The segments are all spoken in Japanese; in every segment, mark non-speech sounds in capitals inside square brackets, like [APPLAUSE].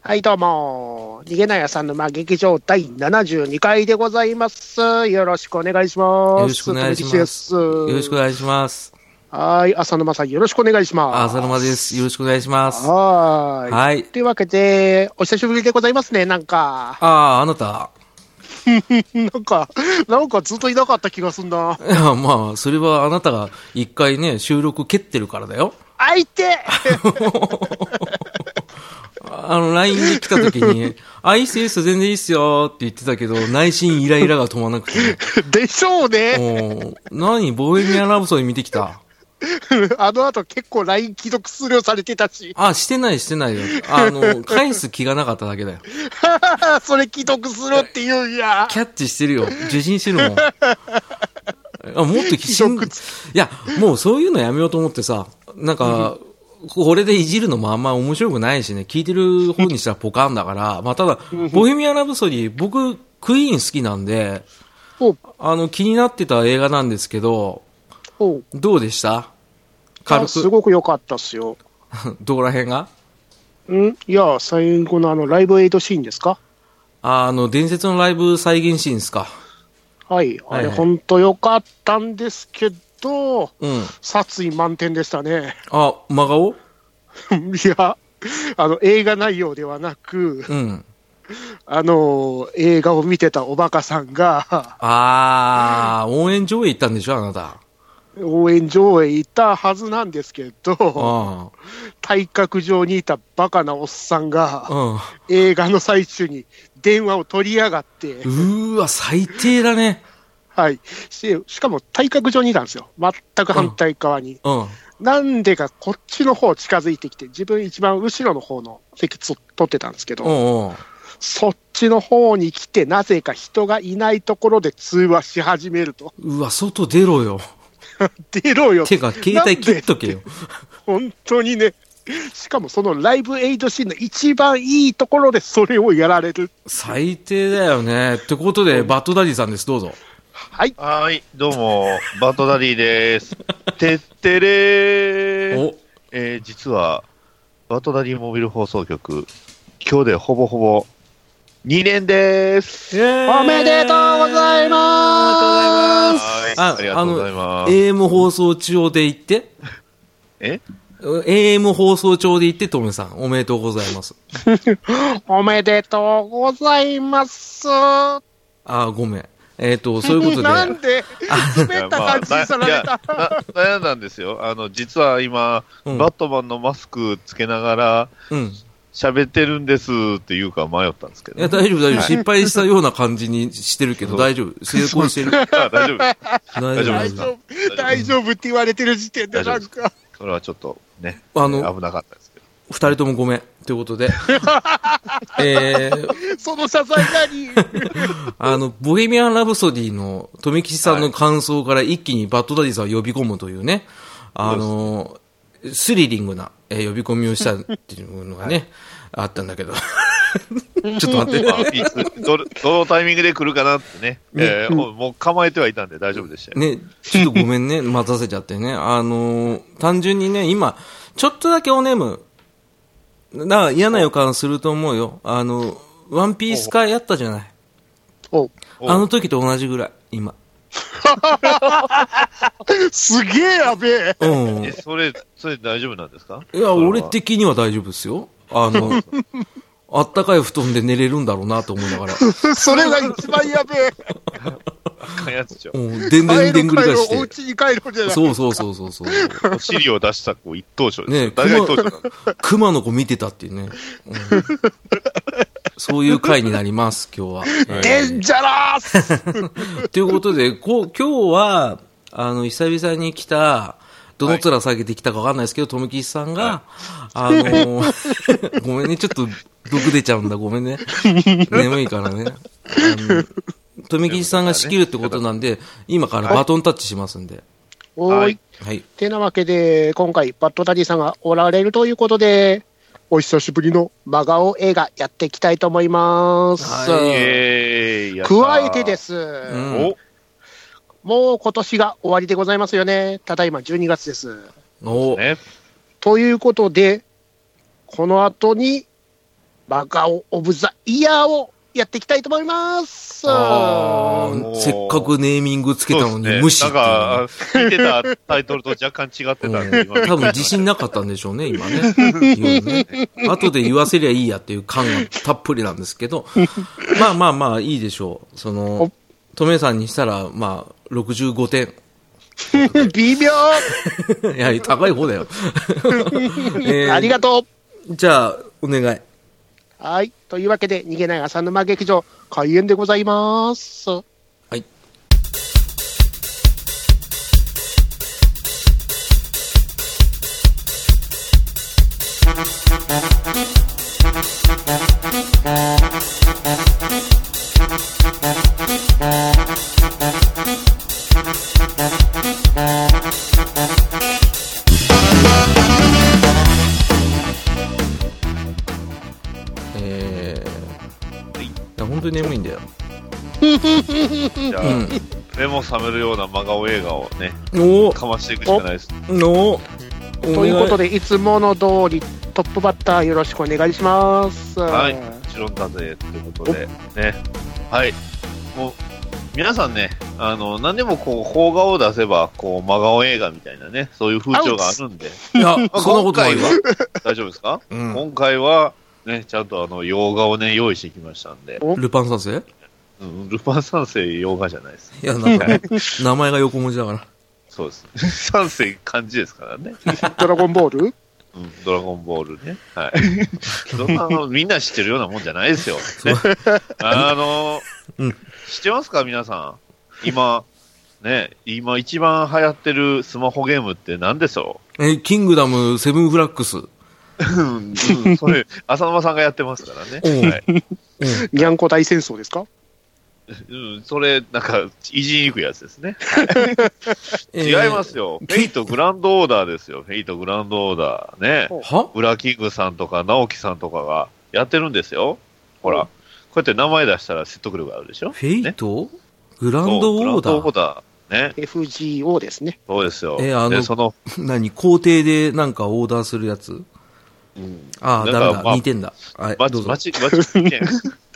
はい、どうも。逃げない屋さんの間劇場第72回でございます。よろしくお願いします。よろしくお願いしトメキます。シよろでしすくお願いします。はい、浅沼さん、よろしくお願いします。浅沼です。よろしくお願いします。あはーい。はいというわけで、お久しぶりでございますね、なんか。 [LAUGHS] あー、あなた。 [LAUGHS] なんか、なんかずっといなかった気がすんな。いやまあ、それはあなたが一回ね、収録蹴ってるからだよ。あい [LAUGHS] てあの、LINE で来た時 [LAUGHS] に、あ、いいっすよ、いいっすよ全然いいっすよって言ってたけど、内心イライラが止まなくてね、でしょうね。もう、何、ボヘミアン・ラブソディ見てきた。あの後結構 LINE 既読数量されてたし。 [LAUGHS] あ、してない、してないよ。あの、返す気がなかっただけだよ。それ既読するって言うんや。キャッチしてるよ。受信してるもん。あもっとしん、い既読や、もうそういうのやめようと思ってさ、なんか、これでいじるのもあんま面白くないしね、聞いてる方にしたらポカンだから、まあただ、ボヘミアン・ラブソディ、僕、クイーン好きなんで、ほう、あの、気になってた映画なんですけど、ほう。どうでした軽あすく、ごく良かったっすよ。 [LAUGHS] どこら辺がんいや、最後のあのライブエイドシーンですかあの、伝説のライブ再現シーンですか。はい、あはいれ、はい本当良かったんですけど、うん。殺意満点でしたね。 [LAUGHS] あ、真顔いや、あの映画内容ではなく、うん。あの映画を見てたおバカさんが、あー、応援上映行ったんでしょ、あなた。応援上映行ったはずなんですけど、あ体格上にいたバカなおっさんあ、うが、ん。う映画の最中に電話を取りやがって、ーわ、最低だね。はい、ししかも体格上にいたんですよ、全く反対側に。うん。なんでかこっちの方近づいてきて、自分一番後ろの方の席つ取ってたんですけうど、んうん。そっちの方に来て、なぜか人がいないところで通話し始めると。 [LAUGHS] うわ、外出ろ [LAUGHS] よ。出ろよ。てか、携帯切っとけよ。本当にね。しかもそのライブエイドシーンの一番いいところでそれをやられる。最低だよね。ってことで、バッドダディさんです。どうぞ。はい。はーい、どうも、バトダディ [LAUGHS] です。てってれー。お、えー実は、バトダディモビル放送局、今日でほぼほぼ2年です。おめでとうございますはーい、あありがとうございます。 AM 放送中で行って、え AM 放送中で行って、トムさん、おめでとうございます。おめでとうございます。あー、ごめん。えっ、と、そういう [LAUGHS] ことで。なんで滑った感じにさられた。いやな悩んだんですよ。あの、実は今、うんバットマンのマスクつけながらうん。喋ってるんですっていうか迷ったんですけいど、や、大丈夫、大丈夫。失敗したような感じにしてるけど、大丈夫。成功してる。大あ大丈夫です。丈夫、大大丈夫丈。夫、大丈夫って言われてる時点で、なんか、それはちょっとね、あの危なかったですけど。二人ともごめん。ということで。 [LAUGHS] えー、その謝罪何あの、ボヘミアン・ラブソディの富吉さんの感想から一気にバッドダディさんを呼び込むというね、あの、スリリングな、えー呼び込みをしたっていうのがね、あったんだけど。ち [LAUGHS] ょっと待って。まあいつどれどのタイミングで来るかなって [LAUGHS] ね、えーもうもう構えてはいたんで大丈夫でしたよ。ね、ちょっとごめ [LAUGHS] んね、待たせちゃってね。あのー単純にね、今、ちょっとだけおねむ。なんか嫌な予感すると思うよ。あの、ワンピース会やったじゃない。おおあの時と同じぐらい、今。すげえやべえ。 [LAUGHS] うん。えそれ、それ大丈夫なんですかいや、俺て的には大丈夫ですよ。あ [LAUGHS] の、あったかい布団で寝れるんだろうなと思いながら、それが一番やべえ。やつじゃんうん、でんで帰んでんろう帰ぐり返ろしう、おて。家に帰ろうじゃない。そうそうそうそうそう。お尻を出した子一等賞ですねよ。え大概一等賞なんだ。熊の子見てたっていうね。うんそういう回になります、今日は。デンジャラースということで、こう、今日は、あの、久々に来た、どの面下げてきたかわかんないですけど、とむきさんが、あの [LAUGHS] ーごめんね、ちょっと、毒出ちゃうんだ、ごめんね。眠いからね。とむきさんが仕切るってことなんで、今からバトンタッチしますんで。おーい。はいはい。てなわけで、今回、バッドダディさんがおられるということで、お久しぶりの真顔映画やっていきたいと思います。はいえーやったー加えてです。んおもう今年が終わりでございますよね。ただいま12月です。おね、ということで、この後にマガオ・オブ・ザ・イヤーをやっていきたいと思います。あもーうせっかくネーミングつけたのそうですにね無視っなんていうのか、聞いてたタイトルと若干違ってたんで、今多分自信なかったんでしょうね、今ね。言うね後で言わせりゃいいやっていう感がたっぷりなんですけど、まあまあまあいいでしょう。そのお、トメさんにしたら、まあ、65点。 [LAUGHS] 微妙、いや、高い方 [LAUGHS] だよ。えーありがとうじゃあ、お願い。はい。というわけで、逃げない浅沼劇場、開演でございます。はい。えーはいいや本当に眠いんだよ。じゃあ、目も覚めるような真顔映画をね、おかましていくしかないです。のということでで、いつもの通り、トップバッターよろしくお願いします。はい、もちろんだぜ、ということで、ね。はい。もう、皆さんね、あの、何でもこう、邦画を出せば、こう、真顔映画みたいなね、そういう風潮があるんで、いや、そんなこと今ない回わ。は、大丈夫ですか [LAUGHS] うん、今回は、ね、ちゃんとあの、洋画をね、用意してきましたんで、ルパン三世うん、ルパン三世洋画じゃないです。いや、なんか、 [LAUGHS] 名前が横文字だから。そうです。 [LAUGHS] 三世漢字ですからね。ドラゴンボール [LAUGHS] うん、ドラゴンボールね。はい。 [LAUGHS] そんなのみんな知ってるようなもんじゃないですよ。ね、 [LAUGHS] あの、うん知ってますか皆さん。今、ね、今一番流行ってるスマホゲームって何でしょえ、キングダムセブンフラックス。うん。う、うん、うんそれ、浅沼さんがやってますからうね。んはいにゃんこ大戦争ですかうん、それ、なんか、いじりにくいやつですね。え違ーいま。すよ。フェイトグランドオーダーですよ。フェイトグランドオーダー。ね。はブラキングさんとか直樹さんとかがやってるんですよ。ほら、こうやって名前出したら説得力あるでしょフェイねトグランドオそーうグランダドオーーダー。ね、 ?FGO ですね。そうですよ。えあので、その、何皇帝でなんかオーダーするやつうん、ああ、なんダかメだ。まあ似てんだ。はい、まどうち、ぞ。まち、まち、ね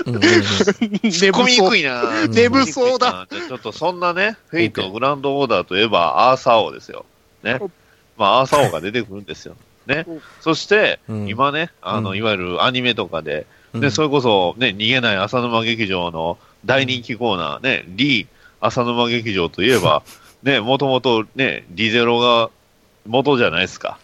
うんうんうん寝込みにくい。いな眠そうだ。じゃあちょっとそんなね、フェイト、グランドオーダーといえば、アーサー王ですよ。ねお。まあ、アーサー王が出てくるんですよ。ねお。そして、うん今ね、あうの、んいわゆるアニメとかで、うんで、それこそ、ね、逃げない浅沼劇場の大人気コーナー、ね、リー浅沼劇場といえ [LAUGHS] ば、ね、もともとね、リゼロが元じゃないですか。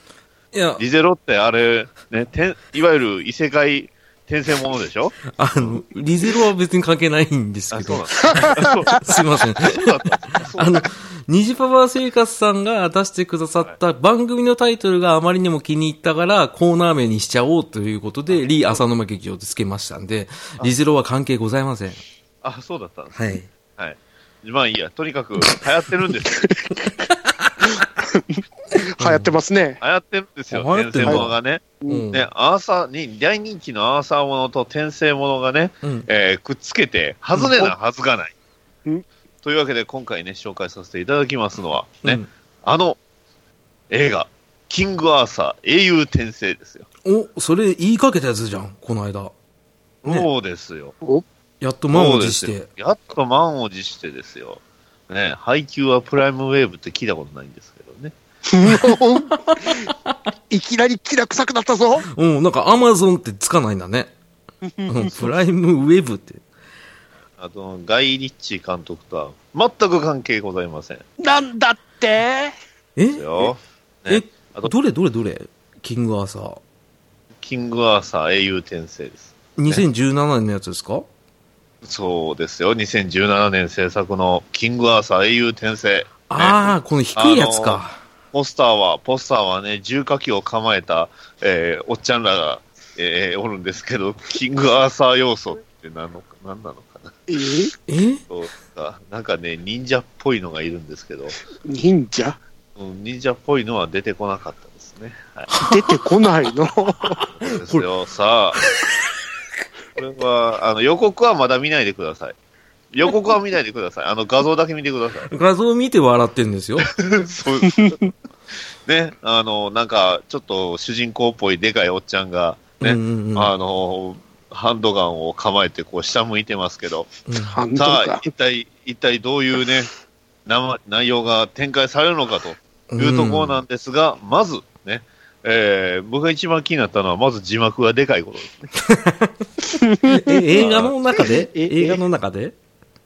いや、リゼロってあれ、ね、てんいわゆる異世界転生ものでしょあの、リゼロは別に関係ないんですあ、けそうなんどで。すか。そうすいません。 [LAUGHS] そうだったんですかそうあの、ニジパパ生活さんが出してくださった番組のタイトルがあまりにも気に入ったから、コーナー名にしちゃおうということで、リー浅沼劇場でつけましたんで、リゼロは関係ございません。あ、そうだったんです。はい。はい。まあいいや、とにかく流行ってる [LAUGHS] んですよ。流行ってますね。流行ってるんですよ、流行っ転て生んもだのがね。うん。ね、アーサーに、大人気のアーサーものと転生ものがね、うん。えーくっつけて、外れなはずがない。うんというわけで、今回ね、紹介させていただきますのは、ね、うんあの映画、キングアーサー英雄転生ですよ。お、それ言いかけたやつじゃん、この間。ねそうですよ。おやっと満をそうで持すしよて。やっと満を持してですよ。ね、配給はプライムウェーブって聞いたことないんですけどね。 [LAUGHS] いきなり気楽臭くなったぞ。うん、なんかアマゾンってつかないんだね。 [LAUGHS] うん、プライムウェブって。あと、ガイ・リッチー監督とは全く関係ございません。なんだってえですよ。えね、あと、どれどれどれキングアーサー。キングアーサー英雄転生です。 2017年のやつですかそうですよ、2017年制作のキングアーサー英雄転生。ああ、この低いやつか。ポスターは、ポスターはね、重火器を構えた、えーおっちゃんらが、えーおるんですけど、キングアーサー要素って何のか何なのかなええそうかなんかね、忍者っぽいのがいるんですけど、忍者うん、忍者っぽいのは出てこなかったですね。はい、出てこないのそうですよ、さあ。これは、あの、予告はまだ見ないでください。予告は見ないでください。あの、画像だけ見てください。画像を見て笑ってんです [LAUGHS] よ。そう。ね、あの、なんか、ちょっと主人公っぽいでかいおっちゃんが、ね、うんうんうんあの、ハンドガンを構えて、こう、下向いてますけど、うんハンドさガあン、。一体、一体どういうね、生内容が展開されるのかというところなんですが、まず、ね、えー僕が一番気になったのは、まず字幕がでかいことです。 [LAUGHS] え映画の中でええ映画の中で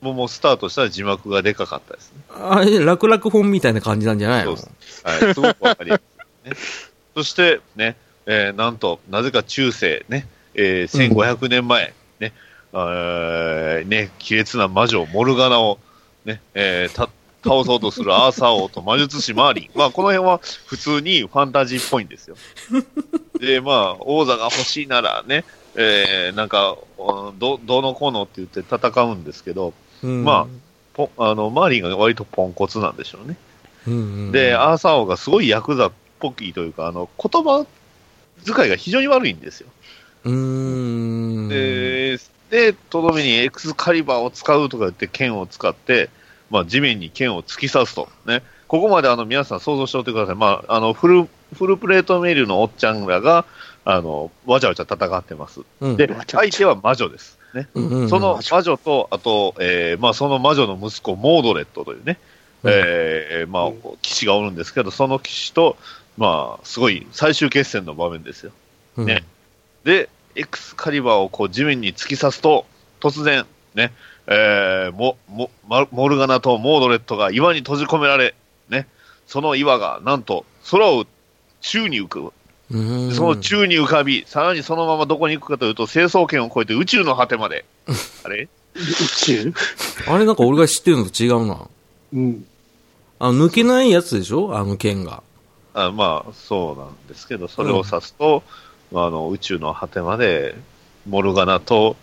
もうもうスタートしたら字幕がでかかったですね。あえ楽々本みたいな感じなんじゃないそうのですはい、すごくわかりやすいですね。 [LAUGHS] そして、ね、えーなんと、なぜか中世、ね、えー1500年前、ね、えーね、卑劣な魔女、モルガナを、ね、えーた、倒そうとするアーサー王と魔術師マーリン。まあ、 [LAUGHS] この辺は普通にファンタジーっぽいんですよ。で、まあ、王座が欲しいならね、えーなんか、うんど、どうのこうのって言って戦うんですけど、うんまあポンあの、マーリンが割とポンコツなんでしょうね。うんうんで、アーサー王がすごいヤクザっぽいというか、あの、言葉遣いが非常に悪いんですよ。うーんで、で、とどめにエクスカリバーを使うとか言って剣を使って、まあ、地面に剣を突き刺すと。ね。ここまであの、皆さん想像しておいてください。まあ、あの、フル、フルプレートメールのおっちゃんらが、あの、わちゃわちゃ戦ってます。うんでわちゃわ、ちゃ相手は魔女です。ね。うんうんうんその魔女と、あと、えーまあ、その魔女の息子、モードレットというね、うんえーまあうん、騎士がおるんですけど、その騎士と、まあ、すごい最終決戦の場面ですよ。うんねで、エクスカリバーをこう地面に突き刺すと、突然、ね、えーモモマモルガナとモードレットが岩に閉じ込められ、ね、その岩がなんと空を宙に浮く、うんその宙に浮かび、さらにそのままどこに行くかというと、成層圏を越えて宇宙の果て [LAUGHS] まで、あれ宇宙あれなんか俺が知ってるのと違うなうん。あの抜けないやつでしょあの剣があまあ、そうなんですけど、それを指すと、まあ、あの宇宙の果てまで、モルガナと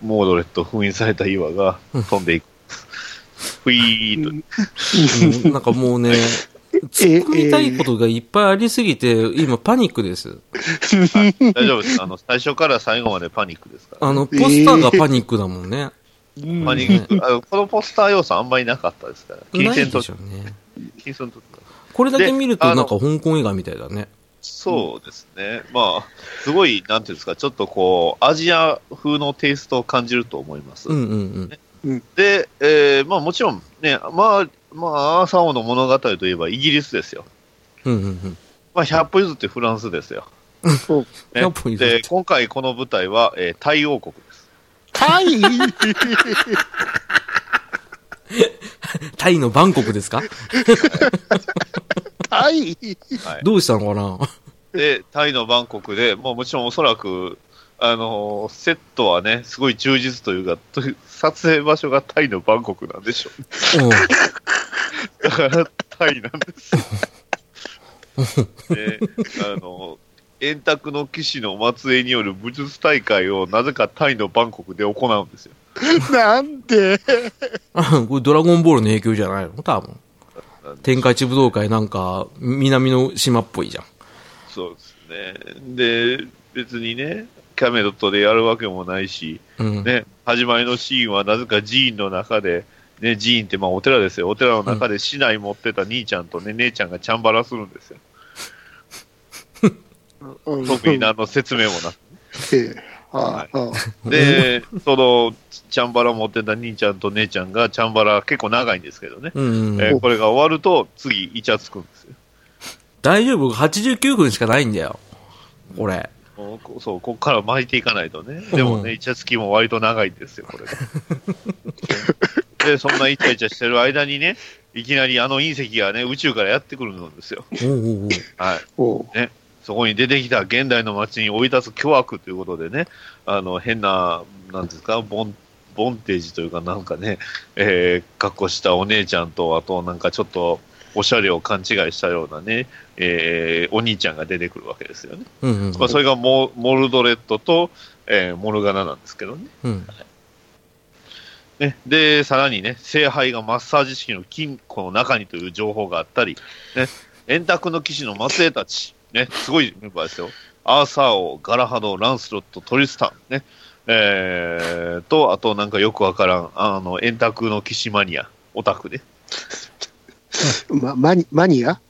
モードレット封印された岩が飛んでいく。 [LAUGHS] ふいーっと。うんなんかもう [LAUGHS] ね突っ込みたいことがいっぱいありすぎて今パニックです大丈 [LAUGHS] 夫です。あの、最初から最後までパニックですから。あのポスターがパニックだもんねうんパニック。あのこのポスター要素あんまりなかったですから。金ない銭でとし、ょうね金銭と。これだけ見るとであなのんか香港映画みたいだねそうですね。まあ、すごい、なんていうんですか、ちょっとこう、アジア風のテイストを感じると思います。うんうんうんで、えーまあもちろんね、まあ、まあ、アーサー王の物語といえばイギリスですよ。うんうんうんまあ、百歩譲ってフランスですよ。そうね百歩譲ってで、今回この舞台は、えー、タイ王国です。タイタイのバンコクですかタイどうしたのかなで、タイのバンコクで、もうもちろんおそらく、あのーセットはね、すごい充実というか、 [LAUGHS] と撮影場所がタイのバンコクなんでしょう。 [LAUGHS] だから、タイなんですよ。で、あのー円卓の騎士の末裔による武術大会をなぜかタイのバンコクで行うんですよ。なんでうん。これドラゴンボールの影響じゃないの多分。天下一武道会なんか、南の島っぽいじゃん。そうですね。で、別にね、キャメロットでやるわけもないし、うん。ね、始まりのシーンはなぜか寺院の中で、ね、寺院ってまあお寺ですよ。お寺の中で市内持ってた兄ちゃんとね、姉ちゃんがチャンバラするんですよ。特にっ何の説明もな [LAUGHS] く。て。ああ、ああで、その、チャンバラ持ってた兄ちゃんと姉ちゃんが、チャンバラ結構長いんですけどね。うん、えーこれが終わると、次、イチャつくんですよ。大丈夫 ?89 分しかないんだよ。これ。もうこそう、ここから巻いていかないとね。でもうね、んイチャつきも割と長いんですよ、これ [LAUGHS] が。で、そんなイチャイチャしてる間にね、いきなりあの隕石がね、宇宙からやってくるんですよ。おうおうおうはい。おうそこに出てきた現代の街に追い出す巨悪ということでね、あの、変な、なんですか、ボン、ボンテージというかなんかね、えー、格好したお姉ちゃんと、あとなんかちょっと、おしゃれを勘違いしたようなね、えー、お兄ちゃんが出てくるわけですよね。うんうんまあ、それがモモルドレットと、えーモルガナなんですけどね。うん。ねで、さらにね、聖杯がマッサージ式の金庫の中にという情報があったり、ね、円卓の騎士の末裔たち、ね、すごいメンバーですよ。アーサー王、ガラハド、ランスロット、トリスタン、ね、えー、と、あとなんかよくわからん、あの、円卓の騎士マニア、オタクね。ま、マニマニア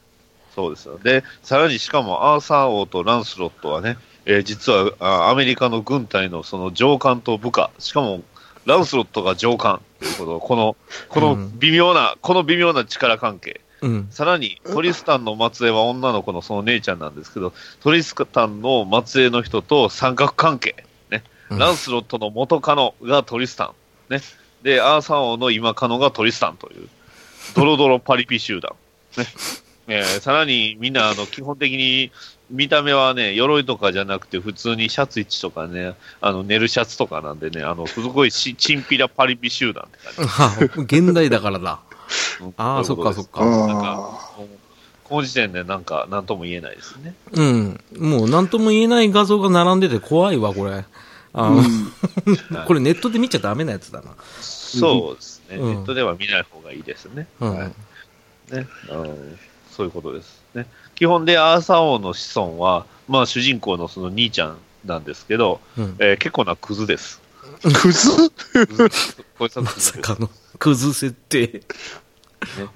そうですよ。で、さらにしかもアーサー王とランスロットはね、えー実はあアメリカの軍隊のその上官と部下、しかもラウスロットが上官ということ、この、このうん微妙な、この微妙な力関係。うん。さらに、トリスタンの末裔は女の子のその姉ちゃんなんですけど、トリスタンの末裔の人と三角関係。ね。うんランスロットの元カノがトリスタン。ね。で、アーサー王の今カノがトリスタンという、ドロドロパリピ集団。ね。えーさらに、みんな、あの、基本的に、見た目はね、鎧とかじゃなくて、普通にシャツ1とかね、あの、寝るシャツとかなんでね、あの、すごいし、チンピラパリピ集団って感じ。あ現代だからだ。うんああ、そそういっうことかですそっあか。この時点でなんか、なんとも言えないですね。うん。もう何とも言えない画像が並んでて怖いわ、これ。あのこれネットで見ちゃダメなやつだな。そうですね。うんネットでは見ない方がいいですね。うんはいねあのそういうことですね。基本でアーサー王の子孫は、まあ主人公のその兄ちゃんなんですけど、うん。えー結構なクズです。ークズこいつはまクズさですかの、クズ設定。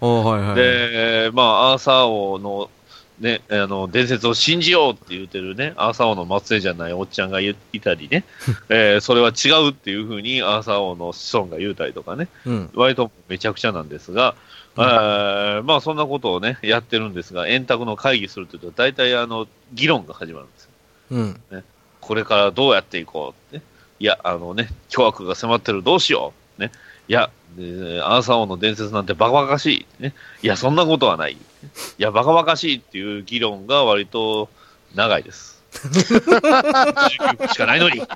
ああ、はいはい。で、まあアーサー王のね、あの伝説を信じようって言ってるね、アーサー王の末裔じゃないおっちゃんがいいた [LAUGHS] りね、えーそれは違うっていうふうにアーサー王の子孫が言うたりとかね、うん。割とめちゃくちゃなんですが、うんえーまあそんなことをね、やってるんですが、円卓の会議するというと、大体あの、議論が始まるんですよ。うん。これからどうやっていこうって。いや、あのね、巨悪が迫ってる、どうしよう。ね。いや、えーアーサー王の伝説なんてバカバカしい。ね。いや、そんなことはない。いや、バカバカしいっていう議論が割と長いです。19分しかないのに。いる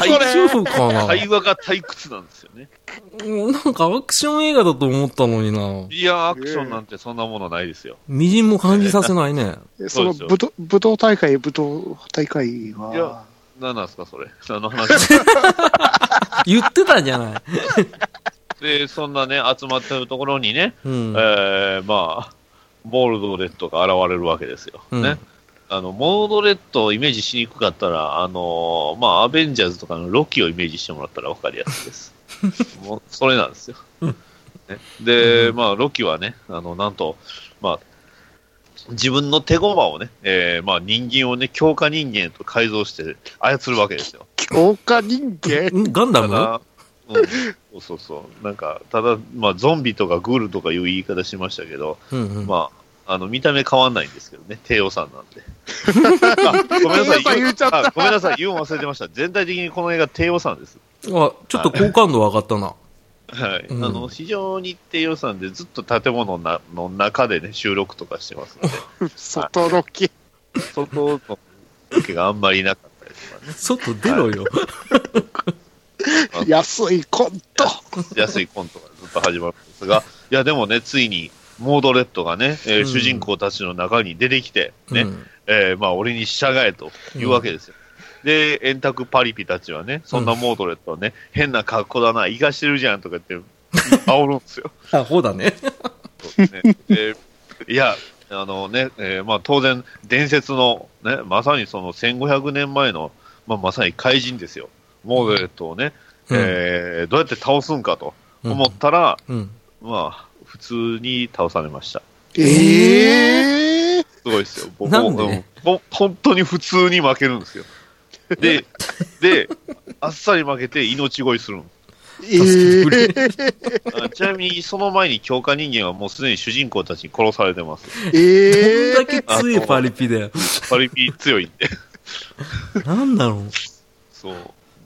会話大丈夫かな会話が退屈なんですよね。うんなんかアクション映画だと思ったのにな。いや、アクションなんてそんなものないですよ。みじんも感じさせないね。そのそうですよ武道武道大会、武道大会いやは、何なんですか、それ。あの話。 [LAUGHS] [LAUGHS] 言ってたじゃない。で、そんなね、集まってるところにね、うん。えー、まあ、モールドレッドが現れるわけですよ。うんね。あの、モールドレッドをイメージしにくかったら、あのーまあ、アベンジャーズとかのロキをイメージしてもらったらわかりやすいです。 [LAUGHS] もう、それなんですよ。ね、で、まあ、ロキはね、あの、なんと、まあ、自分の手駒をね、えーまあ、人間をね、強化人間へと改造して操るわけですよ。強化人間んガンダたムだ、うん、そうそうそう、なんか、ただ、まあ、ゾンビとかグールとかいう言い方しましたけど、うんうん。まあ、あの見た目変わんないんですけどね、帝王さんなんで。 [LAUGHS] あごめんなさ帝王い、さん言っちゃったあごめんなさい、言うの忘れてました。全体的にこの映画、帝王さんです。あ、ちょっと好感度上がったな。はい。うんあの、非常に帝王さんで、ずっと建物なの中でね、収録とかしてますので、外ロケ。外の受けがあんまりいなかったりとかね、外出ろよ。安いコント。安いコントがずっと始まるんですが、いや、でもね、ついに、モードレッドがね、えーうん主人公たちの中に出てきて、ね、うんえーまあ、俺に従えというわけですよ。で、円卓パリピたちはね、そんなモードレットはね、変な格好だな、イカしてるじゃんとか言って、煽るんです [LAUGHS] よ。あ、ほうだね。そうですねでいや、あのね、えーまあ、当然、伝説の、ね、まさにその1500年前の、まあ、まさに怪人ですよ。モードレットをね、えーどうやって倒すんかと思ったら、うん。まあ、普通に倒されました。ええすごいですよ。僕なんでうんほ本当に普通に負けるんですよ。で、で、あっさり負けて命乞いするのえ助けてえあちなみに、その前に強化人間はもうすでに主人公たちに殺されてます。どえんだえけ強いパリピだよ。パリピ強いんで。 [LAUGHS] なんだろう。そう。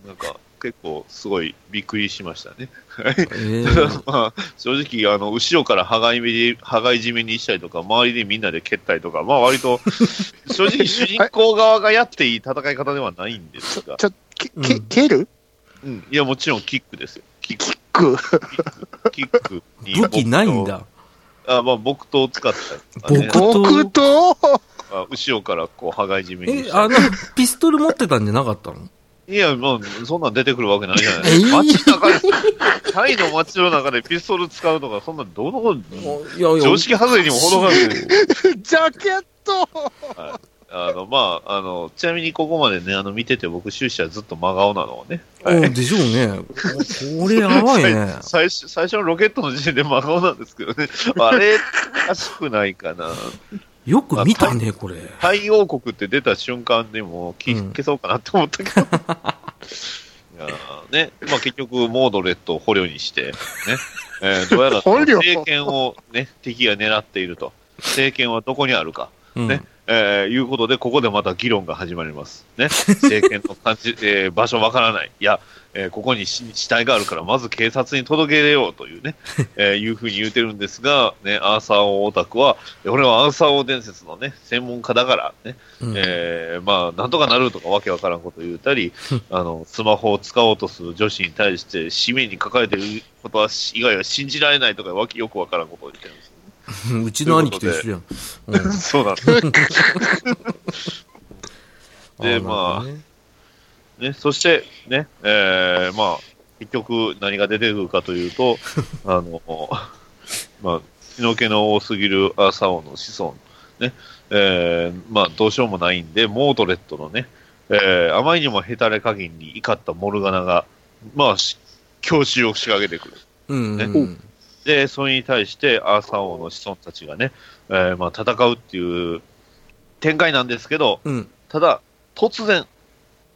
なんか、結構すごいびっくりしましたね。 [LAUGHS] えーまあ、正直、あの、後ろから羽交い羽交い締めにしたりとか、周りでみんなで蹴ったりとか、まあ割と、正直主人公側がやっていい戦い方ではないんですが、ちょ、け、うけ、ん蹴るうん。いや、もちろんキックですよ。キック。く、キックに武器ないんだ。あ、まあ、木刀を使ったりとかね木。刀僕と、あ後ろからこう、羽交い締めにえ、しあたの、ピストル持ってたんじゃなかったのいや、まあ、そんなん出てくるわけないじゃないえですーか。街の中で、タイの街の中でピストル使うとか、そんなんどの、いやい常識外れにも程があるんですよ [LAUGHS] ジャケット。あの、まあ、あの、ちなみにここまでね、あの、見てて僕終始はずっと真顔なのをね。うんでしょうね。これやばいね。最初、最初のロケットの時点で真顔なんですけどね。あれ、おかしくないかな。よく見たね、これ。太陽国って出た瞬間でも消うん消そうかなって思ったけど。 [LAUGHS] いやーね、まあ結局、モードレットを捕虜にして、ね、えーどうやら捕虜政権をね、敵が狙っていると。政権はどこにあるか。うんねえーいうことで、ここでまた議論が始まります。ね。政権の感じ、 [LAUGHS] えー場所わからない。いや、えーここにし死体があるから、まず警察に届けようというね、えーいうふうに言うてるんですが、ね、アーサー王オタクは、俺はアーサー王伝説のね、専門家だから、ね、うんえーまあ、なんとかなるとかわけわからんこと言うたり、あの、スマホを使おうとする女子に対して、紙面に書かれてることは、以外は信じられないとか、わけよくわからんことを言ってるんです。うんうちの兄貴と一緒やん。うんそうなんです。で、あーなるまほどねあ、ね、そして、ね、えー、まあ、結局何が出てくるかというと、あの、まあ、血の気の多すぎるアーサー王の子孫、ね、えー、まあ、どうしようもないんで、モートレットのね、えー、あまりにもヘタレ加減に怒ったモルガナが、まあ、し教習を仕掛けてくる。うんねうん。で、それに対してアーサー王の子孫たちがね、えー、まあ、戦うっていう展開なんですけど、うん。ただ、突然、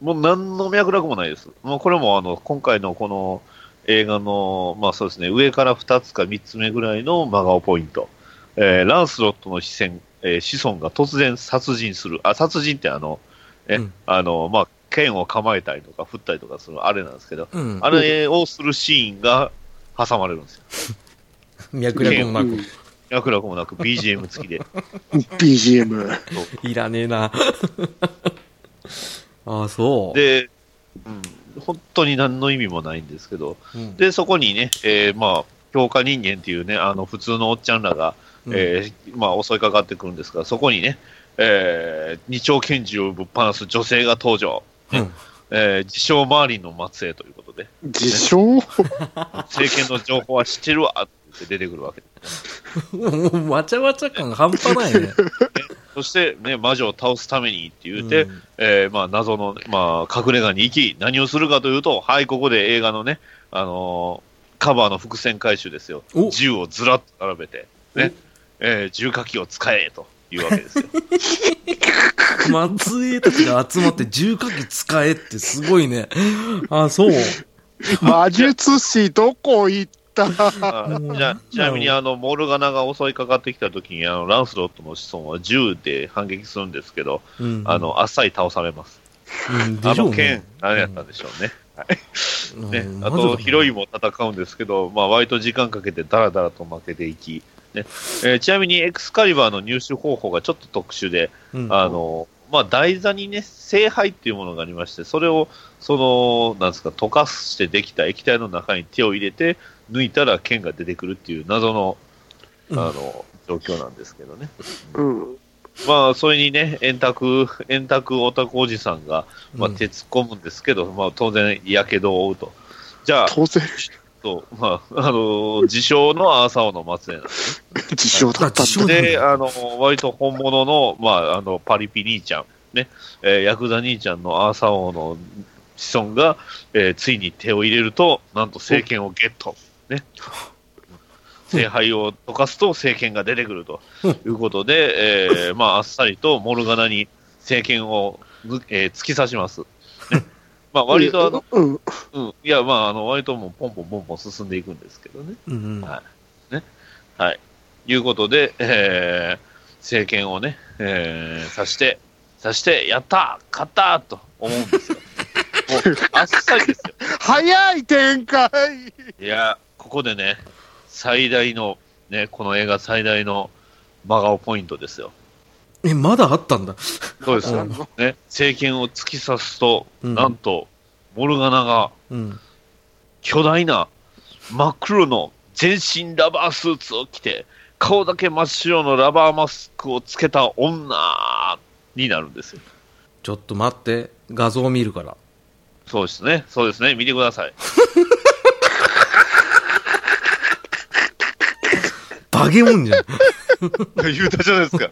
もう何の脈絡もないです。もうこれもあの、今回のこの映画の、まあそうですね、上から2つか3つ目ぐらいの真顔ポイント。えーランスロットの子孫、えー子孫が突然殺人する。あ、殺人ってあの、え、うんあの、まあ、剣を構えたりとか振ったりとかするあれなんですけど、うんあ。れをするシーンが挟まれるんですよ。脈絡もなうんく。脈絡もなく BGM 付 [LAUGHS] きで。 BGM。いらねえ [LAUGHS] な。ああ、そう。で、うん、本当に何の意味もないんですけど、うん、で、そこにね、えーまあ、強化人間っていうね、あの、普通のおっちゃんらが、うんえーまあ、襲いかかってくるんですが、そこにね、えー二丁拳銃をぶっ放す女性が登場。うんえー自称マーリンの末裔というこ [LAUGHS] とで、自称政権の情報は知ってるわって出てくるわけでもう、わちゃわちゃ感が半端ないね。そして、ね、魔女を倒すためにって [LAUGHS] 言うて、うんえーまあ、謎の、まあ、隠れ家に行き、何をするかというと、はい、ここで映画のね、あのーカバーの伏線回収ですよお。銃をずらっと並べて、ね、えー銃火器を使えというわけ [LAUGHS] ですよ。松江たちが集まって重火器使えってすごいね。ああ、そう。魔術師どこ行ったあじゃあちなみに、あの、モルガナが襲いかかってきた時に、あの、ランスロットの子孫は銃で反撃するんですけど、うんあ、の、あっさり倒されます。うん、あでしょうのね剣。、何やったんでしょうね。うんね、あまずと、ヒロインも戦うんですけど、まあ、割と時間かけてダラダラと負けていき、ねえーちなみにエクスカリバーの入手方法がちょっと特殊で、うんあの、まあ、台座にね、聖杯っていうものがありまして、それを、その、なんですか、溶かしてできた液体の中に手を入れて、抜いたら剣が出てくるっていう謎の、うあんの、状況なんですけどね。うん。まあ、それにね、円卓、円卓オタクおじさんが、まあ、うん手突っ込むんですけど、まあ、当然、やけどを負うと。じゃあ、当然、そう、まあ、あのー自称のアーサー王の末裔なんで自称だったんだそう。なんだで、あのー割と本物の、まあ、あの、パリピ兄ちゃん、ね、えーヤクザ兄ちゃんのアーサー王の子孫が、えーついに手を入れると、なんと政権をゲット、ね。聖杯を溶かすと政権が出てくるということで、えーまあ、あっさりとモルガナに政権をぬ、えー突き刺します。ね、まあ、割とあの、 [LAUGHS] うん。うん、いや、まあ、あの、割ともうポンポンポンポン進んでいくんですけどね。うんうんはいはい。いうことで、えー、政権をね、えー、さして、さして、やった勝ったと思うん [LAUGHS] ですよ。もう、あっさりですよ。早い展開いや、ここでね、最大の、ね、この映画最大の真顔ポイントですよ。え、まだあったんだ。そうですよ。うんね、政権を突き刺すと、うんなんと、モルガナが、うん。巨大な真っ黒の全身ラバースーツを着て、顔だけ真っ白のラバーマスクをつけた女になるんですよ。ちょっと待って。画像を見るから。そうですね、そうですね、見てください。バゲモンじゃん。 [LAUGHS] 言うたじゃないです [LAUGHS] か。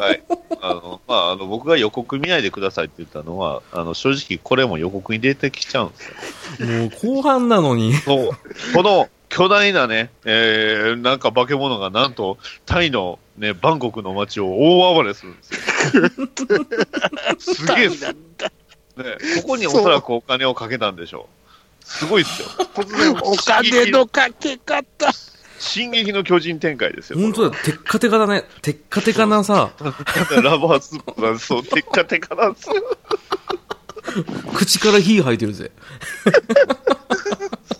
はい。あの、まあ、あの、僕が予告見ないでくださいって言ったのは、あの、正直これも予告に出てきちゃうんですよ。もう後半なのに。そう。この巨大なね、えー、なんか化け物がなんと、タイの、ね、バンコクの街を大暴れするんですよ。 [LAUGHS] すげえっす、ね、ここにおそらくお金をかけたんでしょう。すごいっす [LAUGHS] よ。突然お金のかけ方。進撃の巨人展開ですよ。本当だ、テッカテカだね。テッカテカなさ、ラバースープがそう、テッカテカなんですよ。口から火吐いてるぜ。 [LAUGHS]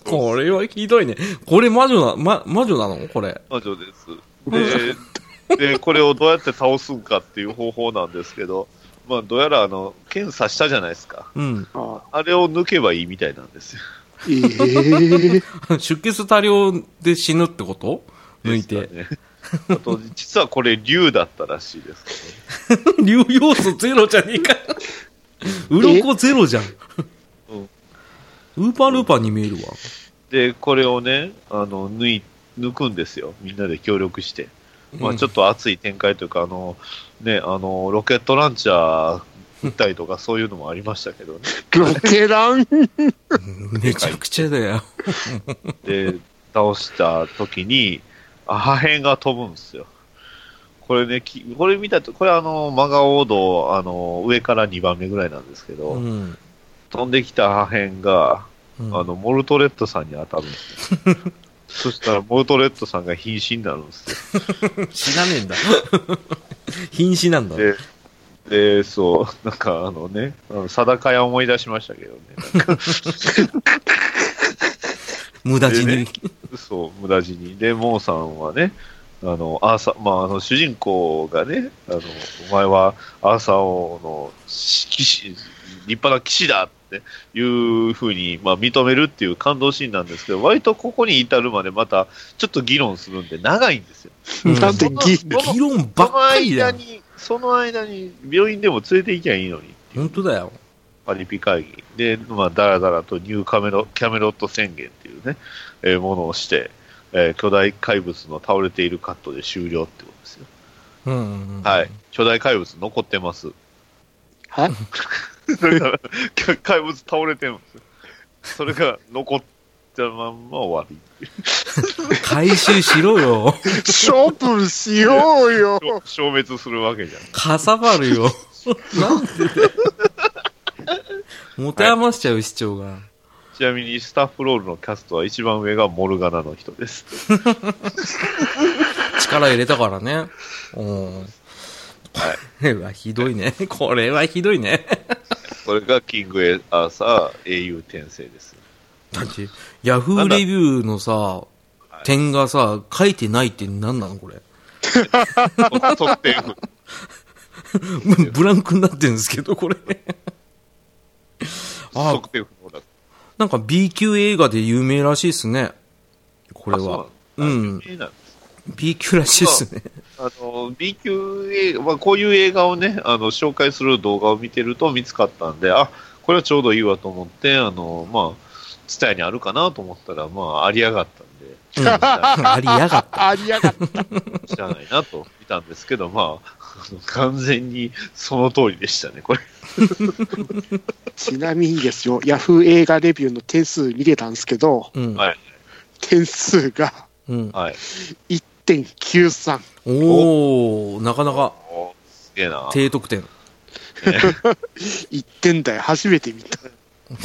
これはひどいね。これ魔女な、ま、魔女なのこれ。魔女です。で、で、これをどうやって倒すんかっていう方法なんですけど、まあ、どうやらあの、剣刺したじゃないですか。うん。ああれを抜けばいいみたいなんですよ。ええ出血多量で死ぬってこと抜いて。ですかね。あと、実はこれ、竜だったらしいですけどね、流要素ゼロじゃねえか。鱗ゼロじゃん。うんウーパールーパーに見えるわ。で、これをね、あの、抜い、抜くんですよ。みんなで協力して。まあ、ちょっっと熱い展開というか、あの、ね、あの、ロケットランチャー撃ったりとか、そういうのもありましたけどね。ロケランと。めちゃくちゃだよ。で、倒した時に、あ破片が飛ぶんですよ。これね、きこれ見たと、これあの、真顔道、あの、上から2番目ぐらいなんですけど、うん。飛んできた破片が、うんあの、モルトレットさんに当たるんです [LAUGHS] よ。そしたら、モルトレットさんが瀕死になるんですよ。死なねえんだ。 [LAUGHS] 瀕死なんだ。で、で、そう、なんかあのね、あの定かや思い出しましたけどね、なんか無駄死でにね。そう、無駄死に。で、モーさんはね、あの、アーサー、まあ、あの、主人公がね、あの、お前はアーサー王の騎士、立派な騎士だっていうふうに、まあ、認めるっていう感動シーンなんですけど、割とここに至るまでまた、ちょっと議論するんで、長いんですよ。うんだってぎどの議論そばっのかりだ間よ。に、その間に病院でも連れて行きゃいいのに。本当だよ。パリピ会議で、まあ、だらだらとニューカメロキャメロット宣言っていうね、えーものをして、えー巨大怪物の倒れているカットで終了ってことですよ。うんうんうん。はい。巨大怪物残ってます。 [LAUGHS] はいだから、怪物倒れてるんですよ。それが残ったまんま終わ回収しろよ。処分しようより。消滅するわけじゃん。かさばるよ。 [LAUGHS] なんでだよ。持て余しちゃう市長が。ちなみにスタッフロールのキャストは一番上がモルガナの人です。力入れたからね。うん。はい。こ [LAUGHS] れはひどいね。これはひどいね。それがキングエアーサー英雄転生 [LAUGHS] です。だって、ヤフーレビューのさ、点がさ、書いてないって何なのこれ。特典不 [LAUGHS] ブランクになってるんですけど、これ。あ特典不能だなんか B 級映画で有名らしいっすね。これは。あそううなんんだ。有名なんだ B 級らしいっすね。あの、B 級映画、まあ、こういう映画をね、あの、紹介する動画を見てると見つかったんで、あ、これはちょうどいいわと思って、あの、まあ、ツタヤにあるかなと思ったら、まあ、ありやがったんで、うん [LAUGHS] ありやがった。ありやがった。知らないなと見たんですけど、まあ、あの完全にその通りでしたね、これ。ちなみにですよ、ヤフー映画レビューの点数見れたんですけど、うん。はい。点数がうん。はい。 1.93。おー、なかなかおすげえな。低得点。 1点台初めて見た。こ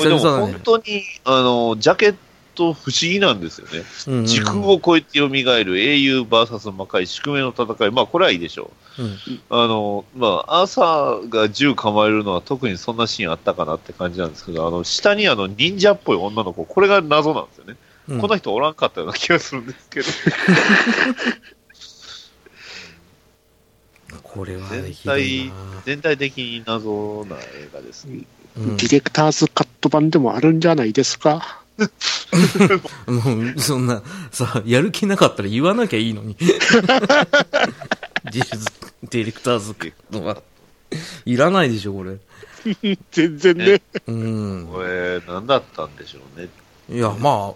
れでも久々だ本ね当に、あの、ジャケット不思議なんですよね。うんうん時空を超えて蘇る英雄 VS 魔界宿命の戦い。まあ、これはいいでしょう。うんあの、まあ、朝が銃構えるのは特にそんなシーンあったかなって感じなんですけど、あの、下にあの、忍者っぽい女の子、これが謎なんですよね。うんこの人おらんかったような気がするんですけど、これは全ひどい体な、全体的に謎な映画ですうね。んディレクターズカット版でもあるんじゃないですか。もう、そんな、さ、やる気なかったら言わなきゃいいの [LAUGHS] に。ディレズディレクターズのはいらないでしょ、これ。全然ねね。うん。これ、何だったんでしょうね。いや、まあ、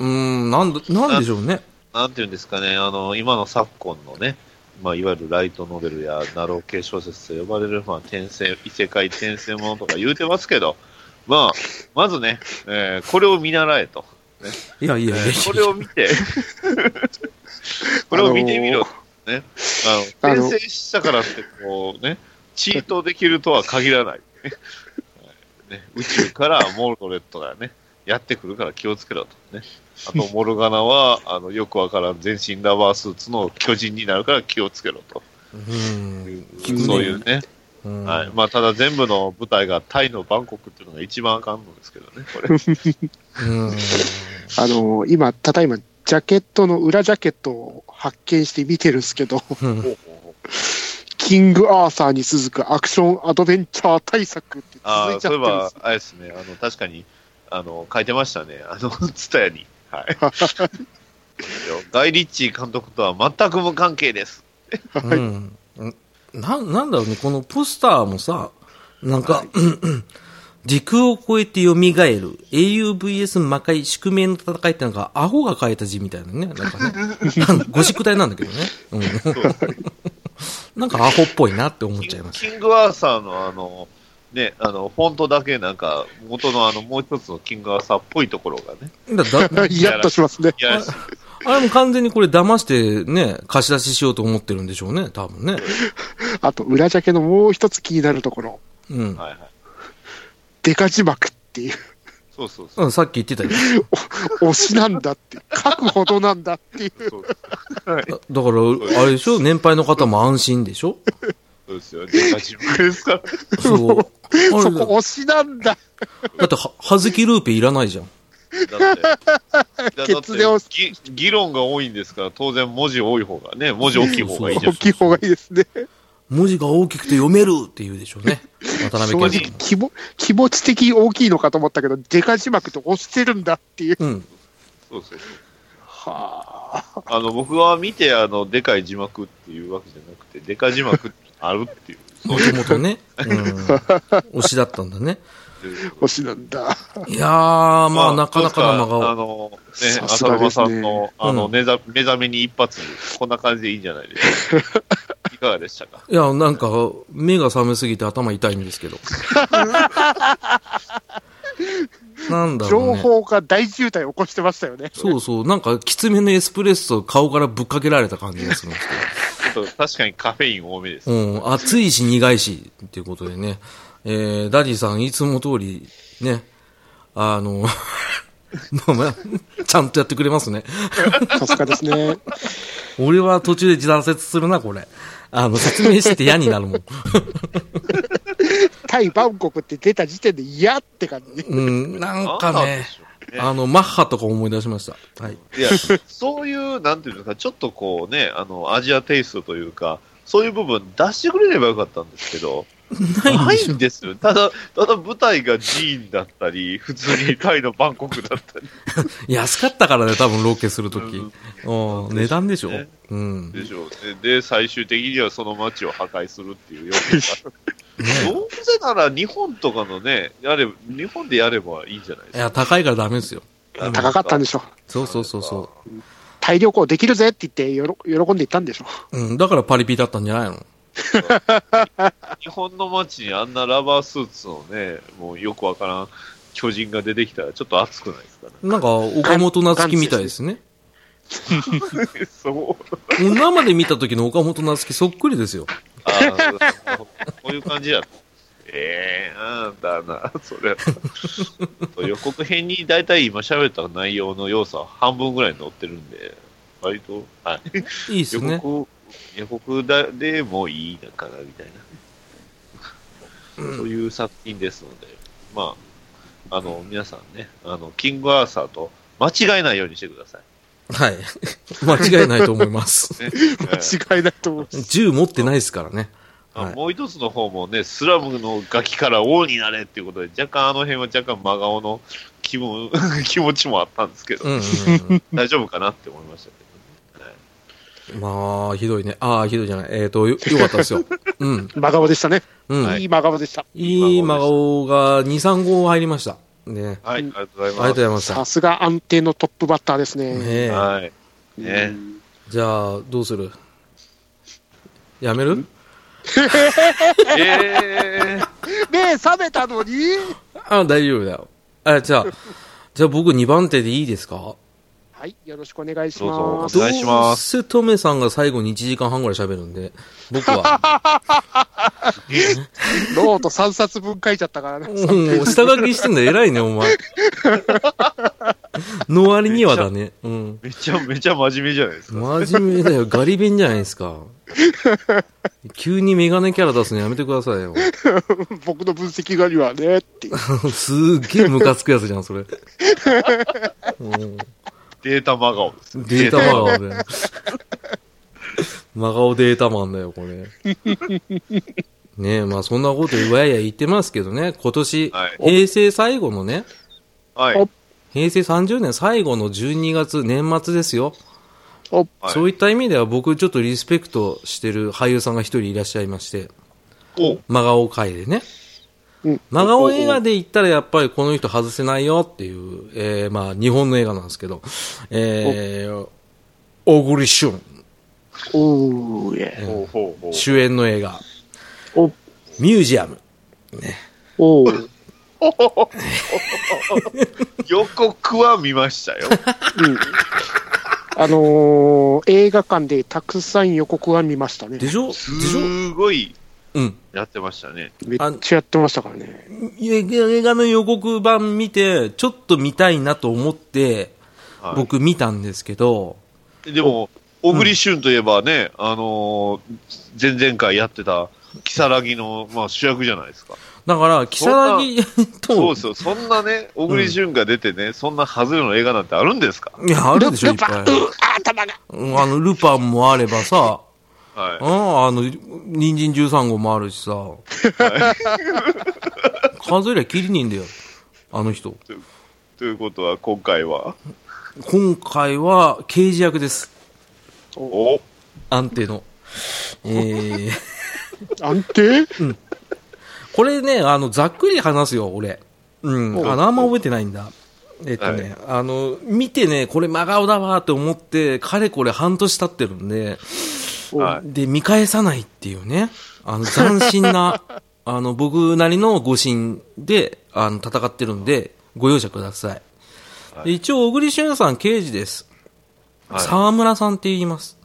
うん、なんだ、なんでしょうね。なんていうんですかね、あの、今の昨今のね、まあ、いわゆるライトノベルやナロー系小説と呼ばれる、まあ、転生、異世界転生ものとか言うてますけど、まあ、まずね、えーこれを見習えと。ね。いやいやいやいや。これを見 [LAUGHS] て、これを見てみろ。ね。ああの、の転生したからって、こうね、チートできるとは限らない。 [LAUGHS] ね、宇宙からモルトレットがね、やってくるから気をつけろとね。あと、モルガナは、あの、よくわからん全身ラバースーツの巨人になるから気をつけろと。うん。そういうね。うん。はい。まあ、ただ全部の舞台がタイのバンコクっていうのが一番あかんのですけどね、これ。うん。あの今、ただいま、ジャケットの裏ジャケットを発見して見てるんですけど、 [LAUGHS] うんキングアーサーに続くアクションアドベンチャー大作ってあ続あ、いちゃっそうてるんいえでばす、あれですね、あの、確かに、あの、書いてましたね、あの、ツタヤに。 [LAUGHS] はい。ガイ・リッチー監督とは全く無関係です。うん。な、なんだろうね、このポスターもさ、なんか、うんうん時空を超えて蘇る、AUVS 魔界宿命の戦いってなんか、アホが書いた字みたいなね、なんかね、ご宿題なんだけどね。 [LAUGHS] うん。なんかアホっぽいなって思っちゃいましキング・アーサーのあの、ね、あの、フォントだけなんか、元のあの、もう一つのキング・アーサーっぽいところがね、た。だだイラッとしますね。いやらしい。あれも完全にこれ騙してね、貸し出ししようと思ってるんでしょうね、多分ね。あと、裏ジャケのもう一つ気になるところ、うん。はいはい。デカ字幕っていう、 [LAUGHS] そうそうそう。うん、さっき言ってたよ。推しなんだって、書くほどなんだっていう、そうそだうだから、あれでしょ年配の方も安心でしょそうで [LAUGHS] すよ。デカチムですから。そう。あれそこ推しなんだ、だっては、はずきルーペいらないじゃん。だって、だだっ決断をてぎ議論が多いんですから、当然文字多い方がね、文字大きい方がいいじゃ [LAUGHS] 大ん。きい方がいいですね。文字が大きくて読めるって言うでしょうね。渡正辺直健気も、気持ち的に大きいのかと思ったけど、デカ字幕って押してるんだっていう。人。うん。そうそうそう。はあ、あの、僕は見て、あの、でかい字幕っていうわけじゃなくて、でか字幕ってあるっていう。そうもともとね。うん。推しだったんだね。いう。押しなんだ。いやー、 [LAUGHS] まあ、なかなかの真どうです顔。あさの、ね、す浅がですね沼さんの、あの、うん目覚目覚めに一発、こんな感じでいいんじゃないです [LAUGHS] か。いかがでしたかいや、なんか、目が覚めすぎて頭痛いんですけど。なんだろう情ね。報が大渋滞起こしてましたよね。そうそう。なんか、きつめのエスプレッソを顔からぶっかけられた感じがするんですけど。ちょっと確かにカフェイン多めです。うん、暑いし苦いし、っていうことでね。えー、ダディさん、いつも通り、ね、あの、 [LAUGHS] まあまあ、ちゃんとやってくれますね。 [LAUGHS] さすがですね。俺は途中で自殺するな、これ。あの、説明して嫌になるもん。対バンコクって出た時点で嫌って感じ。うん、なんかなんでねし、ょうねあの、マッハとか思い出しました。はい。いや、そういう、なんていうんですか、ちょっとこうね、あの、アジアテイストというか、そういう部分出してくれればよかったんですけど、ないんなでしいょんですよ。ただ、ただ舞台が寺院だったり、普通にタイのバンコクだったり安かったからね、多分ロケするとき。うん、値段でしょね。うん。でしょう [LAUGHS] ね。で、最終的にはその街を破壊するっていうよくどうせなら日本とかのね、やれ、日本でやればいいんじゃないでいすか。や、高いからダメですよ。高かったんでしょ。そうそうそうそ大旅行できるぜって言ってよろ、喜んでいったんでしょ。う。うん、だからパリピだったんじゃないの日本の街にあんなラバースーツのね、もうよくわからん巨人が出てきたらちょっと熱くないですかね。なんか、岡本夏樹みたいですね。そう。もう生で見た時の岡本夏樹そっくりですよ。ああ、そうこういう感じやった。ええなんだな、それ。予告編に大体今喋った内容の要素は半分ぐらい載ってるんで、割と、はい。いいです予ね。告、予告だでもいいのかな、みたいな。そういう作品ですので、まあ、あの、皆さんね、あの、キングアーサーと間違えないようにしてくださはい。 [LAUGHS] 間違いないと思います。 [LAUGHS] い。ね間違いないと思う。銃持ってないですからね。あはいもう一つの方もね、スラムのガキから王になれっていうことで、若干あの辺は若干真顔の気分 [LAUGHS] 気持ちもあったんですけど、うん、うん大丈夫かなって思いましたけどね、うん。まあ、ひどいね。ああ、ひどいじゃない。えっ、と、よ、よかったですよ。うん。真顔でしたね。うん。いい真顔でした。いい真顔が2、3号入りました。ね。はい。はい、ありがとうございありがとうまごす。ざいさました。すが安定のトップバッターですね。ねえ。はい。うんねじゃあ、どうするやめるえー目覚めたのにあ、大丈夫だよ。あ、じゃあ、じゃあ僕2番手でいいですかはい、よろしくお願いしどまうぞす。お願いしますどうせトメさんが最後に1時間半ぐらい喋るんで、僕は、ノート3冊分書いちゃったからね。もう下書きしてんだ偉いね、お前。の割にはだね。うん。めちゃめちゃ真面目じゃないですか。真面目だよ。ガリ弁じゃないですか。急にメガネキャラ出すのやめてくださいよ。 [LAUGHS] 僕の分析がにはね、っていう。すっげえムカつくやつじゃん、それ。うんデータ真顔です。データマガオで。真顔データマンだよ、これ。ねえ、まあそんなことわやや言ってますけどね、今年、はい平成最後のね、はい。お平成30年最後の12月、年末ですよ。おはいそういった意味では僕ちょっとリスペクトしてる俳優さんが一人いらっしゃいまして、お真顔会でね。うん真顔映画で言ったらやっぱりこの人外せないよっていう、えー、まあ日本の映画なんですけど、えー、小栗旬おーえ。ほうほうほう。主演の映画、おミュージアム。おー予告は見ました [LAUGHS] よ。うん。あのー映画館でたくさん予告は見ましたねで。しょですしょごいうん。やってましたね。めっちゃやってましたからね。映画の予告版見て、ちょっと見たいなと思って、はい僕見たんですけど、でも、小栗旬といえばね、あのー、前々回やってた、キサラギの、まあ、主役じゃないですか。だから、キサラギそとう、ですよ。そんなね、小栗旬が出てね、そんなハズレの映画なんてあるんですかいや、あるでしょ、いっルパぱンい。うっ頭が。うんあの、ルパンもあればさ、はうん、。いあの、人参13号もあるしさ。数えりゃきりねえんだよ。あの人。ということは、今回は、今回は、刑事役です。お安定の。えー、安定これね、あの、ざっくり話すよ、俺。うん。おあの、あんま覚えてないんだ。えっとね、あの、見てね、これ真顔だわーって思って、かれこれ半年経ってるんで、はで、見返さないっていうね、あの、斬新な、あの、僕なりの誤信で、あの、戦ってるんで、ご容赦ください。で一応、小栗旬さん刑事です。はい沢村さんって言います。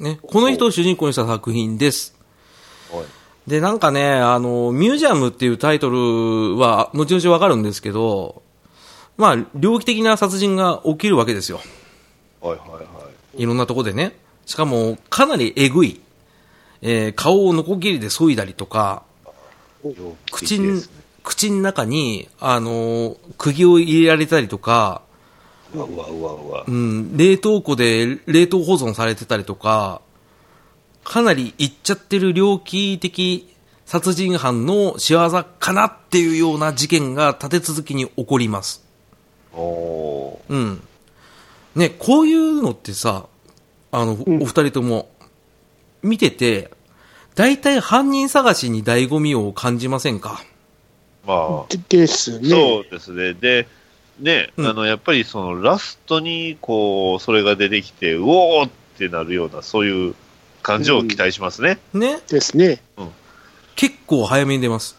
ね、この人を主人公にした作品です。はいで、なんかね、あの、ミュージアムっていうタイトルは、後々わかるんですけど、まあ、猟奇的な殺人が起きるわけですよ。はいはいろんなとこでね。しかも、かなりえぐい。えー顔をノコギリで削いだりとか、いはい。口にん、口の中に、あのー釘を入れられたりとか、うわうわうわうわう。ん、冷凍庫で冷凍保存されてたりとか、かなりいっちゃってる猟奇的殺人犯の仕業かなっていうような事件が立て続けに起こります。おうん。ね、こういうのってさ、あの、お二人とも、見てて、大体犯人探しに醍醐味を感じませんかーまあ、でですね。そうですね。で、ね、うんあの、やっぱりその、ラストに、こう、それが出てきて、うおーってなるような、そういう感じを期待しますね。ねですね。結構早めに出ます。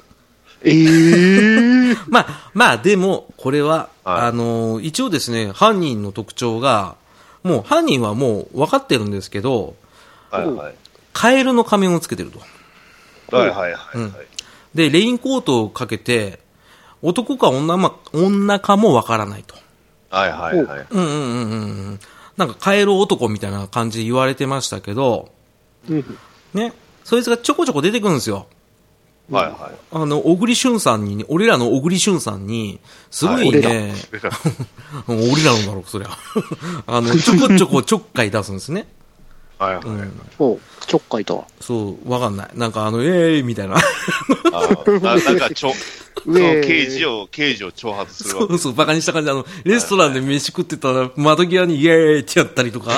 え [LAUGHS] ー。まあ、まあ、でも、これは、はいあのー一応ですね、犯人の特徴が、もう犯人はもう分かってるんですけど、はいはい。カエルの仮面をつけてると。はいはいはいはい。で、レインコートをかけて、男か女ま、女かも分からないと。はいはいはい。うんうんうんうんうん。なんかカエル男みたいな感じで言われてましたけど、うんね。そいつがちょこちょこ出てくるんですよ。はいはあの、小栗旬さんに、俺らの小栗旬さんに、すごいはね、 [LAUGHS] 俺らのだろう、そりゃ。 [LAUGHS] あの、ちょこちょこちょっかい出すんですね。い。はいはい。おちょっかいとは。そう、わかんない。なんかあの、えーいみたいな。あーななん [LAUGHS] か、ちょ、その刑事を、刑事を挑発するそわけうそう、バカにした感じで、あの、レストランで飯食ってたら、窓際にイエーイってやったりと [LAUGHS] か。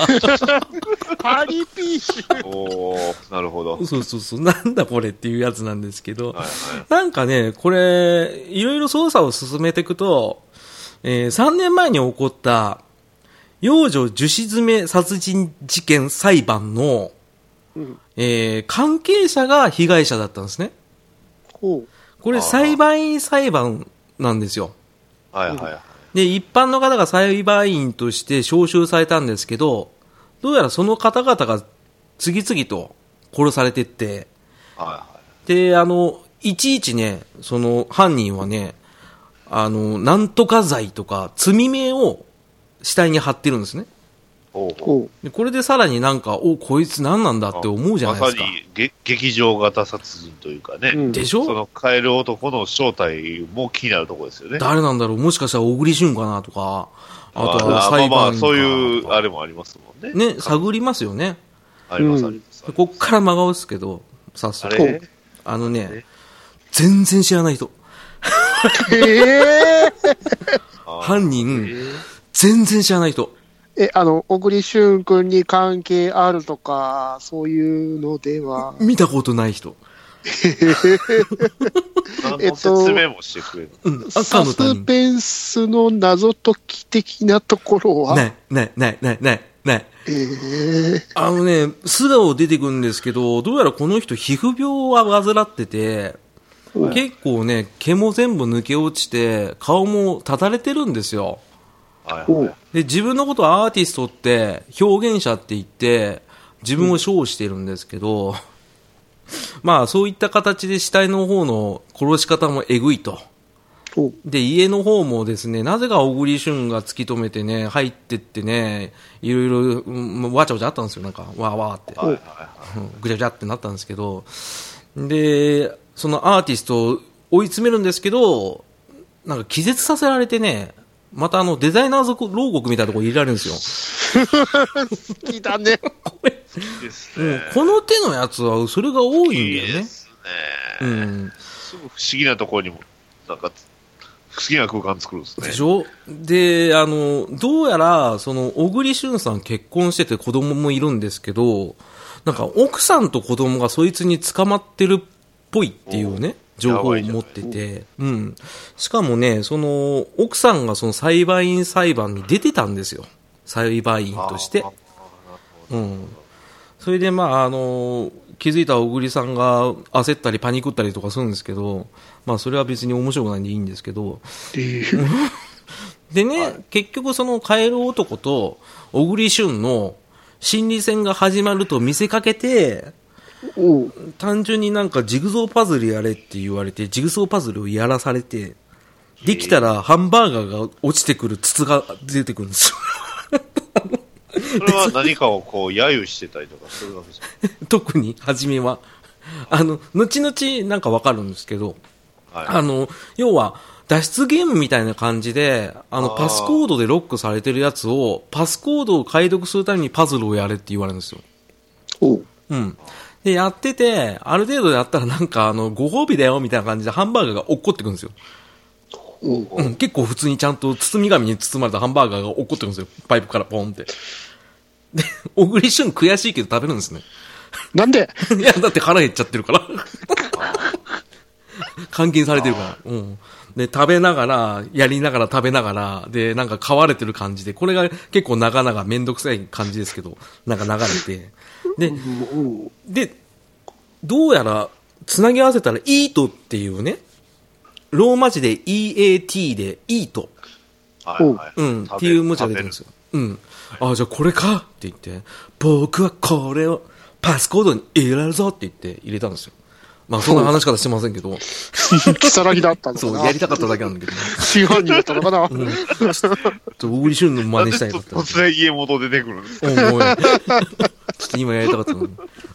パリピ [LAUGHS] ーおー、なるほど。はいそうそうそう、なんだこれっていうやつなんですけど。はい。なんかね、これ、いろいろ捜査を進めていくと、えー3年前に起こった、幼女樹脂詰め殺人事件裁判の、うんえー関係者が被害者だったんですね。おうこれ、あー裁判員裁判なんですよ。はいはいはい。で、一般の方が裁判員として招集されたんですけど、どうやらその方々が次々と殺されてって、はで、あの、いちいちね、その犯人はね、あの、なんとか罪とか、罪名を死体に貼ってるんですね。いはい。おうでこれでさらになんか、お、こいつ何なんだって思うじゃないですか。まさにげ劇場型殺人というかね、うんでしそょのカエル男の正体も気になるところですよね。誰なんだろうもしかしたら小栗旬かなとか、あとはまあまあ裁判員かなとか、まあ、そういうあれもありますもんね。ね、探りますよね。あります、うんあります。でこっから真顔ですけど、早あ速。これうあのねね、全然知らない人。えーあー犯え人、ー全然知らない人。え、あの、小栗旬君に関係あるとか、そういうのでは。見たことない人。何の説明もしてくれる、うん、赤サの他人ス。ペンスの謎解き的なところは、ない、ない、ない、ない、ない、ない。えーあのね、素顔出てくるんですけど、どうやらこの人皮膚病は患ってて、結構ね、毛も全部抜け落ちて、顔もたたれてるんですよ。はいおはうい、で、自分のことをアーティストって、表現者って言って、自分を称してるんですけど、 [LAUGHS] まあ、そういった形で死体の方の殺し方もえぐいと。おうで、家の方もですね、なぜか小栗旬が突き止めてね、入ってってね、いろいろ、うんわちゃわちゃあったんですよ、なんか、わーわーって。はいはいはうんぐちゃぐちゃってなったんですけど、で、そのアーティストを追い詰めるんですけど、なんか気絶させられてね、またあのデザイナー族牢獄みたいなところに入れられるんですよ。好きだね。い。ですうんね。この手のやつはそれが多いんいいだよでね。すうね。ん。すごい不思議なところにも、なんか、不思議な空間作るんですねでし。ょで、あの、どうやら、その、小栗旬さん結婚してて子供もいるんですけど、なんか奥さんと子供がそいつに捕まってるっぽいっていうね、情報を持ってて、うん。しかもね、その、奥さんがその裁判員裁判に出てたんですよ。裁判員としてあー。うん。それで、まあ、あの、気づいた小栗さんが焦ったりパニックったりとかするんですけど、まあ、それは別に面白くないんでいいんですけど、でね、結局そのカエル男と小栗旬の心理戦が始まると見せかけて、おう単純になんかジグソーパズルやれって言われて、ジグソーパズルをやらされて、できたらハンバーガーが落ちてくる筒が出てくるんですそれは何かをこう、揶揄してたりとかするわけじゃよ。 [LAUGHS] 特に、初めは。あの、後々なんかわかるんですけど、ない。はいあの、要は、脱出ゲームみたいな感じで、あの、あーパスコードでロックされてるやつを、パスコードを解読するためにパズルをやれって言われるんですよ。おううん。で、やってて、ある程度やったらなんか、あの、ご褒美だよみたいな感じでハンバーガーが落っこってくるんですよ。おううん、結構普通にちゃんと包み紙に包まれたハンバーガーが落っこってくるんですよ。パイプからポンって。で、小栗旬悔しいけど食べるんですね。なんで [LAUGHS] いや、だって腹減っちゃってるから。 [LAUGHS] 監禁されてるから。うん。で、食べながら、やりながら食べながら、で、なんか飼われてる感じで、これが結構なかなかめんどくさい感じですけど、なんか流れて。で、おうで、どうやら、つなぎ合わせたら、イートっていうね、ローマ字で EAT で、イート。はいはいうん、っ食てべいるう文字が出てるんですよ。うん。あ、じゃあこれかって言って、僕はこれをパスコードに入れられるぞって言って入れたんですよ。まあそんな話し方してませんけど、キサラギだったのかそう、なやりたかっただけなんだけど、違うにだったのかな、ちょっと小栗旬の真似したいなだんっで [LAUGHS] たんです突然家元出てくるんですかおいおいちょっと今やりたかったのに。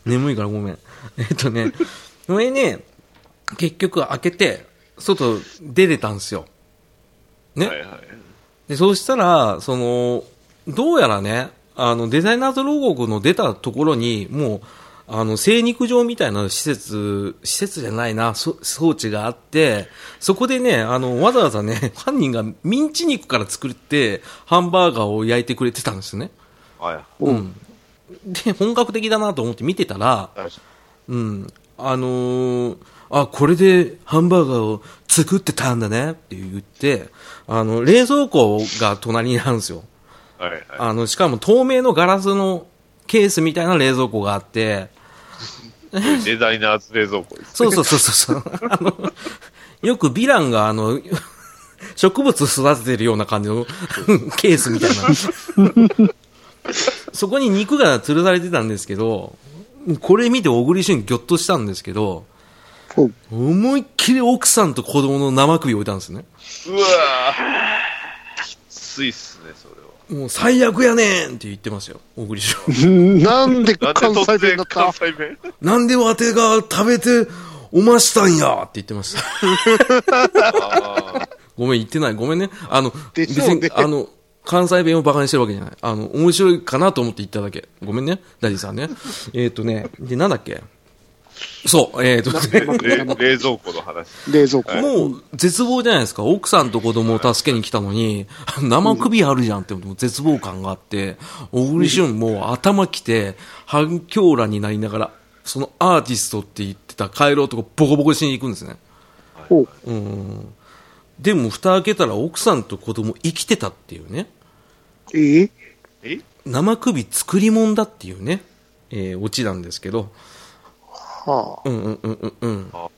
眠いからごめん。えっとね、それね、結局開けて、外出れたんですよ。ね。はいはい。で、そうしたら、その、どうやらね、あの、デザイナーズ牢獄の出たところに、もう、あの、精肉場みたいな施設、施設じゃないな、そ装置があって、そこでね、あの、わざわざね、 [LAUGHS] 犯人がミンチ肉から作って、ハンバーガーを焼いてくれてたんですね。はい。うん。で、本格的だなと思って見てたら、うん。あのーあ、これでハンバーガーを作ってたんだねって言って、あの、冷蔵庫が隣にあるんですよ。はいはい。あの、しかも透明のガラスのケースみたいな冷蔵庫があって、デザイナー [LAUGHS] ズ冷蔵庫です。そうそうそうそうそう。あの、よくヴィランがあの、植物育ててるような感じの [LAUGHS] ケースみたいな。そこに肉が吊るされてたんですけど、これ見て小栗旬ぎょっとしたんですけど、ほう思いっきり奥さんと子供の生首を置いたんですね。うわーきついっすね、それは。もう最悪やねんって言ってますよ、小栗旬。なんでなん関で西突弁だっ然た関西弁なんでわてが食べておましたんやって言って [LAUGHS] ました。あごめん、言ってない。ごめんね。あの、でしょうね別に、あの、関西弁を馬鹿にしてるわけじゃない。あの、面白いかなと思って言っただけ。ごめんね、ダディさんね。えっ、とね、で、なんだっけそう、えっ、とね、ーれ冷蔵庫の話。冷蔵庫。もう絶望じゃないですか。奥さんと子供を助けに来たのに、 [LAUGHS] 生首あるじゃんって、もう絶望感があって、小栗旬もう頭きて、反響欄になりながら、そのアーティストって言ってた帰ろうとこボコボコしに行くんですね。ほうでも、蓋開けたら奥さんと子供生きてたっていうね。ええ生首作り物だっていうね、えーオチなんですけど、はあ。うんうんうんうんうんあ。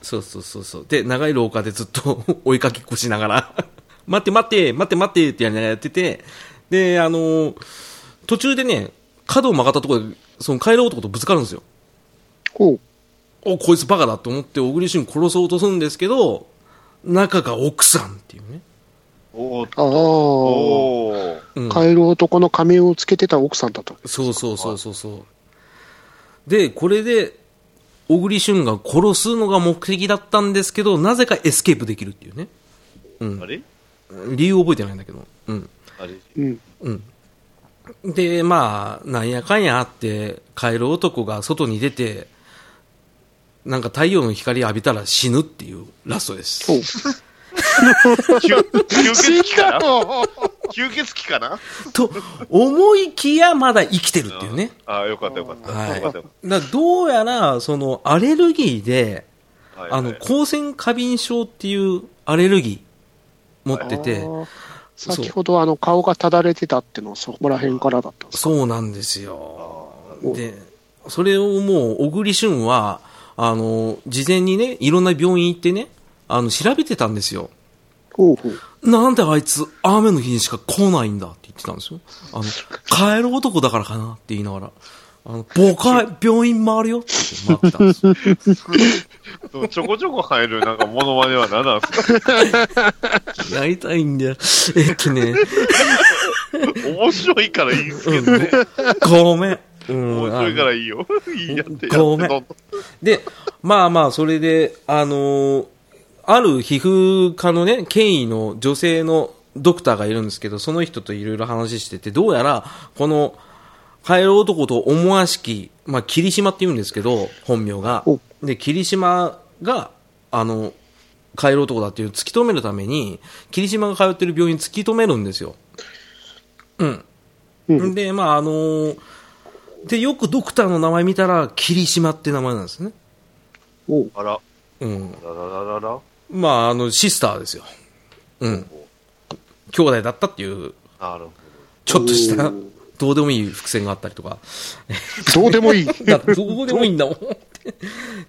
そうそうそうそう。で、長い廊下でずっと [LAUGHS] 追いかけっこしながら、 [LAUGHS] 待って待って、待って待ってってやりながらやってて、で、あのー途中でね、角を曲がったところで、その帰ろう男とぶつかるんですよ。ほう。お、こいつバカだと思って、小栗旬殺そうとするんですけど、中が奥さんっていうね。おーああ。おーうん帰る男の仮面をつけてた奥さんだと。そうそうそうそうそう。で、これで、小栗旬が殺すのが目的だったんですけど、なぜかエスケープできるっていうね。あれ理由覚えてないんだけど。うん。あれうん。うん。で、まあ、なんやかんやあって、帰る男が外に出て、なんか太陽の光浴びたら死ぬっていうラストです。ほう。吸吸血鬼かなよ吸血鬼かなと、思いきやまだ生きてるっていうね。ああ、よかったよかった。はい。よかだったかよからどうやら、その、アレルギーで、ったはいあはの、い光線過敏症っていうアレルギー持ってて、そう先ほどあの顔がただれてたってのはそこら辺からだったんですそうなんですよ。おで、それをもう、小栗旬は、あの、事前にね、いろんな病院行ってね、あの、調べてたんですよ。ほうほう。なんであいつ、雨の日にしか来ないんだって言ってたんですよ。あの、帰る男だからかなって言いながら、あの、僕は病院回るよって言って回ってたんですよ [LAUGHS] でもちょこちょこ入るなんかモノマネは何なんですかやりたいんだよ。えっとね、面白いからいいんですけどね。ごめん。うん、面白いからいいよ。 [LAUGHS] いいやってやってごめんどどで、まあまあ、それで、あのーある皮膚科のね、権威の女性のドクターがいるんですけど、その人といろいろ話してて、どうやら、この、帰る男と思わしき、まあ、霧島って言うんですけど、本名がお。で、霧島が、あの、帰る男だっていう突き止めるために、霧島が通ってる病院突き止めるんですよ。うん。うんで、まあ、あのーで、よくドクターの名前見たら、霧島って名前なんですね。ほう。あら、うん。ららららら。まあ、あの、シスターですよ。うん。兄弟だったっていう、なるほちょっとしたおー、どうでもいい伏線があったりとか。どうでもいい。だってどうでもいいん [LAUGHS] だもん。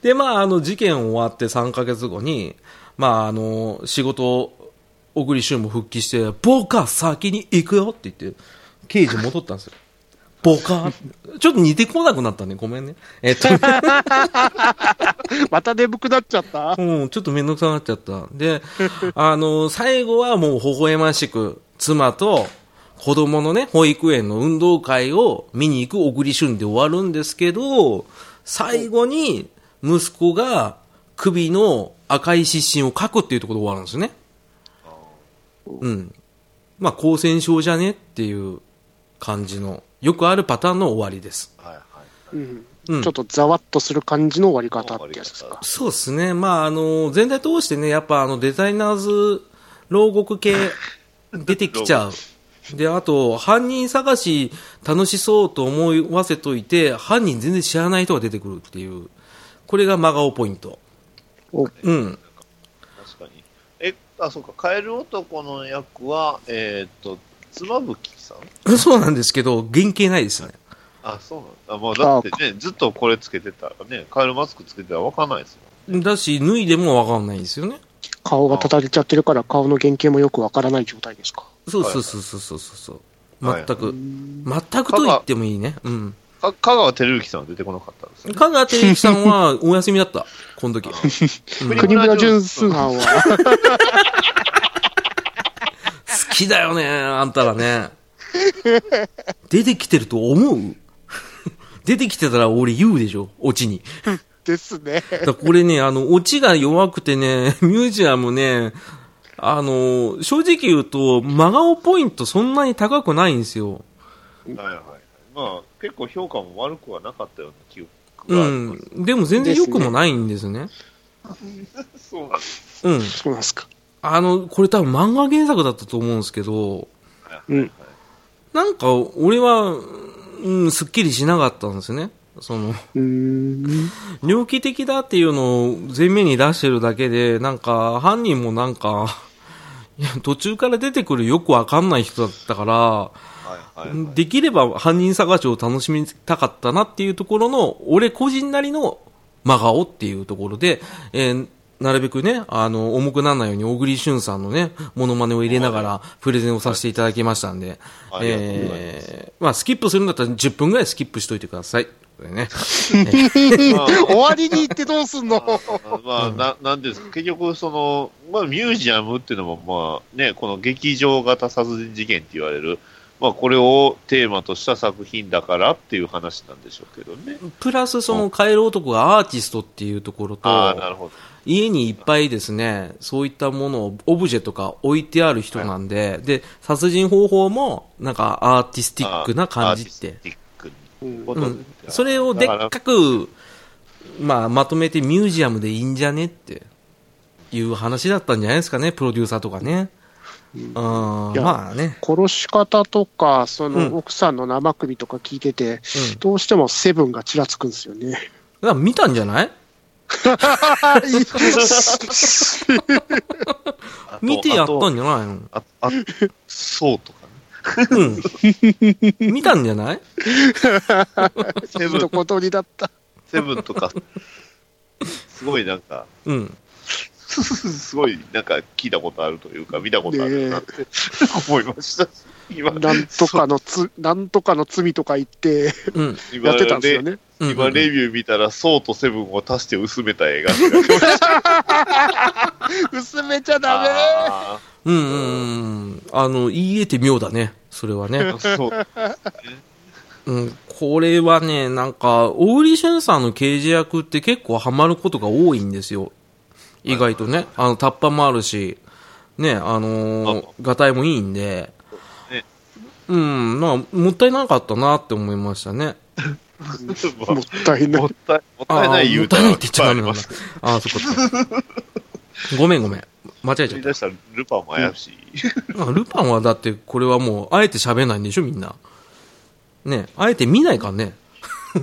で、まあ、あの、事件終わって3ヶ月後に、まあ、あの、仕事、小栗旬も復帰して、僕は先に行くよって言って、刑事戻ったんですよ。僕は、ちょっと似てこなくなったね。ごめんね。えっと、 [LAUGHS] また眠くなっちゃった。うん、ちょっと面倒くさくなっちゃった。で、あの、最後はもう微笑ましく、妻と子供のね、保育園の運動会を見に行く小栗旬で終わるんですけど、最後に息子が首の赤い湿疹を書くっていうところで終わるんですね。うん。まあ、光線症じゃねっていう感じの、よくあるパターンの終わりです。ど。はいはい。うんうんちょっとざわっとする感じの終わり方ってやつですか。そうですね、まあ、あの全体通してね、やっぱあのデザイナーズ牢獄 [LAUGHS] 系出てきちゃう。で、あと、犯人探し楽しそうと思わせといて、犯人全然知らない人が出てくるっていう、これが真顔ポイント。おうん。 [LAUGHS] 確かに。え、あ、そうか。カエル男の役は、えーっと、妻夫木さんそうなんですけど、原型ないですよね。あ、そうなんだ。あもうだってね、ずっとこれつけてたらね、カエルマスクつけてたらわかんないですよ。だし、脱いでもわかんないですよね。顔がたたれちゃってるから、顔の原型もよくわからない状態ですか。そうそうそうそうそうそう。はい全く、全くと言ってもいいね。うん。か香川照之さんは出てこなかったんですね。香川照之さんはお休みだった。この [LAUGHS] 時。うん好国村純さんは、きだよね、あんたらね。出てきてると思う出てきてたら俺言うでしょ、オチに。 [LAUGHS] ですね。だからこれね、あの、オチが弱くてね、ミュージアムね、あの、正直言うと、真顔ポイントそんなに高くないんですよ。はいはい。まあ、結構評価も悪くはなかったような記憶うがあります。ん。でも全然良くもないんですね。 [LAUGHS] そうなんです。うん。そうなんですか。あの、これ多分漫画原作だったと思うんですけど、うん。なんか俺は、うん、すっきりしなかったんですね。その、うーん。猟奇的だっていうのを前面に出してるだけで、なんか、犯人もなんか、いや途中から出てくるよくわかんない人だったから、はいはい、はい。できれば犯人探しを楽しみたかったなっていうところの、俺個人なりの真顔っていうところで、えーなるべくね、あの、重くならないように、小栗旬さんのね、モノマネを入れながら、プレゼンをさせていただきましたんで、はいえーまあ、スキップするんだったら10分ぐらいスキップしといてください。これね。 [LAUGHS] 終わりに行ってどうすんの [LAUGHS] まあ、ななんですか、結局、その、まあ、ミュージアムっていうのも、まあ、ね、この劇場型殺人事件って言われる、まあ、これをテーマとした作品だからっていう話なんでしょうけどね。プラス、その、カエル男がアーティストっていうところああ、なと、るほど。家にいっぱいですね、そういったものを、オブジェとか置いてある人なんで、で、殺人方法も、なんか、アーティスティックな感じっアーて。ティスティックってことうでんそれをでっかだかく、まあ、まとめてミュージアムでいいんじゃねっていう話だったんじゃないですかね、プロデューサーとかね。うん、やまあね。殺し方とか、そうんの奥さんの生首とか聞いてて、うんどうしてもセブンがちらつくんですよ [LAUGHS] ね。だから見たんじゃないら見てやったんあじゃないのと、あとそうとかね。 [LAUGHS] うん。見たんじゃない [LAUGHS] セブンの小鳥だった。セブンとか、すごいなんか、 [LAUGHS] うん。すごいなんか聞いたことあるというか、見たことあるなって思いましたし。[LAUGHS] 今なんとかのつ、なんとかの罪とか言って、うん。今やってたんですよね。うん今、レビュー見たら、ソーとセブンを足して薄めた映画って書いてました薄めちゃダメあうんうんうん。あの、言い得て妙だね。それはねー。そううん。これはね、なんか、小栗旬さんの刑事役って結構ハマることが多いんですよ。意外とね。あの、タッパもあるし、ね、あのー、ガタイもいいんでね。うん、なんか、もったいなかったなって思いましたね。まあもったいなもいっ。たいもったいなあいー言もうったたいないいってらっぱい言っちゃあダりメなまんだす。。ああ、そっか。ごめんごめん。間違えち言ゃっいた出。したらルパンも怪しい。あルパンはだってこれはもう、あえて喋んないんでしょ、みんな。ねあえて見ないからね。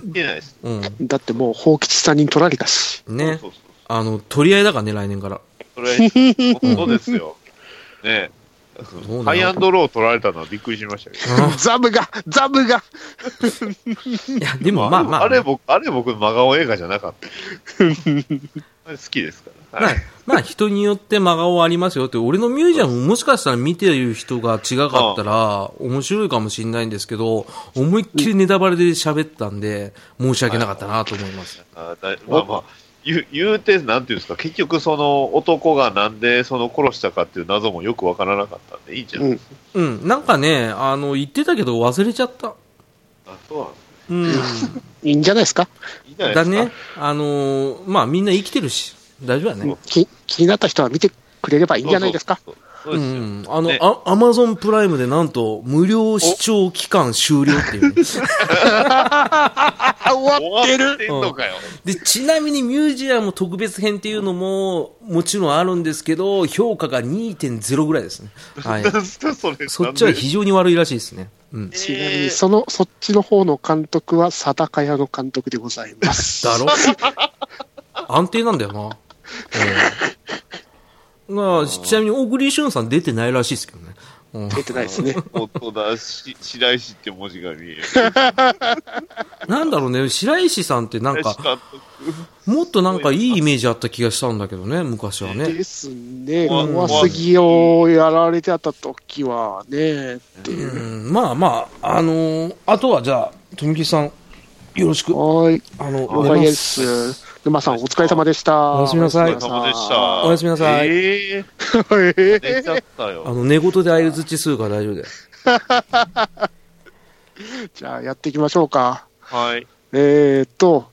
いけないです。うん。だってもう、放吉さんに取られたし。ねそうそうあの、取り合いだからね、来年から。そう。それは、そうですよ。ねそうハだイアンよ。ドロー取られたのはびっくりしましたけど。ザブが、ザブが、いや、でもまあまあ。あれ僕、あれ僕、真顔映画じゃなかった。 [LAUGHS] あれ好きですから。まあ、まあ人によって真顔はありますよって、俺のミュージアムもしかしたら見てる人が違かったら面白いかもしれないんですけど、思いっきりネタバレで喋ったんで、申し訳なかったなと思います。あだまあまあ、言う言うて、なんていうんですか、結局、その男がなんでその殺したかっていう謎もよくわからなかったんで、いいんじゃないですか。うん、なんかね、あの、言ってたけど忘れちゃった。あそうなんで [LAUGHS] うん。いいんじゃないですか。すいいんじゃないでだすか。ね。あのーまあみんな生きてるし、大丈夫だね。気気になった人は見てくれればいいんじゃないですか。そううそうそうそうですよん。あのね、あアマゾンプライムでなんと、無料視聴期間終了っていうね、あ、終わって終わるってんのかよ。 [LAUGHS] [LAUGHS] で、ちなみにミュージアム特別編っていうのも、もちろんあるんですけど、評価が2.0ぐらいですね。はい。 [LAUGHS] それそっちは非常に悪いらしいですね。うん。ちなみに、その、そっちの方の監督は、定か屋の監督でござい [LAUGHS] ます。 [LAUGHS] だろ安定なんだよな。うん。まあ、ちなみに、小栗旬さん出てないらしいですけどね。うん。出てないです [LAUGHS] ね。本当だし、白石って文字が見える。なんだろうね、白石さんってなんか白石、監督もっとなんかいいイメージあった気がしたんだけどね、昔はね。ですね、うん怖すぎをやられてた時はね、っていうう。ん、まあまあ、あのーあとはじゃあ、富木さん、よろしく、はーい、あの、了解です。沼さん、お疲れ様でした。おやすみなさいお疲れ様でした。おやすみなさいえええ寝ちゃーったあよ。の、寝言で相づちするから大丈夫だよ。じゃあ、やっていきましょうか。はい。えーっと、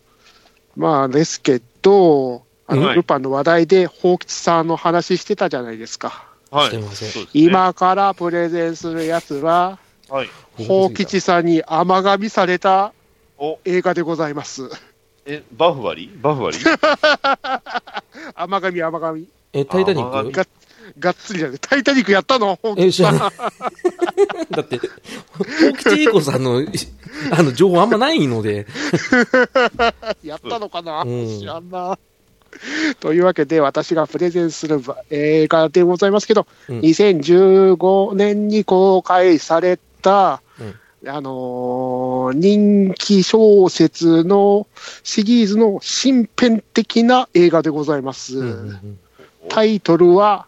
まあ、ですけど、あの、はいルパンの話題で、宝吉さんの話してたじゃないですか。はい。すいませんそうですね。今からプレゼンするやつは、はい。宝吉さんに甘噛みされたお、映画でございます。え、バフバリバフバリ甘噛み、甘噛み。え、タイタニあッークががっつりじゃない。タイタニックやったの宝え、吉知らない。 [LAUGHS] だって、大吉英子さんの、あの、情報あんまないので。やったのかな、うん知らんな。 [LAUGHS] というわけで、私がプレゼンする映画でございますけど、うん2015年に公開された、あのー人気小説のシリーズの新編的な映画でございます。うんうんうんタイトルは、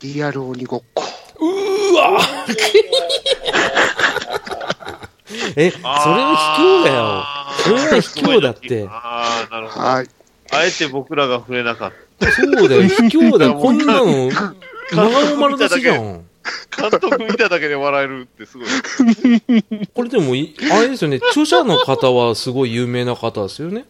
リアル鬼ごっこ。え、それは卑怯だよ。それは卑怯だって。あーなるほど。はい。あえて僕らが触れなかっそうだよ、卑怯だ [LAUGHS] よ。こんなの、長尾丸出しじゃん。た。監督見ただけで笑えるってすごい。これでもい、あれで [LAUGHS] すよね、著者の方はすごい有名な方ですよね。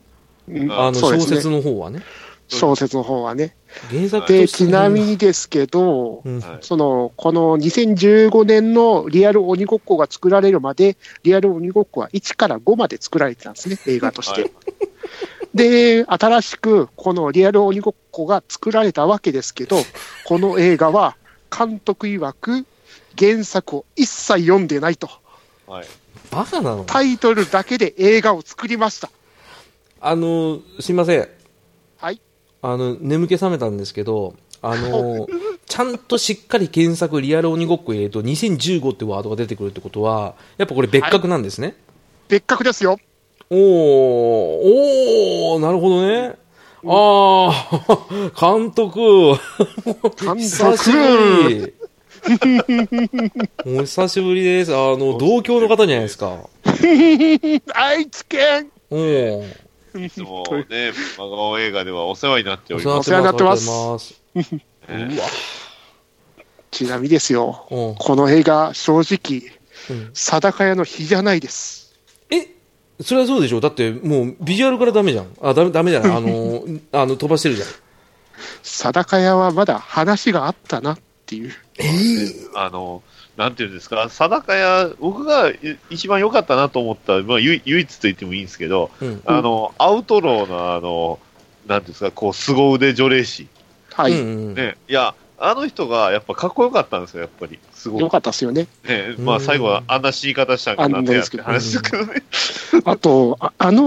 うんあの、そう小ですね説の方はね。小説の方はね。原作とで、してちねなみにですけど、うんはいそのこの2015年のリアル鬼ごっこが作られるまで、リアル鬼ごっこは1から5まで作られてたんですね、映画として。はいで、新しくこのリアル鬼ごっこが作られたわけですけど、この映画は監督曰く、原作を一切読んでないと、はい。バカなのタイトルだけで映画を作りました。あの、すいません。はい、あの、眠気覚めたんですけど、[LAUGHS] あの、ちゃんとしっかり検索、リアル鬼ごっこ入れると2015ってワードが出てくるってことは、やっぱこれ別格なんですね。別格ですよ。おー、おー、なるほどね。あー、 [LAUGHS] 監督。 [LAUGHS] 監久しぶり。お久しぶりです。あの、同郷の方じゃないですか。愛知県うん。いつもね、真顔映画ではお世話になっておりまお世話になってますお世話になってますすね。ちなみにですよ、うんこの映画、正直、うん定か屋の日じゃないです。えそれはそうでしょだってもうビジュアルからダメじゃん。あ、ダメ、ダメじゃない。あの、あの飛ばしてるじゃん。定か屋はまだ話があったなっていう。あの、なんていうんですか、定か屋、僕がい一番良かったなと思った、まあ、唯唯一と言ってもいいんですけど、うん。あの、アウトローの、あの、なんていうんですか、こう、凄腕除霊師。はい。う良んうんうんね、いや、あの人がやっぱかっこよかったんですよ、やっぱり。すごよく。かったですよね。ね、うんまあ、最後はあんな死に方したんかなってやってあんな話ですけどね。あと、ああの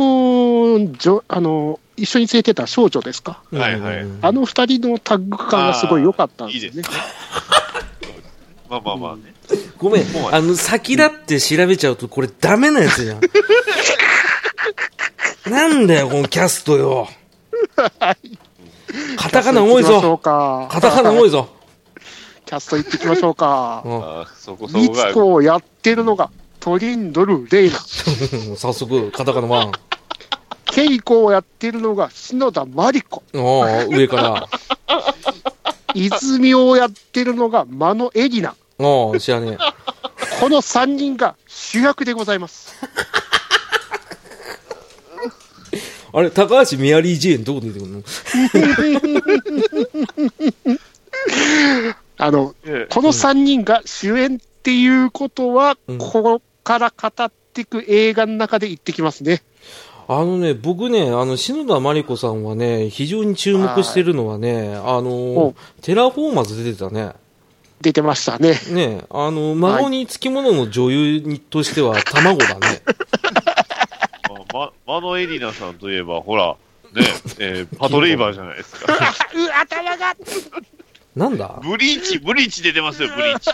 ーじょ、あのー一緒に連れてた少女ですか。うんはいはいあの二人のタッグ感がすごい良かったんですよね。 [LAUGHS] まあまあまあね。ごめんもう。あの、先だって調べちゃうとこれダメなやつじ [LAUGHS] ゃん。なんだよ、このキャストよ。カタカナ多い行きましょうぞ。か。カタカナ多いぞ。キャスト行ってきましょうかう。んあーそこそみこつが。こをやってるのが、トリンドル・レイナ。 [LAUGHS] 早速、カタカナワン。ケイコをやってるのが、篠田真理子。おー上から。泉をやってるのが、間野絵里奈。おー知らねこの三人が主役でございます。え。あれ、高橋メアリー・ジェーンどこ出てくるのあの、ええこの3人が主演っていうことは、うんここから語っていく映画の中で言ってきますね。あのね、僕ね、あの、篠田真理子さんはね、非常に注目してるのはね、あのお、テラフォーマーズ出てたね。出てましたね。ねあの、孫につきものの女優にとしては卵だね。ま、マノエリナさんといえば、ほら、ね、えーパトレイバーじゃないです [LAUGHS] か。う頭がなんだ [LAUGHS] ブリーチ、ブリーチ出てます [LAUGHS] よ、ブリーチ。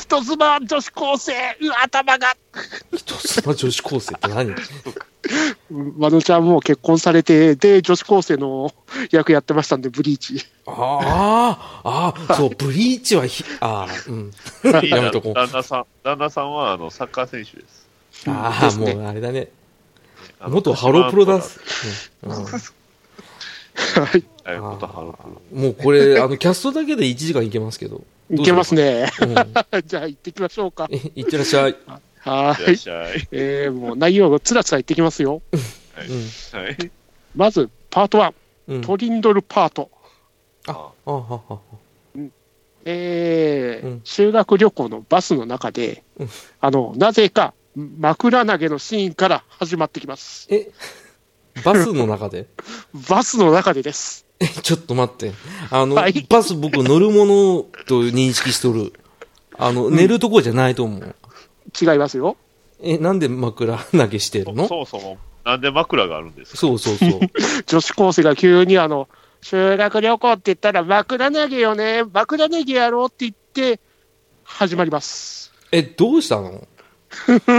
人妻女子高生う頭が [LAUGHS] 人妻女子高生って何まのちゃんも結婚されて、で、女子高生の役やってましたんで、ブリーチ。ああ、ああ、そう、ブリーチはひ、ああ、うん。やめとこう旦那さん、旦那さんはあのサッカー選手です。ああ、ですねもうあれだね。あの元ハロプロダン。ス。うんうんはい。はい、元ハロプロ。もうこれ、あ [LAUGHS] の、キャストだけで1時間いけますけど。いけますね。ね。 [LAUGHS] うんじゃあ、行ってきましょうか。えいってらっしゃい。はいらっい。しゃい。えー、もう内容がつらつら言ってきますよ。うん。 [LAUGHS] はい。まず、パート1、うん。トリンドルパート。あ、あははえーうん修学旅行のバスの中で、うんあの、なぜか枕投げのシーンから始まってきます。え、バスの中でバスの中でです。え、 [LAUGHS] ちょっと待って。あの、はいバス僕乗るものと認識しとる。あの、寝るとこじゃないと思う。違いますよ。え、なんで枕投げしてるのそもそも、なんで枕があるんですかそうそう [LAUGHS] そう。女子高生が急にあの、修学旅行って言ったら枕投げよね、枕投げやろうって言って、始まります。え、どうしたのそ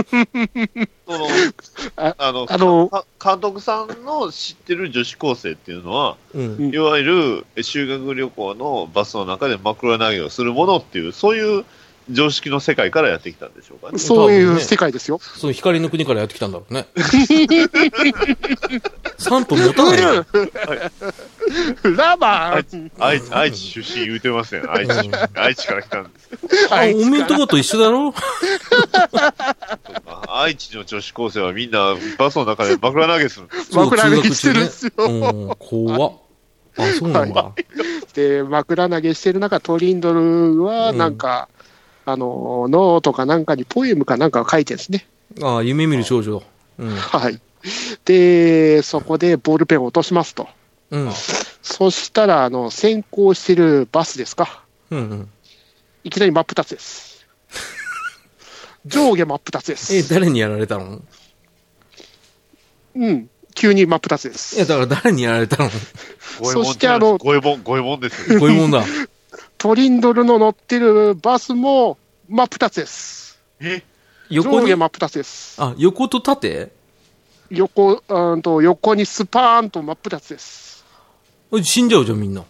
のあ [LAUGHS] あのあの、か監督さんの知ってる女子高生っていうのは、うん。いわゆる修学旅行のバスの中で枕投げをするものっていう、そういう常識の世界からやってきたんでしょうかね。そうい多分うね世界です [LAUGHS] よ。その光の国からやってきたんだろ [LAUGHS] うね。3分持たないよ。ラバ愛ー知愛知愛知出身言うてますよね。愛知出身、愛知から来たんですけああいつおめんとこと一緒だろど、愛知の女子高生はみんなバスの中で枕投げするんで [LAUGHS] す。枕投げしてるんですよそう通学中ねうん、怖っ。あ、そうなんだ。で枕投げしてる中、トリンドルはなんか、あの、ノートかなんかにポエムかなんかを書いてるんですね。ああ、夢見る少女だ。うん。はい。で、そこでボールペンを落としますと。うん。そしたら、あの、先行してるバスですか。うんうん。いきなり真っ二つです。上下真っ二つでえ、す。誰にやられたのうん。急に真っ二つでいや、す。だから誰にやられたの五右衛門そしてあの五右衛門、五右衛門ですよ。こういうもんだ。トリンドルの乗ってるバスも真っ二つです。え横上下に、真っ二つです。あ、横と縦横、うんと、横にスパーンと真っ二つです。おい死んじゃうじゃん、みんな。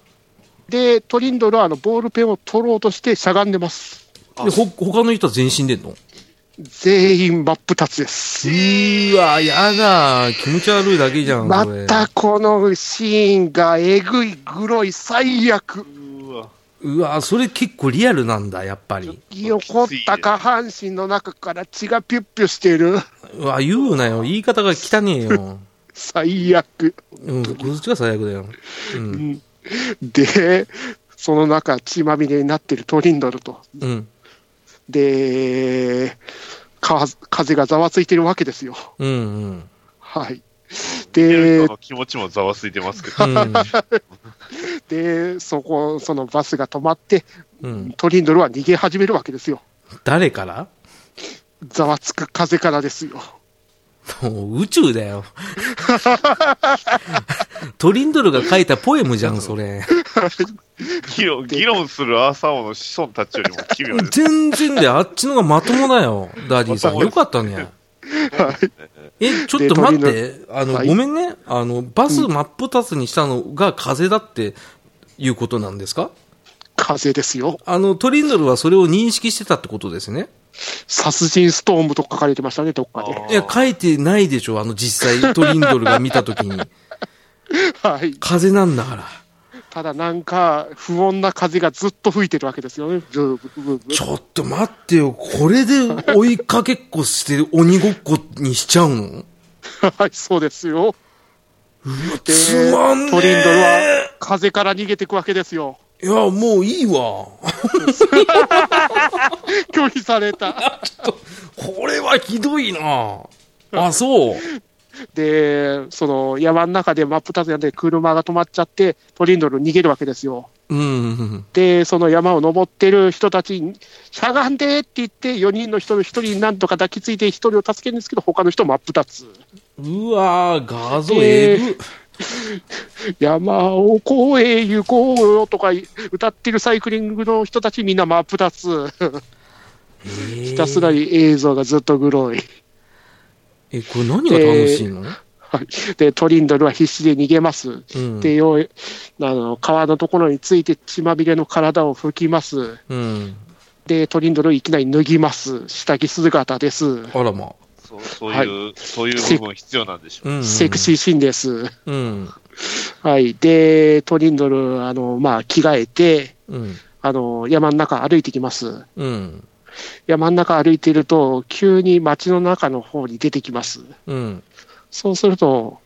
で、トリンドルはあのボールペンを取ろうとしてしゃがんでます。で、ほ、他の人は全身でんの全員真っ二つでうす。ーわ、やだ。気持ち悪いだけじゃん、まこれたこのシーンがえぐい、グロい、最悪。うわ。うわ、それ結構リアルなんだ、やっぱり。横った下半身の中から血がピュッピュしてる。うわ、言うなよ。言い方が汚ねえ [LAUGHS] よ。最悪。うん、こっちが最悪だよ。うん。で、その中、血まみれになってるトリンドルと。うん。で、か風がざわついてるわけですよ。うんうん。はい。えで、の気持ちもざわついてますけどう。ん。で、そこ、そのバスが止まって、うん。トリンドルは逃げ始めるわけですよ。誰からざわつく風からですよ。もう宇宙 [LAUGHS] だよ。トリンドルが書いたポエムじゃん、それ。議論、議論するアーサー王の子孫たちよりも奇妙です。全然で、あっちのがまともだよ。ダディさん。よかったね。え、ちょっと待っでて。あの、はいごめんね。あの、バス真っ二つにしたのが風だっていうことなんですか風ですよ。あの、トリンドルはそれを認識してたってことですね。殺人ストームと書かれてましたね、どっかで。いや、書いてないでしょ、あの実際、トリンドルが見たときに。はい。風なんだから。ただなんか、不穏な風がずっと吹いてるわけですよね。ブーブーブーブーちょっと待ってよ、これで追いかけっこしてる鬼ごっこにしちゃうの [LAUGHS] はい、そうですよ。でつまんねえトリンドルは風から逃げていくわけですよ。 [LAUGHS] いや、もういいわ。拒否された。これはひどいな。あ、そう。で、その山の中で真っ二つやんで車が止まっちゃって、トリンドル逃げるわけですよ。うん。で、その山を登ってる人たちに、しゃがんでって言って、4人の人の1人になんとか抱きついて1人を助けるんですけど、他の人真っ二つ。うわぁ、画像えぐ。山を越え行こうよとか歌ってるサイクリングの人たちみんな真っ二つ。えーひたすらに映像がずっとグロい。え、これ何が楽しいの、はいで、トリンドルは必死で逃げます。うんで、ようあの、川のところについて血まみれの体を拭きます。うん。で、トリンドルをいきなり脱ぎます。下着姿です。あらま。そうそういう、そういう部分必要なんでしょう。うん。セクシーシーンです。うん。はい。で、トリンドル、あの、まあ、着替えて、うん。あの、山の中歩いてきます。うん。山の中歩いてると、急に街の中の方に出てきます。うん。そうすると、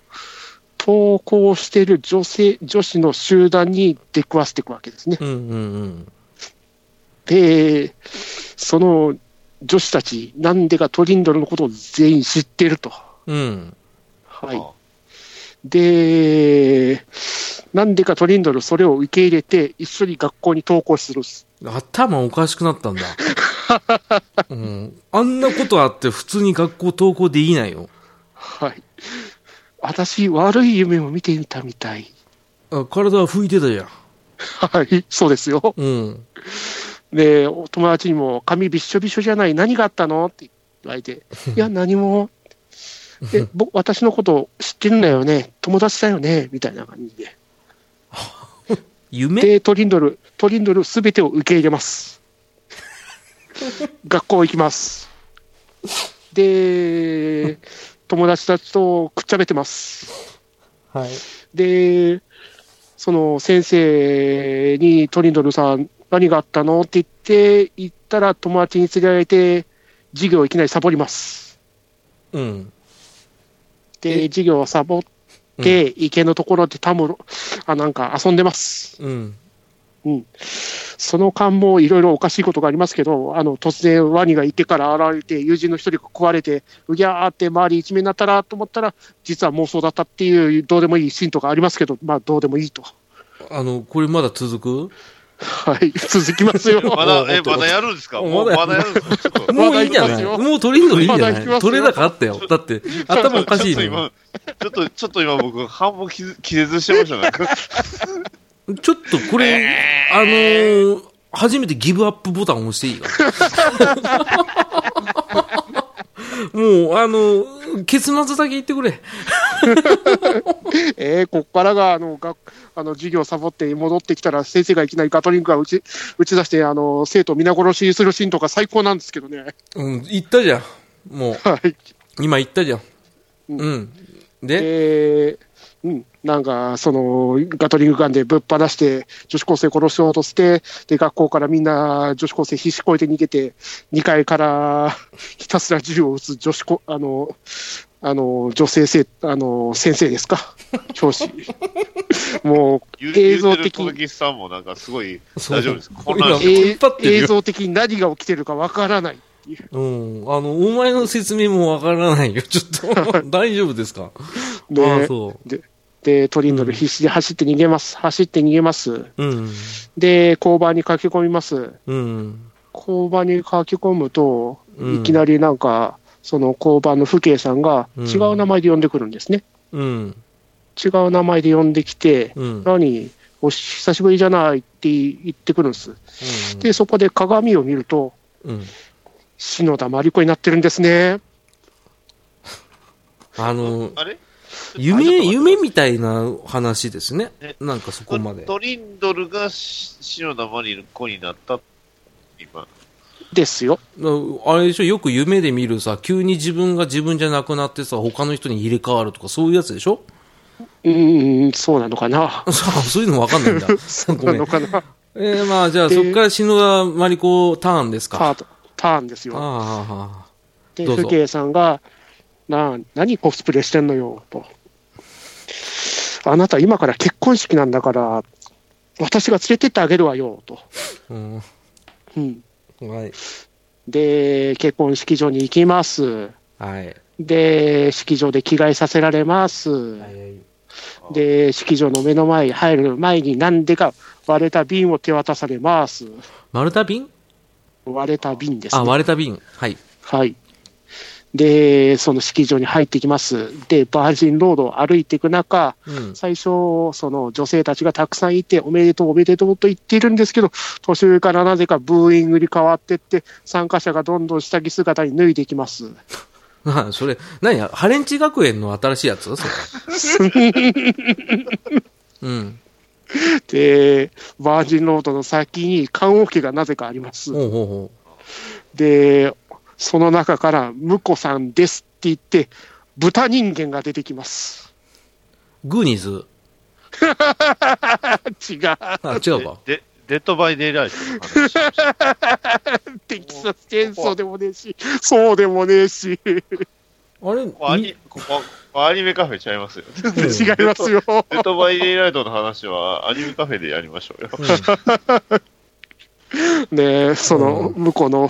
登校してる女性、女子の集団に出くわしていくわけですね。うん。うん。で、その女子たち、なんでかトリンドルのことを全員知ってると。うん。はいあ。で、なんでかトリンドル、それを受け入れて、一緒に学校に登校するんです。頭おかしくな [LAUGHS] ったんだ。うん。あんなことあって普通に学校登校できないよ。はい。私、悪い夢を見ていたみたい。あ体は拭いてたじゃん。はい、そうですよ。うん。で、お友達にも、髪びっしょびしょじゃない、何があったのって言われて、いや、何も。え、僕、私のこと知ってるんだよね、友達だよね、みたいな感じで。夢で、トリンドル、トリンドルすべてを受け入れ [LAUGHS] ます。学校行きます。で、友達たちとくっちゃべってます。はい。で、その先生にトリンドルさん、何があったのって言って、行ったら友達に連れられて、授業をいきなりサボります。うん。で、授業をサボって、池のところでたむろ、あ、なんか遊んでます。うん。その間もいろいろおかしいことがありますけど、あの突然、ワニが池から現れて、友人の一人が食われて、うぎゃーって周り一面になったらと思ったら、実は妄想だったっていう、どうでもいいシーンとかありますけど、まあ、どうでもいいと。あの、これまだ続くはい、 [LAUGHS] 続きますよ。 [LAUGHS] まおだ、え、おっとまだやるんですかおもうままだだやるんですかちょっともういいんじゃまだ行きまないすよもうトリンドルいいんじゃまだな行いきますよ取れ高あったよ。だ [LAUGHS] って、頭おかしいちょっとのよ今、ちょっと、ちょっと今僕、半分気気絶してましたね。なん [LAUGHS] かちょっとこれ、あのー、初めてギブアップボタン押していいかもう、あのー、結末だけ言ってくれ。 [LAUGHS] えー、こっからが、あの、学あの授業サボって戻ってきたら、先生がいきなりガトリングが打ち打ち出して、あの、生徒を皆殺しにするシーンとか最高なんですけどね。うん、言ったじゃん。もう、はい。今言ったじゃん。うん。で、えーうん、なんか、その、ガトリングガンでぶっ放して、女子高生殺しようとして、で、学校からみんな女子高生必死こいて逃げて、2階から [LAUGHS] ひたすら銃を撃つ女子高、あの、あの、女性生、あの、先生ですか教 [LAUGHS] 師。もう、ゆ映像ゆうてる的小に、木さんもなんかすごいそう大丈夫です。混今乱してえ引っ張ってるよ映像的に何が起きてるかわからない。うん、あの、お前の説明もわからないよ。ちょっ [LAUGHS] と、大丈夫ですかでああ、そで、トリンドル必死で走って逃げます。走って逃げます。う。うん。で、交番に駆け込みます。うん。交番に書き込むと、うんいきなりなんか、その交番の父兄さんがうん違う名前で呼んでくるんですね。うん。違う名前で呼んできて、うん。何、お久しぶりじゃないって言ってくるんです。で、そこで鏡を見ると、うん。篠田真理子になってるんですね。[LAUGHS] あの、あれ夢、夢みたいな話ですね。なんかそこまで。トリンドルがし篠田マリの子になった。今。ですよ。あれでしょ、よく夢で見るさ、急に自分が自分じゃなくなってさ、他の人に入れ替わるとか、そういうやつでしょ [LAUGHS] うーん、そうなのかな。さあ [LAUGHS] そういうのわかんないんだ。 [LAUGHS] そうごなめんの。かな。えー、まあ、じゃあ、そっから篠田真理子ターンですか。タあーン、ターンですよ。あ、で、どうぞ父兄さんが、な、何コスプレしてんのよ、と。あなた今から結婚式なんだから、私が連れてってあげるわよ、と。うん。うん、はい。で、結婚式場に行きます。はい。で、式場で着替えさせられます。で、式場の目の前に入る前に何でか割れた瓶を手渡されます。丸太瓶割れた瓶です、あ、ね。割れた瓶。はい。はい。で、その式場に入ってきます。で、バージンロードを歩いていく中、うん。最初、その女性たちがたくさんいて、おめでとう、おめでとうと言っているんですけど、途中からなぜかブーイングに変わってって、参加者がどんどん下着姿に脱いでいきます。なあそれ、何や、ハレンチ学園の新しいやつそれ。 [LAUGHS] うん。で、バージンロードの先に棺桶がなぜかあります。ほうほうほで、その中から、ムコさんですって言って、豚人間が出てきます。う。グーニーズ違う。あ、違うか。で、デッドバイデイライトの話。テキサスチェーンソーでもねえし、そうでもねえし、違いあれ、ここ [LAUGHS] アみニここここアニメカフェちゃいますよ。 [LAUGHS] ますよ。デッドバイデイライトの話はアニメカフェでやりましょうよ。うねえその、向こうの、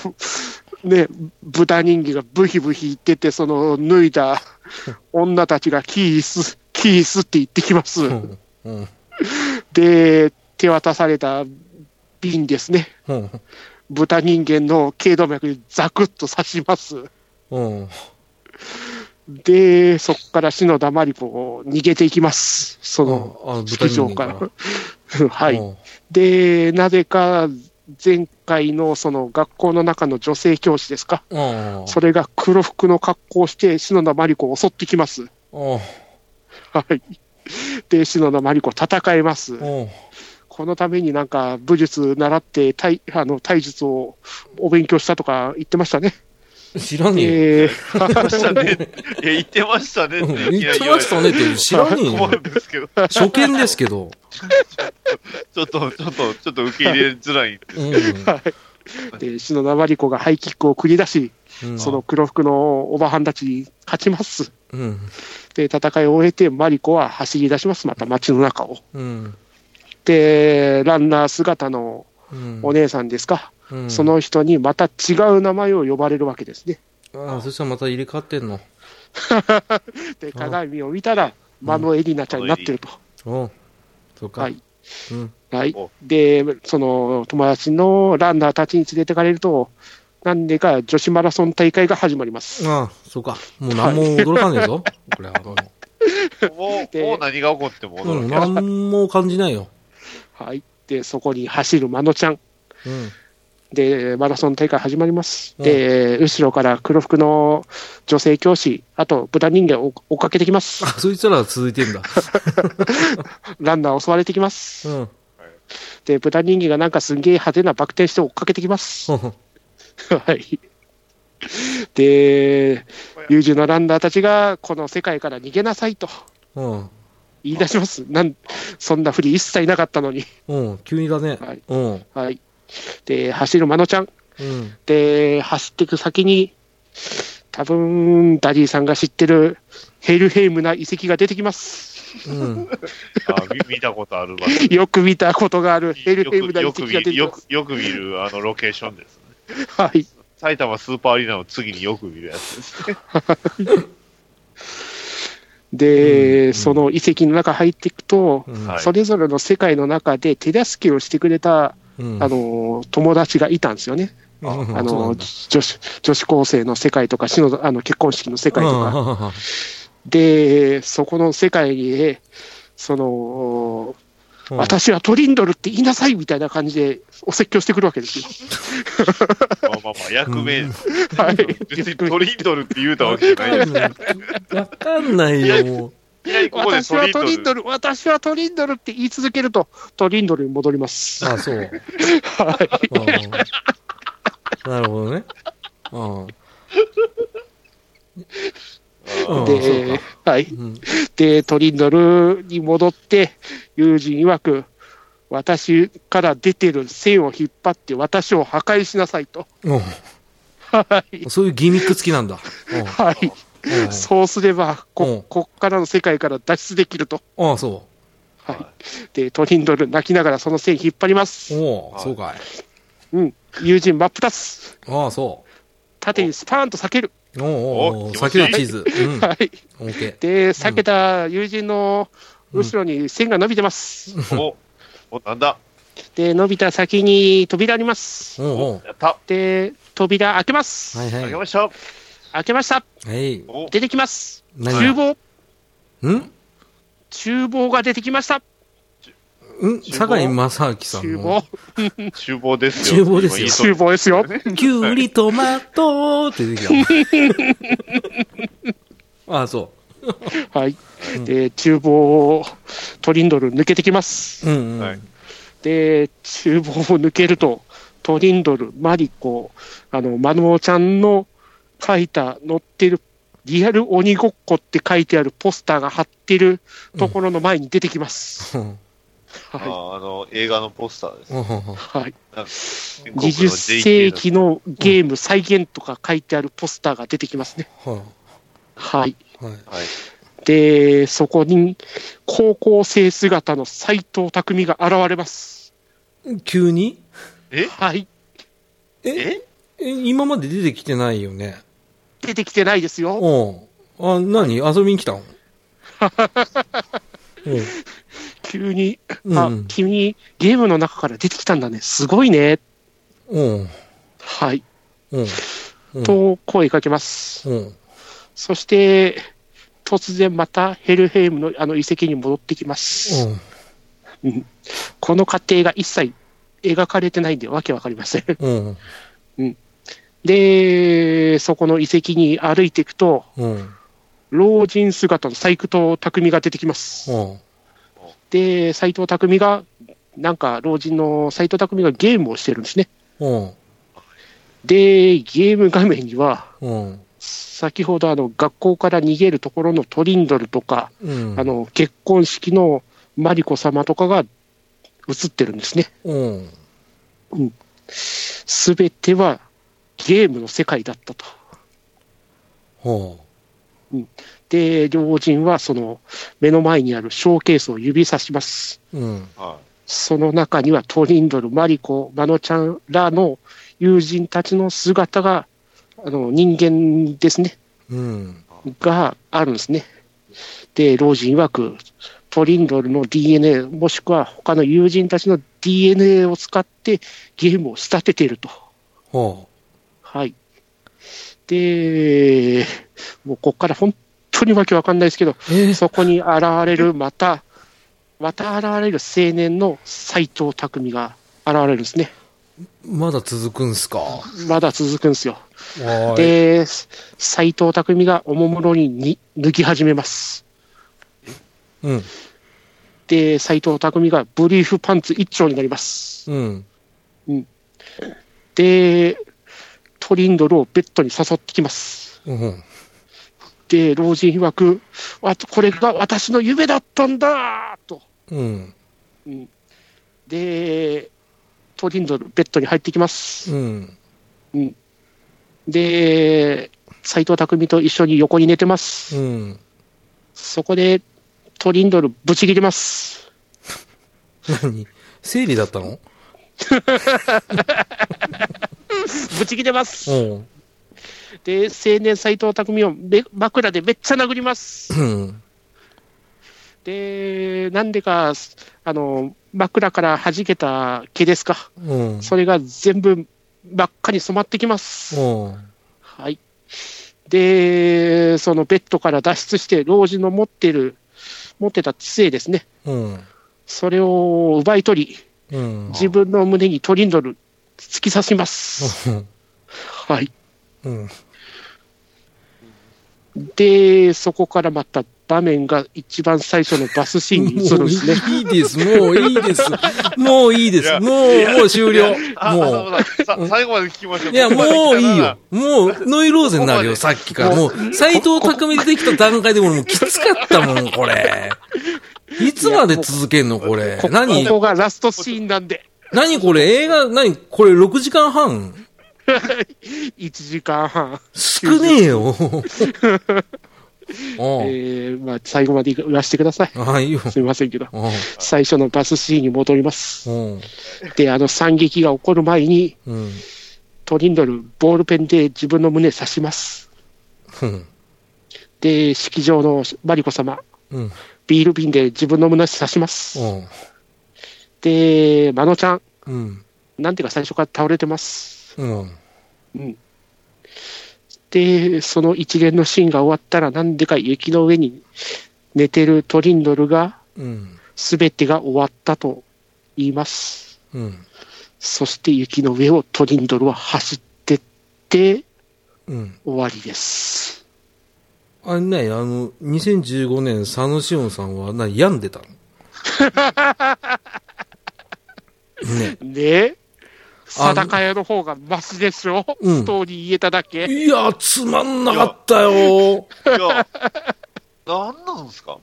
ね、豚人気がブヒブヒ言ってて、その脱いだ女たちがキース、キースって言ってきます。んうんうんで、手渡された瓶ですね。うん豚人間の頸動脈にザクッと刺します。うんで、そこから死の黙り子を逃げていきます。その、あ式場から。豚 [LAUGHS] 人はい。間うんで、なぜか前回のその学校の中の女性教師ですか、うんそれが黒服の格好をして、篠田真理子を襲ってきます。うんはい。で、篠田真理子戦います。うんこのためになんか武術習って体あの体術をお勉強したとか言ってましたね。知らねえよ。えー言ってましたね。 [LAUGHS] いや、言ってましたねってうんいき言っなりて言わまれしてたねって知らねえ [LAUGHS] 困るよ。んですけど、初見ですけど。ちょっと、ちょっと、ちょっと受け入れづらいんですうんで篠田真理子がハイキックを繰り出し、うんその黒服のおばはんたちに勝ちます。うんで、戦いを終えて、真理子は走り出します、また街の中を。うんで、ランナー姿のうんお姉さんですか、うんその人にまた違う名前を呼ばれるわけですね。ああ、そしたらまた入れ替わってんの。で、鏡を見たら、間野エリナちゃんになってると。うん。そうか。はいうん。はいお。で、その友達のランナーたちに連れてかれると、なんでか女子マラソン大会が始まります。ああ、そうか。もう何も驚かねえぞ。これはもけど、もう、でもう何が起こってもう。うん、驚きは何も感じないよ。はい。で、そこに走る間野ちゃん。うん。で、マラソン大会始まります。うんで、後ろから黒服の女性教師、あと豚人間を追っかけてきますあ。、そいつらは続いてんだ。ランナー襲われてきます。うん。で、豚人間がなんかすんげえ派手なバク転して追っかけてきます。 [LAUGHS] はい。で、優柔なランナーたちが、この世界から逃げなさいとうん。言い出します。なんそんなふり一切なかったのに。うん。急にだねはい。うん。はい。で、走るまのちゃん。うん。で、走っていく先に、多分ダディさんが知ってるヘルヘイムな遺跡が出てきます。うん。あ見見たことある場所。よく見たことがあるヘルよくヘイムな遺よ跡くが見出てる、きよまくす。よく見る、あの、ロケーションですね。はい。埼玉スーパーアリーナの次によく見るやつですね。で、その遺跡の中入っていくと、うんはいそれぞれの世界の中で手助けをしてくれた、うん。あの友達がいたんですよね、うん、ああの女子女子高生の世界とか、篠田あの結婚式の世界とか、か。で、そこの世界へ、その、うん、私はトリンドルって言いなさいみたいな感じでお説教してくるわけ [LAUGHS] ですよ。まあまあまあ、役名です。はい、別にトリンドルって言うたわけじゃな [LAUGHS] いです。わかんないよ、もう。いきなりここで私トはトリンドル。リンドル、私はトリンドルって言い続けると、トリンドルに戻ります。あそう。うんなるほどね。うん。うあんそうでか、はい、うんで、トリンドルに戻って、友人曰く、私から出てる線を引っ張って、私を破壊しなさいと。うはいん。。そういうギミック付きなんだ。はい。うんうんそうすれば、うんこ、こっからの世界から脱出できると。ああ、そはいは。で、トリンドル泣きながらその線引っ張りますう。。おお、はいそうかい。うん。友人真っ二つ。ああ、そ縦にスパーンと避ける。う。おーおーおおー、気持先ちいいのチーズ。うん。はい。オッケで、避けた友人の後ろに線が伸びてます。お、お、なんだで、伸びた先に扉ありますー。。おうおやったで、扉開けます。う。はいあげはました開けました。い。はい。お、出てきます。何厨房。ん厨房が出てきました。ん坂井正明さん厨の房、厨房ですよ。厨房ですよ厨房ですよ。 「きゅうりトマト」って出てきたああそはい。で、厨房をトリンドル抜けてきます。ううんうん、はいで、厨房を抜けると、トリンドル、マリコ、あの、マノちゃんの書いた、載ってる、リアル鬼ごっこって書いてあるポスターが貼ってるところの前に出てきます。うんあはーあの、映画のポスターです。うんうんうんい。はい。全国の20世 JK の紀のゲーム再現とか書いてあるポスターが出てきますね。ははい。いはいはい。で、そこに高校生姿の斎藤匠が現れます。急にはい。えええ今まで出てきてないよね出てきてないですよ。うんあ何、遊びに来たのうん急に、うんあ、君、ゲームの中から出てきたんだね。すごいね。うんはい。うんうんと、声かけます。うんそして、突然またヘルヘイムのあの遺跡に戻ってきます。この過程が一切描かれてないんでわけわかりません。 [LAUGHS] うんうんで、そこの遺跡に歩いていくと、うん老人姿の斎藤匠が出てきます。うんで、斎藤匠が、なんか老人の斎藤匠がゲームをしてるんですね。うんで、ゲーム画面には、うん先ほどあの学校から逃げるところのトリンドルとか、うんあの結婚式のマリコ様とかが映ってるんですね。うんすべてはゲームの世界だったと。ほで、老人はその目の前にあるショーケースを指さします。ううんはその中にはトリンドル、マリコ、マノちゃんらの友人たちの姿が、あの人間ですね、うんがあるんですね。で、老人曰く、トリンドルの DNA、もしくは他の友人たちの DNA を使ってゲームを仕立てていると。ほはい。で、もうここから本当にわけわかんないですけど、うえそこに現れる、また、また現れる青年の斎藤匠が現れるんですね。まだ続くんすかまだ続くんですよ。はーいで、斎藤匠がおもむろにに脱ぎ始めます。うんで、斎藤匠がブリーフパンツ一丁になります。うんで、トリンドルをベッドに誘ってきます。うんで、老人曰く、わこれが私の夢だったんだと。うんで、トリンドル、ベッドに入ってきます。うんで、斎藤匠と一緒に横に寝てます。うんそこで、トリンドル、ぶち切り [LAUGHS] ます。何生理だったのぶち切れます。うんで、青年斎藤匠をめ枕でめっちゃ殴ります。うんで、なんでか、あの、枕から弾けた毛ですか。うんそれが全部真っ赤に染まってきます。うんはい。で、そのベッドから脱出して、老人の持ってる、持ってた知性ですね。うんそれを奪い取り、うん自分の胸にトリンドル突き刺します。はい。うんで、そこからまた場面が一番最初のバスシーンに移るんもうですね。いいです、もういいです。もういいでいす。やもう、もう終了。い。あ、もう。あそうださ最後まで聞きましょう。いや、ここもまで来うたないいよ。。もう、ノイローゼになるよ、さっきから。もう、斎藤匠出てきた段階で俺もうきつかったもん、これ。いつまで続けんの、これ。こ何ここがラストシーンなんで、何これ映画、何これ6時間半1時間半、少ねえ [LAUGHS] よ。えおうーまあ、最後まで言わせてください。ああ、いいよ。すみませんけど、おう最初のバスシーンに戻ります。おうで、あの惨劇が起こる前に、うん。トリンドル、ボールペンで自分の胸刺します。うん。で、式場のマリコ様、うん。ビール瓶で自分の胸刺します。おうで、マノちゃん、うん。なんていうか最初から倒れてます。うん。で、その一連のシーンが終わったら、なんでか雪の上に寝てるトリンドルが、うん。すべてが終わったと言います。うん。そして雪の上をトリンドルは走ってってうん。終わりです。あれね、あの、2015年、佐野紫音さんは、な、病んでたのね。ねあの定か屋の方がマシでしょ、うんストーリー言えただけ。いや、つまんなかったよ。いや、なんなんすか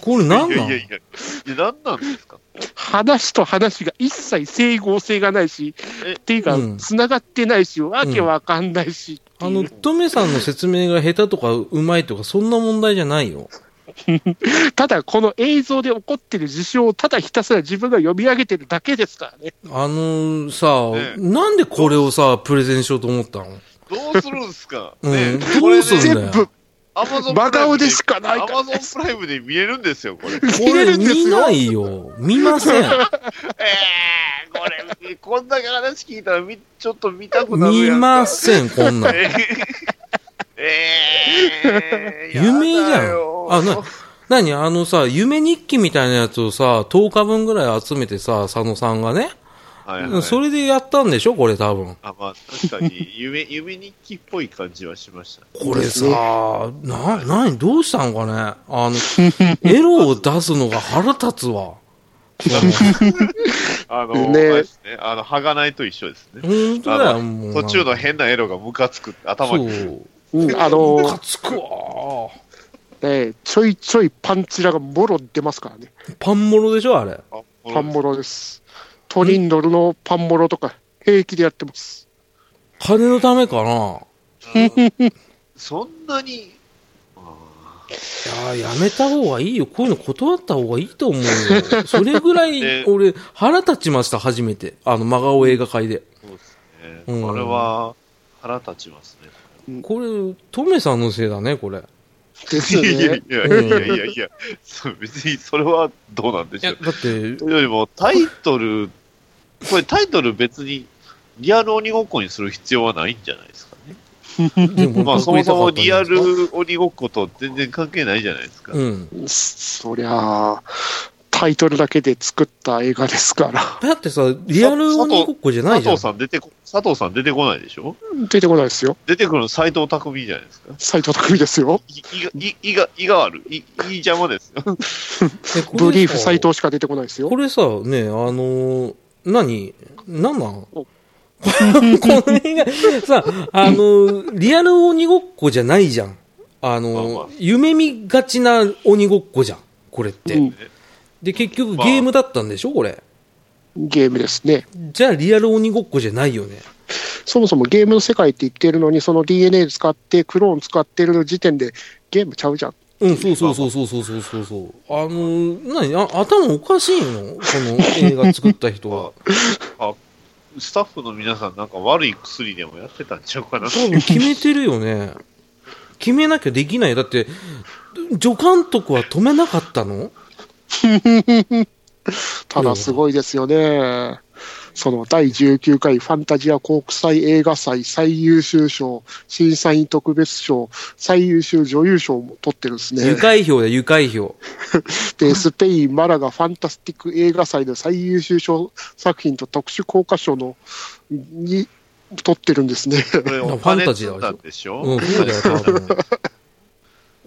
これなんいやないんやいや、いやなんなんですか話と話が一切整合性がないし、えっていうかう、んつながってないし、わけわかんないしってあいう、の、トメさんの説明が下手とかうまいとか、そんな問題じゃないよ。ただこの映像で起こってる事象をただひたすら自分が読み上げてるだけですからね。あのさ、ねえなんでこれをさ、プレゼンしようと思ったのどうするんすか [LAUGHS] うんねどうするんだ全よ部、アマゾン真顔でしかないアからマゾンプライムで見れるんですよ、 [LAUGHS] これ。え見れるんで見すよ。ないよ。見ま [LAUGHS] せん。ー、これ、こんだけ話聞いたらみ、ちょっと見たくなる見やんか。ません、こんなん。 [LAUGHS] えーえー、やだよ夢じゃん。あ、な、なに、あのさ、夢日記みたいなやつをさ、10日分ぐらい集めてさ、佐野さんがね。はいはい、それでやったんでしょこれ多分。あ、まあ、確かに、夢、夢日記っぽい感じはしましたね。これさ、な、なに、どうしたのかねあ [LAUGHS] の、エロを出すのが腹立つわ。あの、ねあれですね、あの、はがないと一緒ですね。本当だあよ、ものう。途中の変なエロがムカつく、頭に。そう。うん、あムのカ、つくわ。ね、ちょいちょいパンチラがもろ出ますからね。パンモロでしょあれ。あパンモロです。トリンドルのパンモロとか平気でやってます。金のためかなそんなに、あいやー、やめた方がいいよ。こういうの断った方がいいと思うよ。それぐら [LAUGHS] いで、俺、腹立ちました、初めて。あの、真顔映画界で。ーそうですね。うんこれは、腹立ちますね。これ、トメさんのせいだね、これ。ですよ [LAUGHS] いやねい。やいやいやいやいや、そう別にそれはどうなんでいしょや、う。だって、 [LAUGHS] というよりも、タイトル、これタイトル別に、リアル鬼ごっこにする必要はないんじゃないですかね。でもまあ、そもそもリア。僕言いル鬼ごっこと全然関係ないじゃないですたか。かったんですそそりゃあ、タイトルだけで作った映画ですから。うん。だってさ、リアル鬼ごっこじゃないじゃ佐ん藤。さん出てこ、佐藤さん出てこないでしょ出てこないですよ。出てくるの斎藤匠じゃないですか。斎藤匠ですよ。い、い、い、いが、いがある。い、いい邪魔ですよ。 [LAUGHS] えこれさブリーフ斎藤しか出てこないですよこ。れさ、ね、あのー、何なんなんお [LAUGHS] この映画、さ、あのー、リアル鬼ごっこじゃないじゃん。あのーまあまあ夢見がちな鬼ごっこじゃん。これって。うんで、結局まあゲームだったんでしょこれ。ゲームですね。じゃあリアル鬼ごっこじゃないよね。そもそもゲームの世界って言ってるのに、その DNA 使って、クローン使ってる時点で、ゲームちゃうじゃん。うん、そうそうそうそうそうそうそうそう。あのー、何あ頭おかしいのこの映画作った人は。あ、スタッフの皆さんなんか悪い薬でもやってたんちゃうかな。多分決めてるよね。決めなきゃできない。だって、助監督は止めなかったのただすごいですよね。その第19回ファンタジア国際映画祭最優秀賞、審査員特別賞、最優秀女優賞も取ってるんです愉ね。快票だ、愉快票。で、スペイン・マラがファンタスティック映画祭で最優秀賞作品と特殊効果賞のに取ってるんですね。これフおァン金タジー積だんだんでしょ、うん、そうだよ、多分。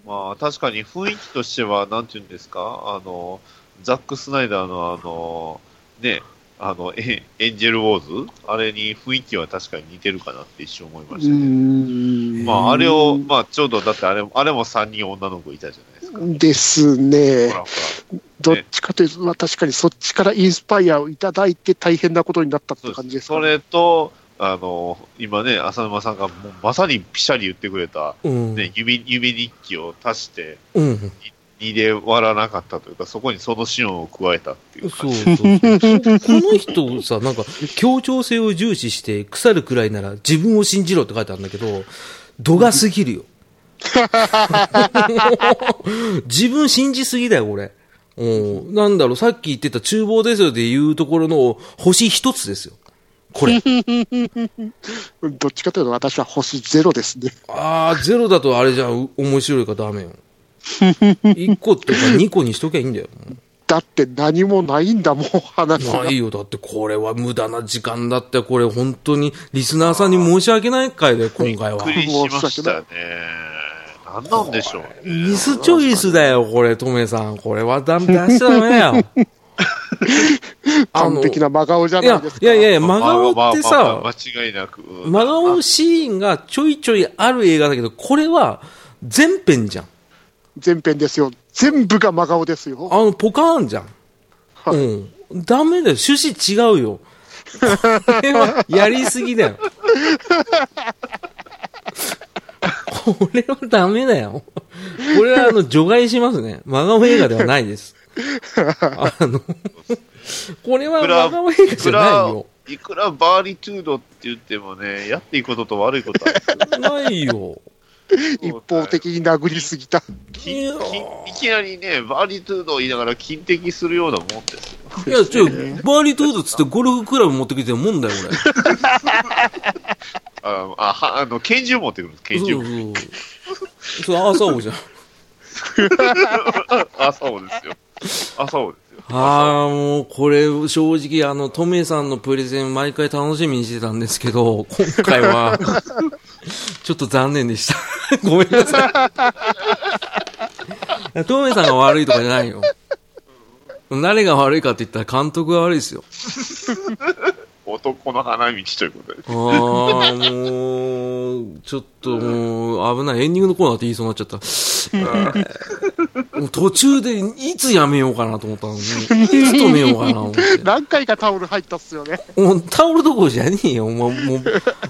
まあ確かに雰囲気としては、なんていうんですか、あの、ザック・スナイダーのあの、ね、あの、エエンジェル・ウォーズあれに雰囲気は確かに似てるかなって一瞬思いましたね。んまああれを、まあちょうど、だってあれあれも3人女の子いたじゃないですか。ですね。ほらほら。どっちかというと、まあ、確かにそっちからインスパイアをいただいて大変なことになったってそう感でじすですかそね。れと、あの、今ね、浅沼さんがもうまさにピシャリ言ってくれた、うん。ね、指指日記を足して、うん。 2で割らなかったというか、そこにそのシオンを加えたっていうそ感うじ。そうそう。この人さ、なんか、協調性を重視して、腐るくらいなら自分を信じろって書いてあるんだけど、度が過ぎる [LAUGHS] よ。自分信じすぎだよ、これ。うん。なんだろう、さっき言ってた厨房ですよで言うところの星一つですよ。これ。どっちかというと、私は星ゼロですね。 [LAUGHS] あー、ゼロだとあれじゃん、面白いからダメよ。1個とか2個にしときゃいいんだよ。だって何もないんだもん、話が。ないよ。だってこれは無駄な時間だって、これ本当にリスナーさんに申し訳ない回で、今回はびっく。りしましたね。何なんでしょうね。ミスチョイスだよ、これ、トメさん。これはダメ、出しちゃダメだ [LAUGHS] よ。あの完璧な真顔じゃいないやです、か。いやいやいや、ま真あまあまあま顔あってさ、間違いなく。うん真顔シーンがちょいちょいある映画だけど、これは全編じゃん。全編ですよ。全部が真顔ですよ。あの、ポカーンじゃん。はいうん。ダメだよ。趣旨違 [LAUGHS] うよ。これはやりすぎだよ。これはダメだよ。これはあの除外しますね。真顔映画ではないです。あの、これは真顔映画じゃないよ。いくらバーリトゥードって言ってもね、やっていいことと悪いことはないよ。一方的に殴りすぎた。ききいきなりね、バーリトゥードを言いながら、金敵するようなもんですよ。いや、ちょ、バーリトゥードっつってゴルフクラブ持ってきてもんだよ、俺。あのあはあの拳銃持ってくるんです、拳そう [LAUGHS] 銃。そう。そう、朝王じゃん。朝王ですよ。朝王ですよ。ああ、もう、これ、正直、あの、トメさんのプレゼン、毎回楽しみにしてたんですけど、今回は、ちょっと残念でした。 [LAUGHS] ごめんなさい。トメさんが悪いとかじゃないよ。誰が悪いかって言ったら監督が悪いですよ。男の花道ということで。ああ、もう、ちょっともう、危ない。エンディングのコーナーって言いそうになっちゃったあー。もう途中で、いつやめようかなと思ったのに、 [LAUGHS] いつ止めようかな思って。何回かタオル入ったっすよね。もうタオルどころじゃねえよ。もう、もう、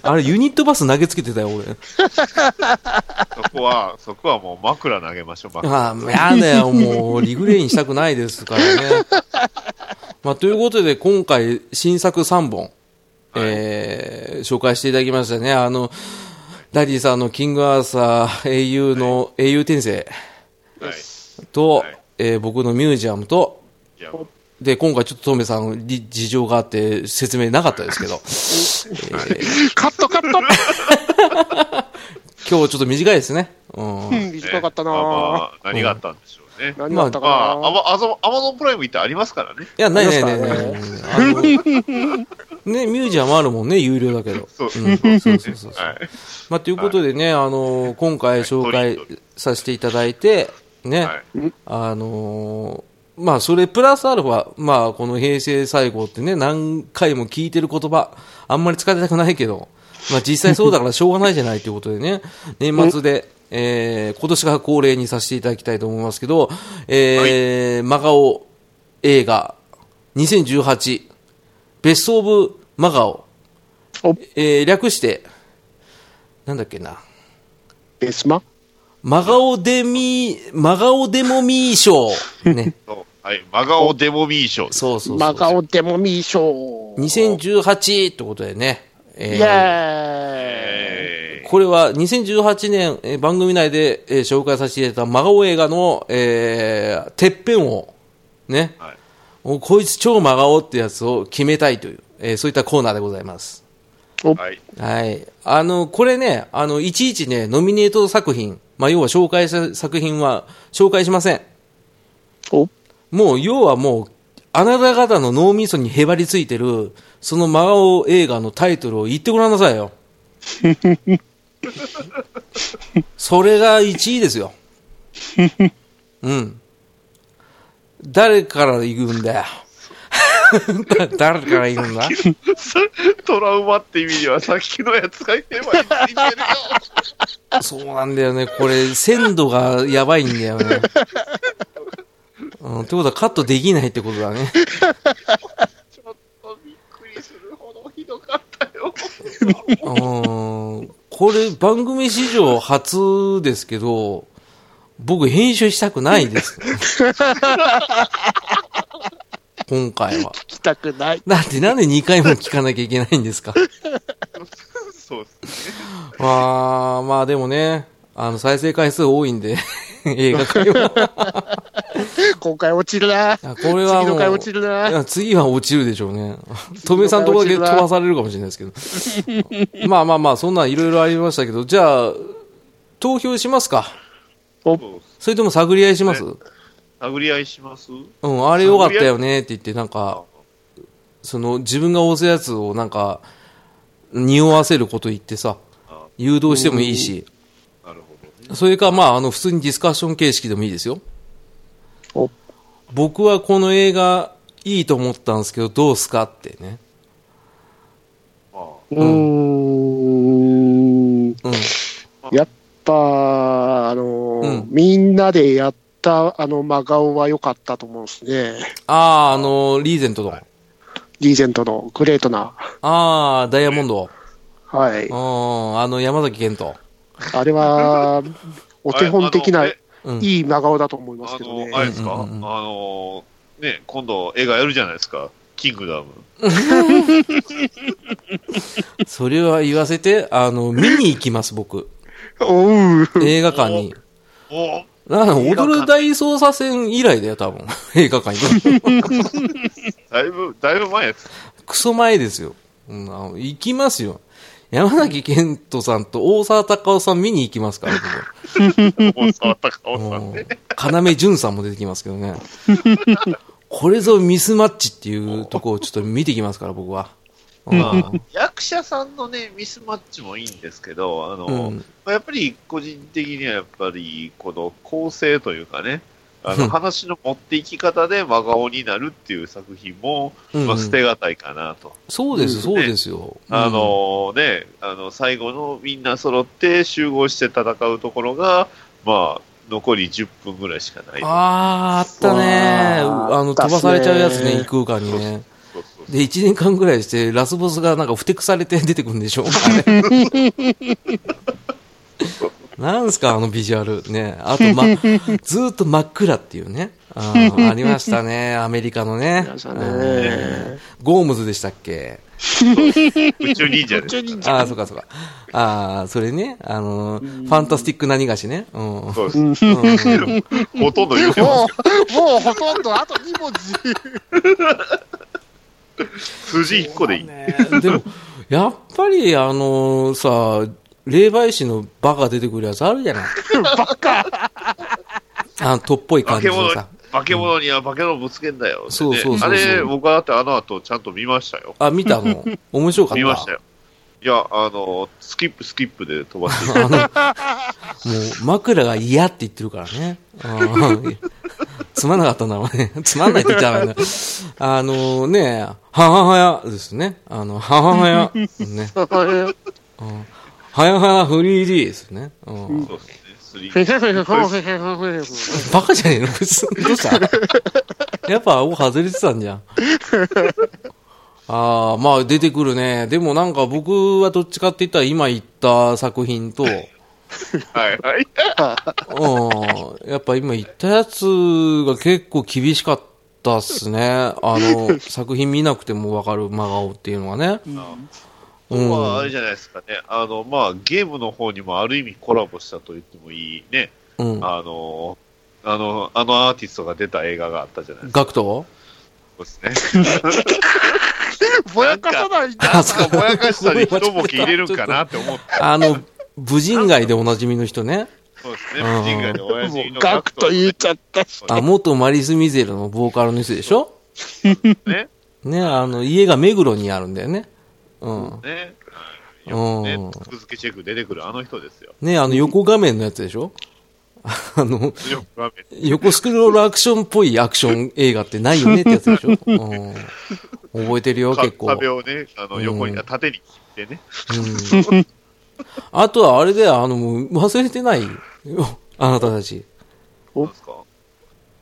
あれユニットバス投げつけてたよ、俺。そこは、そこはもう枕投げましょう、枕。ああ、やだよ、もう、リグレインしたくないですからね。まあ、ということで、今回、新作3本、えー紹介していただきましたね。あの、ダディさんのキングアーサー、英雄の、英雄転生はい。と、はいえー僕のミュージアムと、じゃあで、今回ちょっとトメさん、り事情があって説明なかったですけど、カットカット今日ちょっと短いですね。うんう。ん、短かったな、まあまあ何があったんでしょうね。何があったまかな、あ、アマアゾアマゾンプライム行ってありますからね。いや、ないあなりいなまいなすいかならい。あのね、ミュージアムあるもんね、有料だけど。そうそう [LAUGHS] うんそうそうそうそうそう。はい。まあ、ということでね、あのー今回紹介させていただいて、ね、はいあのーまあ、それプラスアルファ、まあ、この平成最後ってね、何回も聞いてる言葉、あんまり使いたくないけど、まあ、実際そうだからしょうがないじゃないということで [LAUGHS] ね、年末で、えー、今年が恒例にさせていただきたいと思いますけど、えー、真顔映画2018、ベストオブ真顔、おえー、略して、なんだっけな、ベースマン真顔デミ、真顔デモミー賞。 [LAUGHS] ね。そうはい。真顔デモミー賞。そうそうそ真う。顔デモミー賞。 2018ってことでね。えーイエーイえこれは2018年、えー番組内で、えー紹介させていただいた真顔映画の、えーてっぺんを、ね。はいもうこいつ超真顔ってやつを決めたいという、えーそういったコーナーでございます。おーはい。 [LAUGHS] はい。あの、これね、あの、いちいちね、ノミネート作品、まあ、要は紹介した作品は紹介しません。おもう、要はもう、あなた方の脳みそにへばりついてる、その真顔映画のタイトルを言ってごらんなさいよ。それが1位ですよ。うん。誰から行くんだよ。 [LAUGHS] 誰から行くんだそれトラウマって意味では、さっきのやつが言えば言ってるよ。そうなんだよね。これ、鮮度がやばいんだよね。うん、ってことはカットできないってことだね。ちょっとびっくりするほどひどかったよ。うーんこれ番組史上初ですけど、僕編集したくない [LAUGHS] です。今回は。聞きたくない。だってなんで2回も聞かなきゃいけないんですか。そうですね。まあ、まあでもね、あの再生回数多いんで、 [LAUGHS] 映画界は。今回落ちるな。あこれは次ものう、回落ちるないや次は落ちるでしょうね。とめさんとこだけ飛ばされるかもしれないですけど。まあまあまあ、そんなんいろいろありましたけど、じゃあ、投票しますか。おそうそれとも探り合いします探り合いしますうん、あれよかったよねって言って、なんか、その自分が押すやつをなんか、匂わせること言ってさ、あ誘導してもいいし、なるほどね。それかまあ、あの、普通にディスカッション形式でもいいですよ。お僕はこの映画いいと思ったんですけど、どうすかってね。まうーん。うん。やっぱ、あのーうんみんなでやったあの真顔は良かったと思うんですね。ああ、あの、リーゼントと。リーゼントのグレートな。ああ、ダイヤモンド。はい。うん、あの、山崎賢人。あれ [LAUGHS] は、お手本的あなれいうん。い真顔だと思いまあすけどの、ね。あれですか、うんうんうんあのーね、今度映画やるじゃないですか。キングダム。それは言わせて、あの、見に行きます、僕。おう。映画館に。おーなんか、映画館踊る大捜査線以来だよ、多分。映画館に。だいぶ、だいぶ前です。クソ前ですよ。うん、あの行きますよ。山崎賢人さんと大沢たかおさん見に行きますから、大沢たかお僕さんうねん。要潤さんも出てきますけどね。これぞミスマッチっていうとこをちょっと見てきますから、僕は。うんまあ役者さんのね、ミスマッチもいいんですけど、あの、うんまあやっぱり個人的にはやっぱり、この構成というかね、あうんの話の持っていき方で真顔になるっていう作品も、うんまあ、捨てがたいかなと。そうです、うんそうですよ。あのね、あの、最後のみんな揃って集合して戦うところが、まあ、残り10分ぐらいしかない。うん、ああ、あったね。わーあの、あった飛っすねばされちゃうやつね、異空間にね。そうそうそうで、1年間ぐらいして、ラスボスがなんか、ふてくされて出てくるんでしょ [LAUGHS] あれなんすか、あのビジュアル。ね。あと、ま、ずーっと真っ暗っていうね。あーありましたね、アメリカのね。皆さんうんね。ゴームズでしたっけ宇宙忍者 [LAUGHS] 宇で宙す。忍者ああ、そうかそうか。ああ、それね。あのー、ファンタスティック何がしね。うん。そうです。うん [LAUGHS] ほとんど言うてますもよ。う、もうほとんどあと2文字。筋1個でいい。でも、やっぱり、あのさ、霊媒師のバカ出てくるやつあるじゃない。バカあの、とっぽい化感じけの物さ。化け物には化け物ぶつけんだよってね。そうそうそうそうあれ、僕はだってあの後ちゃんと見ましたよ。あ、見たの面白かった。見ましたよ。いや、あの、スキップスキップで飛ば [LAUGHS] していあの、もう、枕が嫌って言ってるからね。うんつまんなかったんだろうね。つまんないって言っちゃうんだ。あのね、はははやですね。あの、はははや。ね。うんはやはやフリーディーですね。うんそうですね。スリーあバカじゃねえの別にどうしたやっぱ顎外れてたんじゃん。ああ、まあ出てくるね。でもなんか僕はどっちかって言ったら今言った作品と、はいはい。うん、やっぱ今言ったやつが結構厳しかったっすね。あの、作品見なくてもわかる真顔っていうのはね。 [LAUGHS] うんまあ、あれじゃないですかね。あの、まあ、ゲームの方にもある意味コラボしたと言ってもいいね。うん。あの、あの、あのアーティストが出た映画があったじゃないですか。ガクトそうですね。 [LAUGHS] ぼやかさないんだ。あ、なんかぼやかした [LAUGHS] り、ごめん一ボケ入れるんかなって思 [LAUGHS] って。あの、無人街でおなじみの人ね。そうですね。無人街で親も父うのガクと言っちゃったし。あ、元マリス・ミゼルのボーカルの人でしょね。ね、あの、家が目黒にあるんだよね。うん。ね。うんね、福付けチェック出てくるあの人ですよ。ね、あの、横画面のやつでしょ [LAUGHS] あの、よく画面横スクロールアクションっぽいアクション映画ってないよねってやつでしょ [LAUGHS] うん。覚えてるよ、か結構。壁をね、あの横に、うん縦に切ってね。うんあとはあれだよ、あの、もう忘れてないよあなたたち。そうですか。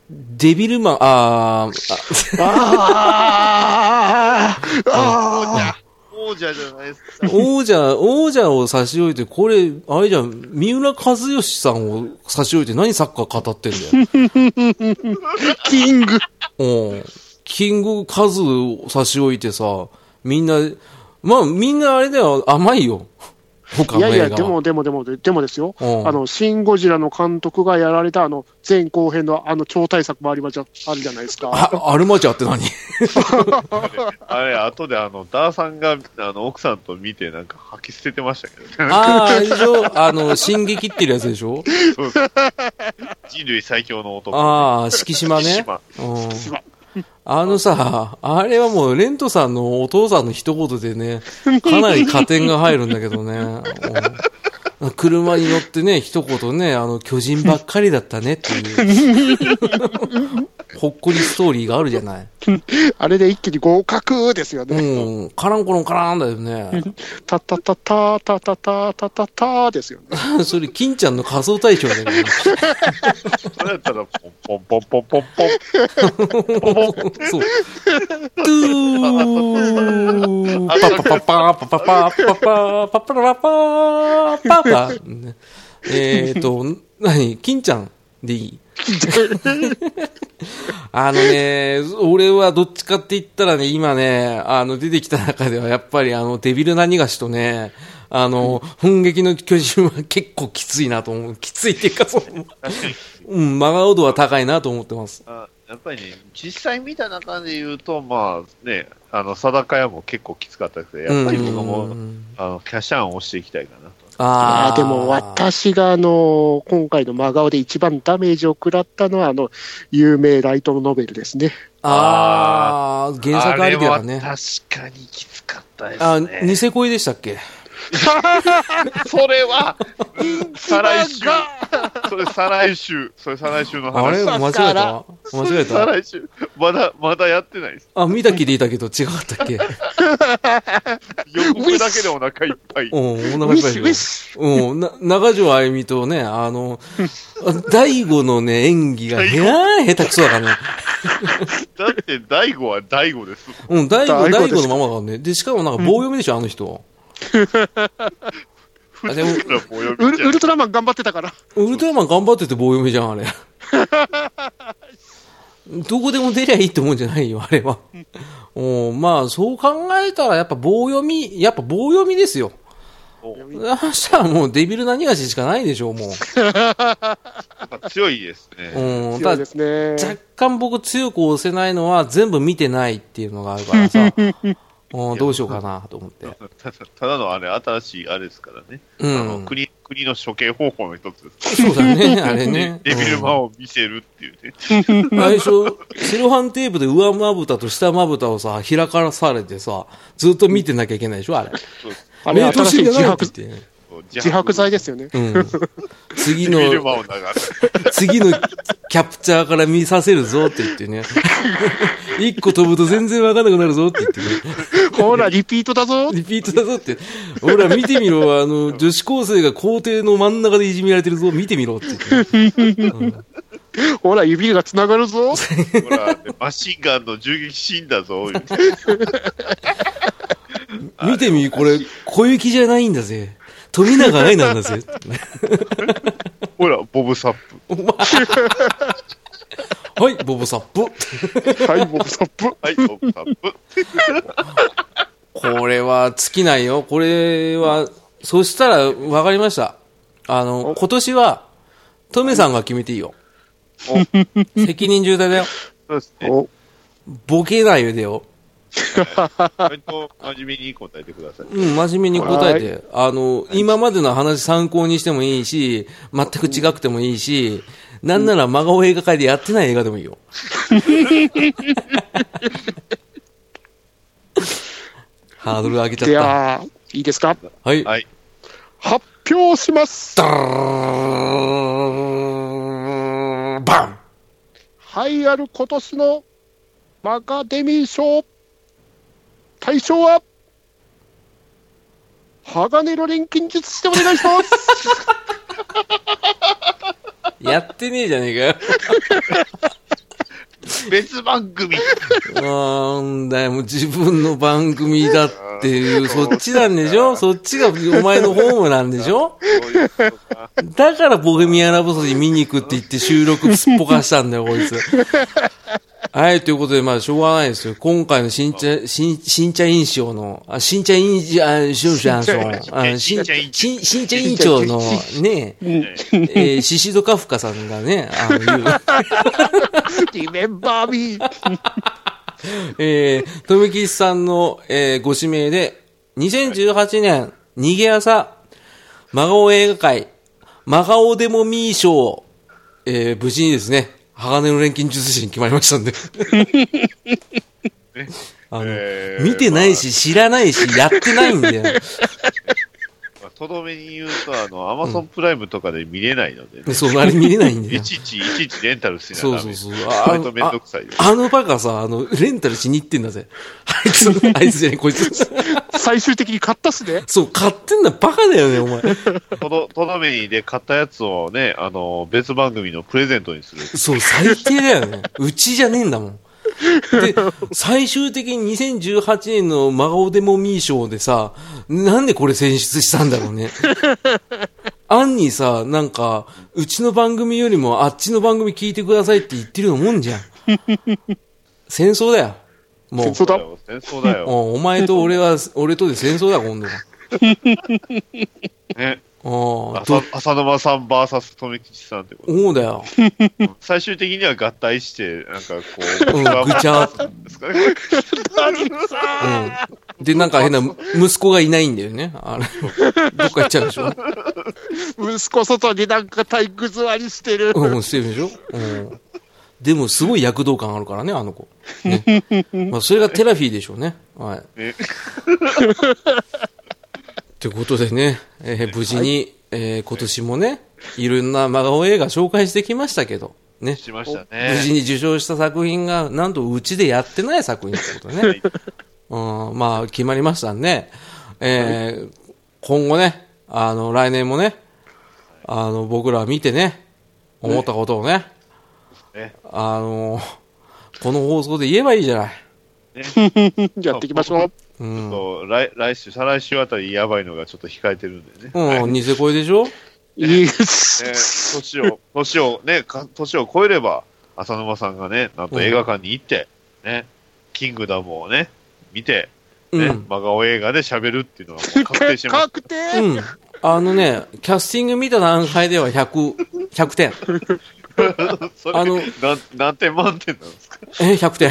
デビルマン、あーあああ王者じゃないですあ、[LAUGHS] か。王者、王者を差し置いて、これ、あれじゃん、三浦和義さんを差し置いて何サッカー語ってんだよ。キング。うん。キングカズを差し置いてさ、みんな、まあみんなあれだよ、甘いよ。他いの映画やはいや、でも、でも、でも、でもですよ。うんあの、シン・ゴジラの監督がやられた、あの、前後編のあの、超大作もありまじゃ、あるじゃないですか。あ、アルマチャっ [LAUGHS] て何あれ、後であの、ダーさんが、あの、奥さんと見て、なんか吐き捨ててましたけどね。ああ、あれでしょあの、進撃っていうやつでしょそうそう人類最強の男。ああ、敷島ね。うん島あのさ、あれはもう、レントさんのお父さんの一言でね、かなり加点が入るんだけどね。うん車に乗ってね、一言ね、あの、巨人ばっかりだったねっていう。ほっこりストーリーがあるじゃない。あれで一気に合格ですよね。うん、カランコロンカランだよね。たたたたたたたたたたですよね。それ、金ちゃんの仮想対象だよね。それやったら、ポンポンポンポンポンそう。トゥーパパパパパパパパパパパパパパえっと、何金ちゃんでいいあのね、俺はどっちかって言ったらね、今ね、あの、出てきた中ではやっぱりあの、デビル何がしとね、あの、奮撃の巨人は結構きついなと思う。きついっていうか、その、うん、真顔度は高いなと思ってます。あやっぱりね、実際見た中で言うと、まあね、あの、定屋も結構きつかったけど、やっぱり僕も、うんあの、キャシャンを押していきたいかなと。あああ、でも私があの、今回の真顔で一番ダメージを食らったのは、あの、有名ライトノベルですね。ああ、原作ありだよあれね。は確かにきつかったであ、すね。偽恋でしたっけそれは、再来週、それ再来週、それ再来週のあれ話。間違えた間違えた再来週、まだ、まだやってないです。あ、見た気でいたけど違かったっ [LAUGHS] け予告だけでお腹いっぱい。うん、おウ腹ィいっぱッシいでュウィッすシうん、な、中条あゆみとね、あの、大悟のね、演技が、へらー下手くそだからね。だって、大悟は大悟です。うん、大悟、大大悟です悟のままだからね。で、しかもなんか棒読みでしょ、あの人。 [LAUGHS] あでも、ほらュもうウ呼びルちゃウうルトラマン頑張ってたから。ウルトラマン頑張ってて棒読みじゃん、あれ。どこでも出りゃいいってもんじゃないよ、あれは。おまあ、そう考えたら、やっぱ棒読み、やっぱ棒読みですよ。そしたらもうデビル何がししかないでしょう、も強いですね。う。う強ん、たいだですね。若干僕強く押せないのは全部見てないっていうのがあるからさ、うん、どうしようかなと思って。ただただのあれ、新しいあれですからね。うんあの国国の処刑方法の一つです。そうだね、あれねね。デビルマンを見せるっていう [LAUGHS] ね。最初、セロハンテープで上まぶたと下まぶたをさ、開かされてさ、ずっと見てなきゃいけないでしょ、あれ。そうあれ、新しい自白、って。そう自白剤ですよね。うん。次 [LAUGHS] デビルの、マンを流す。次のキャプチャーから見させるぞって言ってね。 [LAUGHS] 一個飛ぶと全然わかんなくなるぞって言ってね。ほら、リピートだぞ。リピートだぞって。ほら、見てみろ。あの、女子高生が校庭の真ん中でいじめられてるぞ。見てみろって言ってね。ほら、指が繋がる [LAUGHS] ぞ。ほら、マシンガンの銃撃シーンだぞ。言う見ててみ、これ、小雪じゃないんだぜ。富永愛なん [LAUGHS] だぜ。ほら、ボブサップ。はい、ボボサップ。はい、ボブサップ。はい、ボブサップ。これは尽きないよ。これは、そしたら分かりました。あの、今年は、トメさんが決めていいよ。 [LAUGHS] 責任重大だよ。そうです [LAUGHS] ね。おボケないでよ。割と真面目に答えてください。うん、真面目に答えて。あの、今までの話参考にしてもいいし、全く違くてもいいし、なんなら真顔映画界でやってない映画でもいいよ。ハードル上げちでゃっはいいですかた。はい。はい。発表します。バンはい、ある今年のマガデミー賞。対象は、鋼の錬金術師でお願いします。やってねえじゃねえかよ。別番組。なんだよ、もう自分の番組だっていう、そっちなんでしょそっちがお前のホームなんでしょそういうこと [LAUGHS] かだからボヘミアン・ラブソディ見に行くって言って収録すっぽかしたんだよ、こ [LAUGHS] いつ。はい、ということで、まあ、しょうがないですよ。今回の新茶、新、新茶印象の、あ、新茶印象、あ、新茶印象、あ、新新茶茶印印象、新茶印象の、ね、えー、シシドカフカさんがね、あの、言う [LAUGHS] リメンバーミー。えー、とめきさんの、えーご指名で、2018年、逃げ朝、真顔映画界、真顔デモミー賞、えー無事にですね、鋼の錬金術師に決まりましたんで。 [LAUGHS] ねあの、えー見てないし、知らないし、やってないん [LAUGHS] で。まあまあとどめに言うと、あの、アマゾンプライムとかで見れないのでね、そう、あれ見れないんでい。ちいち、いちいちレンタルしなそうダそメうそう。割とめんどくさいよ。ああのバカさ、あの、レンタルしに行ってんだぜ。あいつ、あいつじゃない、こいつ。最終的に買ったっすね。そう、買ってんだ、バカだよね、お前。とど、とどめにで買ったやつをね、あの、別番組のプレゼントにする。そう、最低だよね。 [LAUGHS] うちじゃねえんだもん。で、最終的に2018年の真顔デモミー賞でさ、なんでこれ選出したんだろうね。アンにさ、なんか、うちの番組よりもあっちの番組聞いてくださいって言ってるようなもんじゃん。戦争だよ。もう戦。争だ。戦争だよ。おお前と俺は、俺とで戦争だ、今度は。ね。おう浅浅沼さん VS 富吉さんってこと。そうだよ。最終的には合体して、なんかこう、うん、ぐちゃ。ですかね。うん。で、なんか変な息子がいないんだよね。あれ、どっか行っちゃうでしょ。息子外になんか体育座りしてる。うん、してるでしょ。うん。でも、すごい躍動感あるからね、あの子。ね。まあ、それがテラフィーでしょうね。はい。ねということでね、えー無事に、えー今年もね、いろんな真顔映画紹介してきましたけど、ね。しました無事ね。に受賞した作品が、なんとうちでやってない作品ってことね。うん、まあ、決まりましたんで、えー今後ね、あの、来年もね、あの、僕ら見てね、思ったことをね、ねあの、この放送で言えばいいじゃない。やっていきましょう。うん。そう来来週、再来週あたりやばいのがちょっと控えてるんでね。うん、ニセ恋でしょいいっねす。年を、年をね、か年を超えれば、浅沼さんがね、なんと映画館に行って、ね、キングダムをね、見て、ね、うん真顔映画で喋るっていうのはもう確定してます。確定、うん。あのね、キャスティング見た段階では100、100点。 [LAUGHS] それあのなん、何点満点なんですかえ、100点。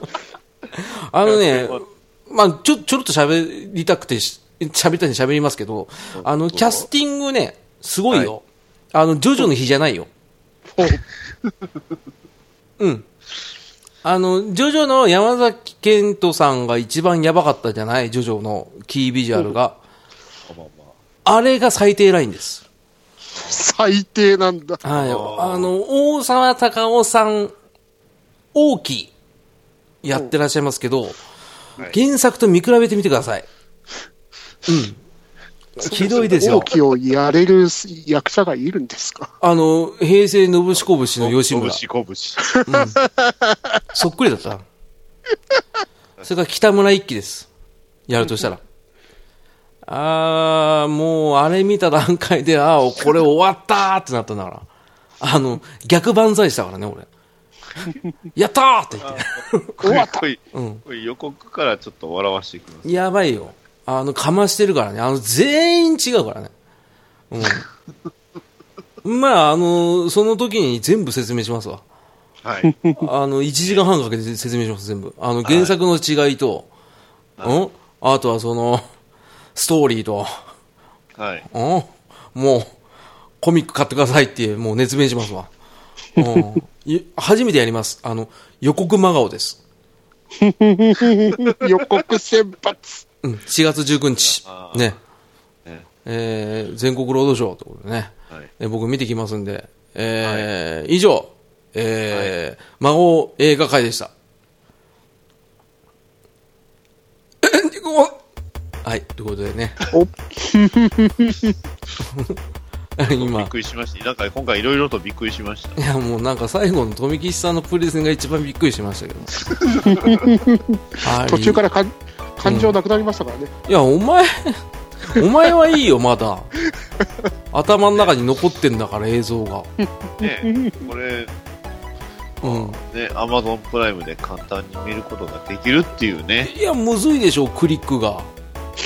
[LAUGHS] あのね、まあ、ちょ、ちょろっと喋りたくてし、喋りたいんで喋りますけど、あの、キャスティングね、すごいよ。あの、ジョジョの日じゃないよ。うん。あの、ジョジョの山崎賢人さんが一番やばかったじゃないジョジョのキービジュアルが。まあまあれが最低ラインです。最低なんだ。はい。あーあの、大沢たかおさん、大きい、やってらっしゃいますけど、はい原作と見比べてみてくださ [LAUGHS] い。うん。ひどいですよ大。きをやれる役者がいるんですかあの、平成のぶしこぶしの吉村。拳、拳。そっくりだった。それから北村一輝です。やるとしたら。あー、もう、あれ見た段階で、あー、これ終わったーってなったんだから。あの、逆万歳したからね、俺。やったーって言って。これ、これうんこれ予告からちょっと笑わしていきます。やばいよ。あの、かましてるからね。あの、全員違うからね。うん。まあ、あの、その時に全部説明しますわ。はい。あの、1時間半かけて説明します、全部。あの、原作の違いと、うんあとはその、ストーリーと、はい。うんもう、コミック買ってくださいっていう、もう熱弁しますわ。うん。い初めてやります。あの、予告真顔です。予告先発。うん、4月19日あ。ーね。ねえー全国労働省ということでね、はいえー僕見てきますんで、えー以上、えー孫映画会でした。エンディングをはい、ということでね、 [LAUGHS] お、び今っ、くりしました。なんか今回いろいろとびっくりしました。いやもうなんか最後の富吉さんのプレゼンが一番びっくりしましたけど。はい途中からかん感情なくなりましたからね。いや、お前、お前はいいよ、まだ。頭の中に残ってんだから、映像が。ね、これ、うん。ね、アマゾンプライムで簡単に見ることができるっていうね、 [LAUGHS] いや、むずいでしょ、クリックが。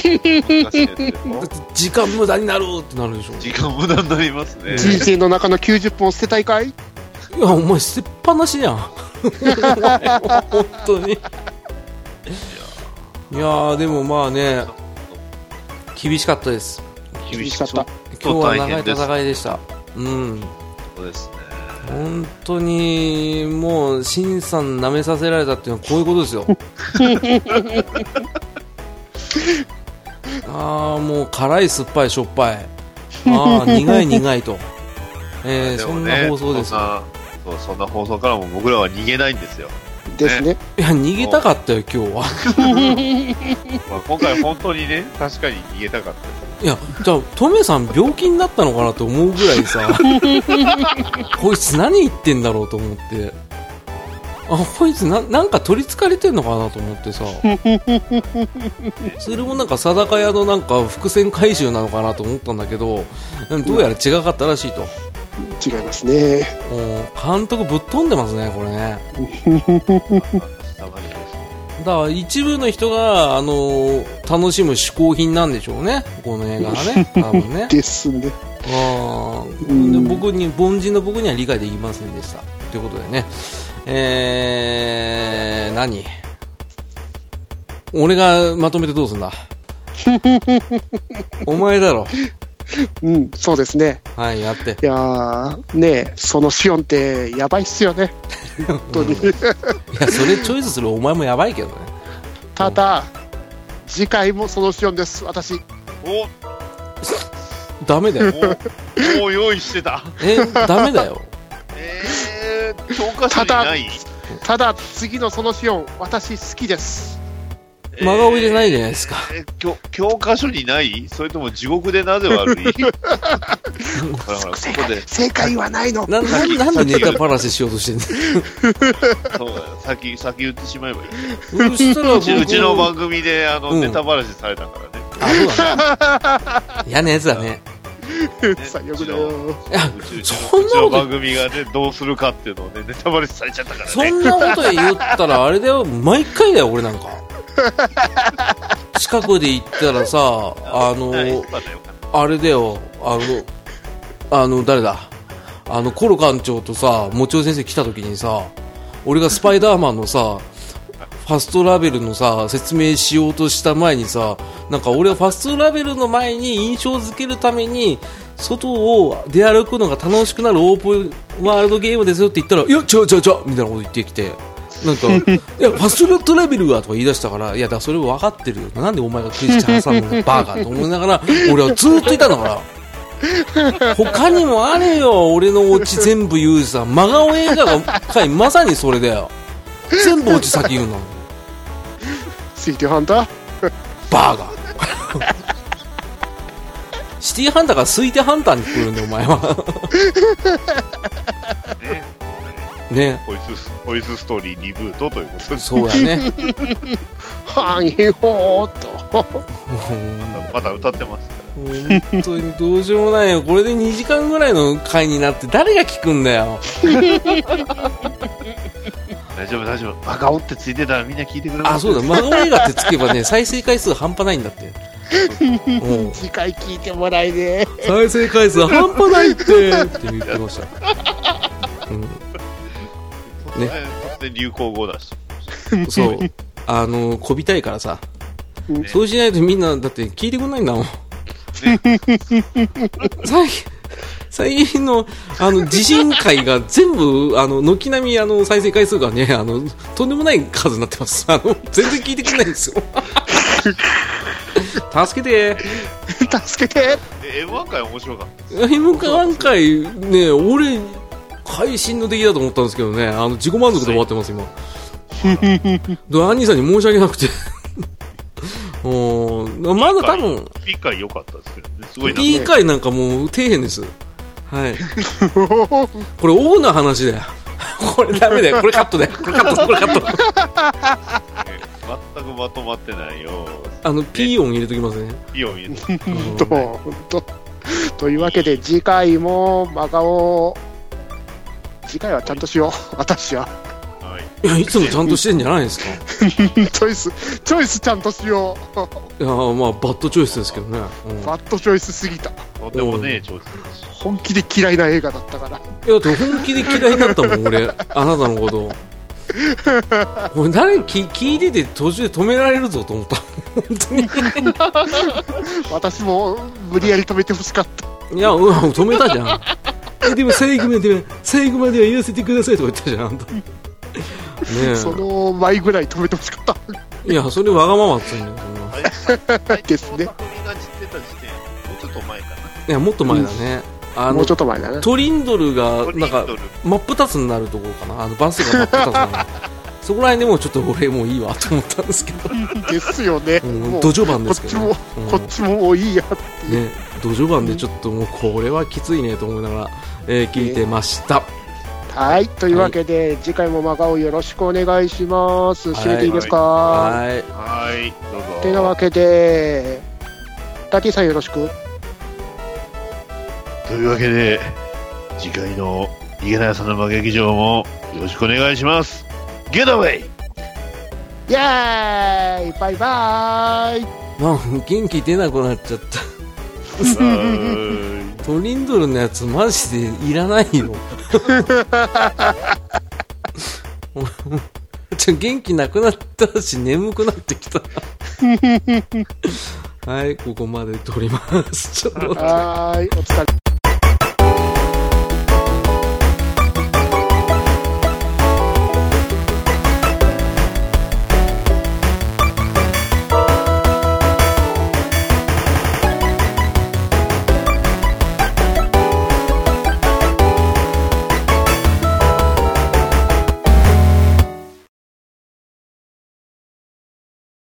難しいですけどだって時間無駄になるってなるでしょ。時間無駄になりますね。人生の中の90分を捨てたいかいいや、お前捨てっぱなしじゃん。本当に。いやー、でもまあね、厳しかったです。厳しかった。今日は長い戦いでした。うん。当ですね。本当にもう、シンさん舐めさせられたっていうのはこういうことですよ。 [LAUGHS] ああ、もう辛い、酸っぱい、しょっぱい。ああ、苦い、苦いと。えーでそもんねな放送ですそんよ。なそうそんな放送からも僕らは逃げないんですよ。ですね。いや、逃げたかったよ、今日は。まあ、今回本当にね、確かに逃げたかったです。いや、じゃあ、トメさん病気になったのかなと思うぐらいさ、こいつ何言ってんだろうと思って、あ、こいつななんか取り憑かれてんのかなと思ってさ、それもなんか定か屋のなんか伏線回収なのかなと思ったんだけど、どうやら違かったらしいと。違いますね。もう監督ぶっ飛んでますね、これね。たまにですだから一部の人が、あの楽しむ嗜好品なんでしょうね、この映画がね、多分ね。ですね。あうんーで僕に凡人の僕には理解できませんでしたということでねえー、何俺がまとめてどうす [LAUGHS] んだお前だろうん、そうですね。はいやっていやー、ねえそのシオンってやばいっすよね。本当に。いやそれチョイスするお前もやばいけどねただ、次回もそのシオンです、私。おダメだよおお用意してた。えダメだよえー、教科書にない。ただ、次のそのシオン、私好きです。真顔じゃないじゃないですかえー教教科書にないそれとも地獄でなぜ悪い [LAUGHS] ほらほらこ正こ解で正解はないの。なな [LAUGHS] なんでネタばらししようとしてんのそうだよ先先言ってしまえばいいそしたらうち僕うちの番組であの、うんネタばらしされたからね [LAUGHS] あそうだ [LAUGHS] ね嫌なやつだね最悪だよ。いやうちうちそんなうちのこと番組がねどうするかっていうのをねネタバレされちゃったからそねんなこと言ったらあれだよ毎回だよ俺なんか近くで行ったらさあはいよのかったよかったあれだよあのあの誰だあのコロ館長とさもちお先生来た時にさ俺がスパイダーマンのさファストラベルのさ説明しようとした前にさなんか俺はファストラベルの前に印象づけるために外を出歩くのが楽しくなるオープンワールドゲームですよって言ったらいや違う違う違うみたいなこと言ってきてなんかいやファストラベルはとか言い出したからいやだからそれ分かってるよなんでお前がクリスチャン挟むのバカと思いながら俺はずっといたんだから。他にもあれよ俺のオチ全部言うさ真顔映画が回まさにそれだよ全部オチ先言うのシティハンターバーガー [LAUGHS] シティハンターから推定ハンターに来るんだよお前は [LAUGHS] ねねホイスホイスストーリーリブートということでそうやねはい、ほーっと。もまだ歌ってますからう本当にどうしようもないよこれで2時間ぐらいの回になって誰が聞くんだよ大丈夫大丈夫真顔ってついてたらみんな聞いてくれますあそうだ真顔映画ってつけば [LAUGHS] ね再生回数半端ないんだってうん次回聞いてもらいね。再生回数半端ないってって言ってました、ね突然流行語だ [LAUGHS] しうん、そうあのこびたいからさうんそうしないとみんなだって聞いてくんないんだもん最近最近のあの地震回が全部あの軒並みあの再生回数がねあのとんでもない数になってますあの全然聞いてくれないんで [LAUGHS] すよ助けて助けて。え M1 回面白かった今か何回ね俺会心の出来だと思ったんですけどねあの自己満足で終わって [LAUGHS] ます今でアンニーさんに申し訳なくてうんまだ多分ピー回良かったですけどねすごいな P 回なんかもう底辺ですはい [LAUGHS] これ王の話だよこれダメだよこれカットだよこれカットこれカ [LAUGHS] ット全くまとまってないよあの P 音入れときますねいいよ見えたうんと、ほんと。というわけで、次回も真顔。次回はちゃんとしよう。 [LAUGHS] 私は。 [LAUGHS] はいいやいつもちゃんとしてんじゃないですかチョイス、チョイスちゃんとしよう。いやまあバッドチョイスですけどね、うんバッドチョイスすぎた。とんでもねえ調子です本気で嫌いな映画だったから。いやだって本気で嫌いになったも [LAUGHS] ん俺あなたのこと俺誰き聞いてて途中で止められるぞと思った本当に私も無理やり止めてほしかった。いや、うん、止めたじゃんえでも最後までは最後までは言わせてくださいとか言ったじゃんあんたねその前ぐらい止めてほしかった。えいやそれわがままっつうんだよそんなあれ斎藤です匠ねが知ってた時点、もうちょっと前かな。いやもっと前だね、あものうちょっと前だね。トリンドルがトリなんかンドル真っ二つになるところかなあのバスが真っ二つにな [LAUGHS] るそこら辺でもうちょっと俺もういいわと思ったんですけど、ですよね。うんもう土こ壌版でっすけちどもね、うんこっちももういいやっていう。ね、土壌版でちょっともうこれはきついねと思いながら、えー聞いてました、はい。というわけで、次回も真顔よろしくお願いします。締めていいですか、はいはい、どうぞ。てなわけで、ダティさんよろしく。というわけで、次回の池田屋さんの馬劇場もよろしくお願いします。ゲットウェイイェーイバイバーイなんか元気出なくなっちゃった [LAUGHS] トリンドルのやつマジでいらないよ [LAUGHS] ちょ元気なくなったし眠くなってき [LAUGHS] たはいここまで撮りますちょっと待ってはーい、お疲れ。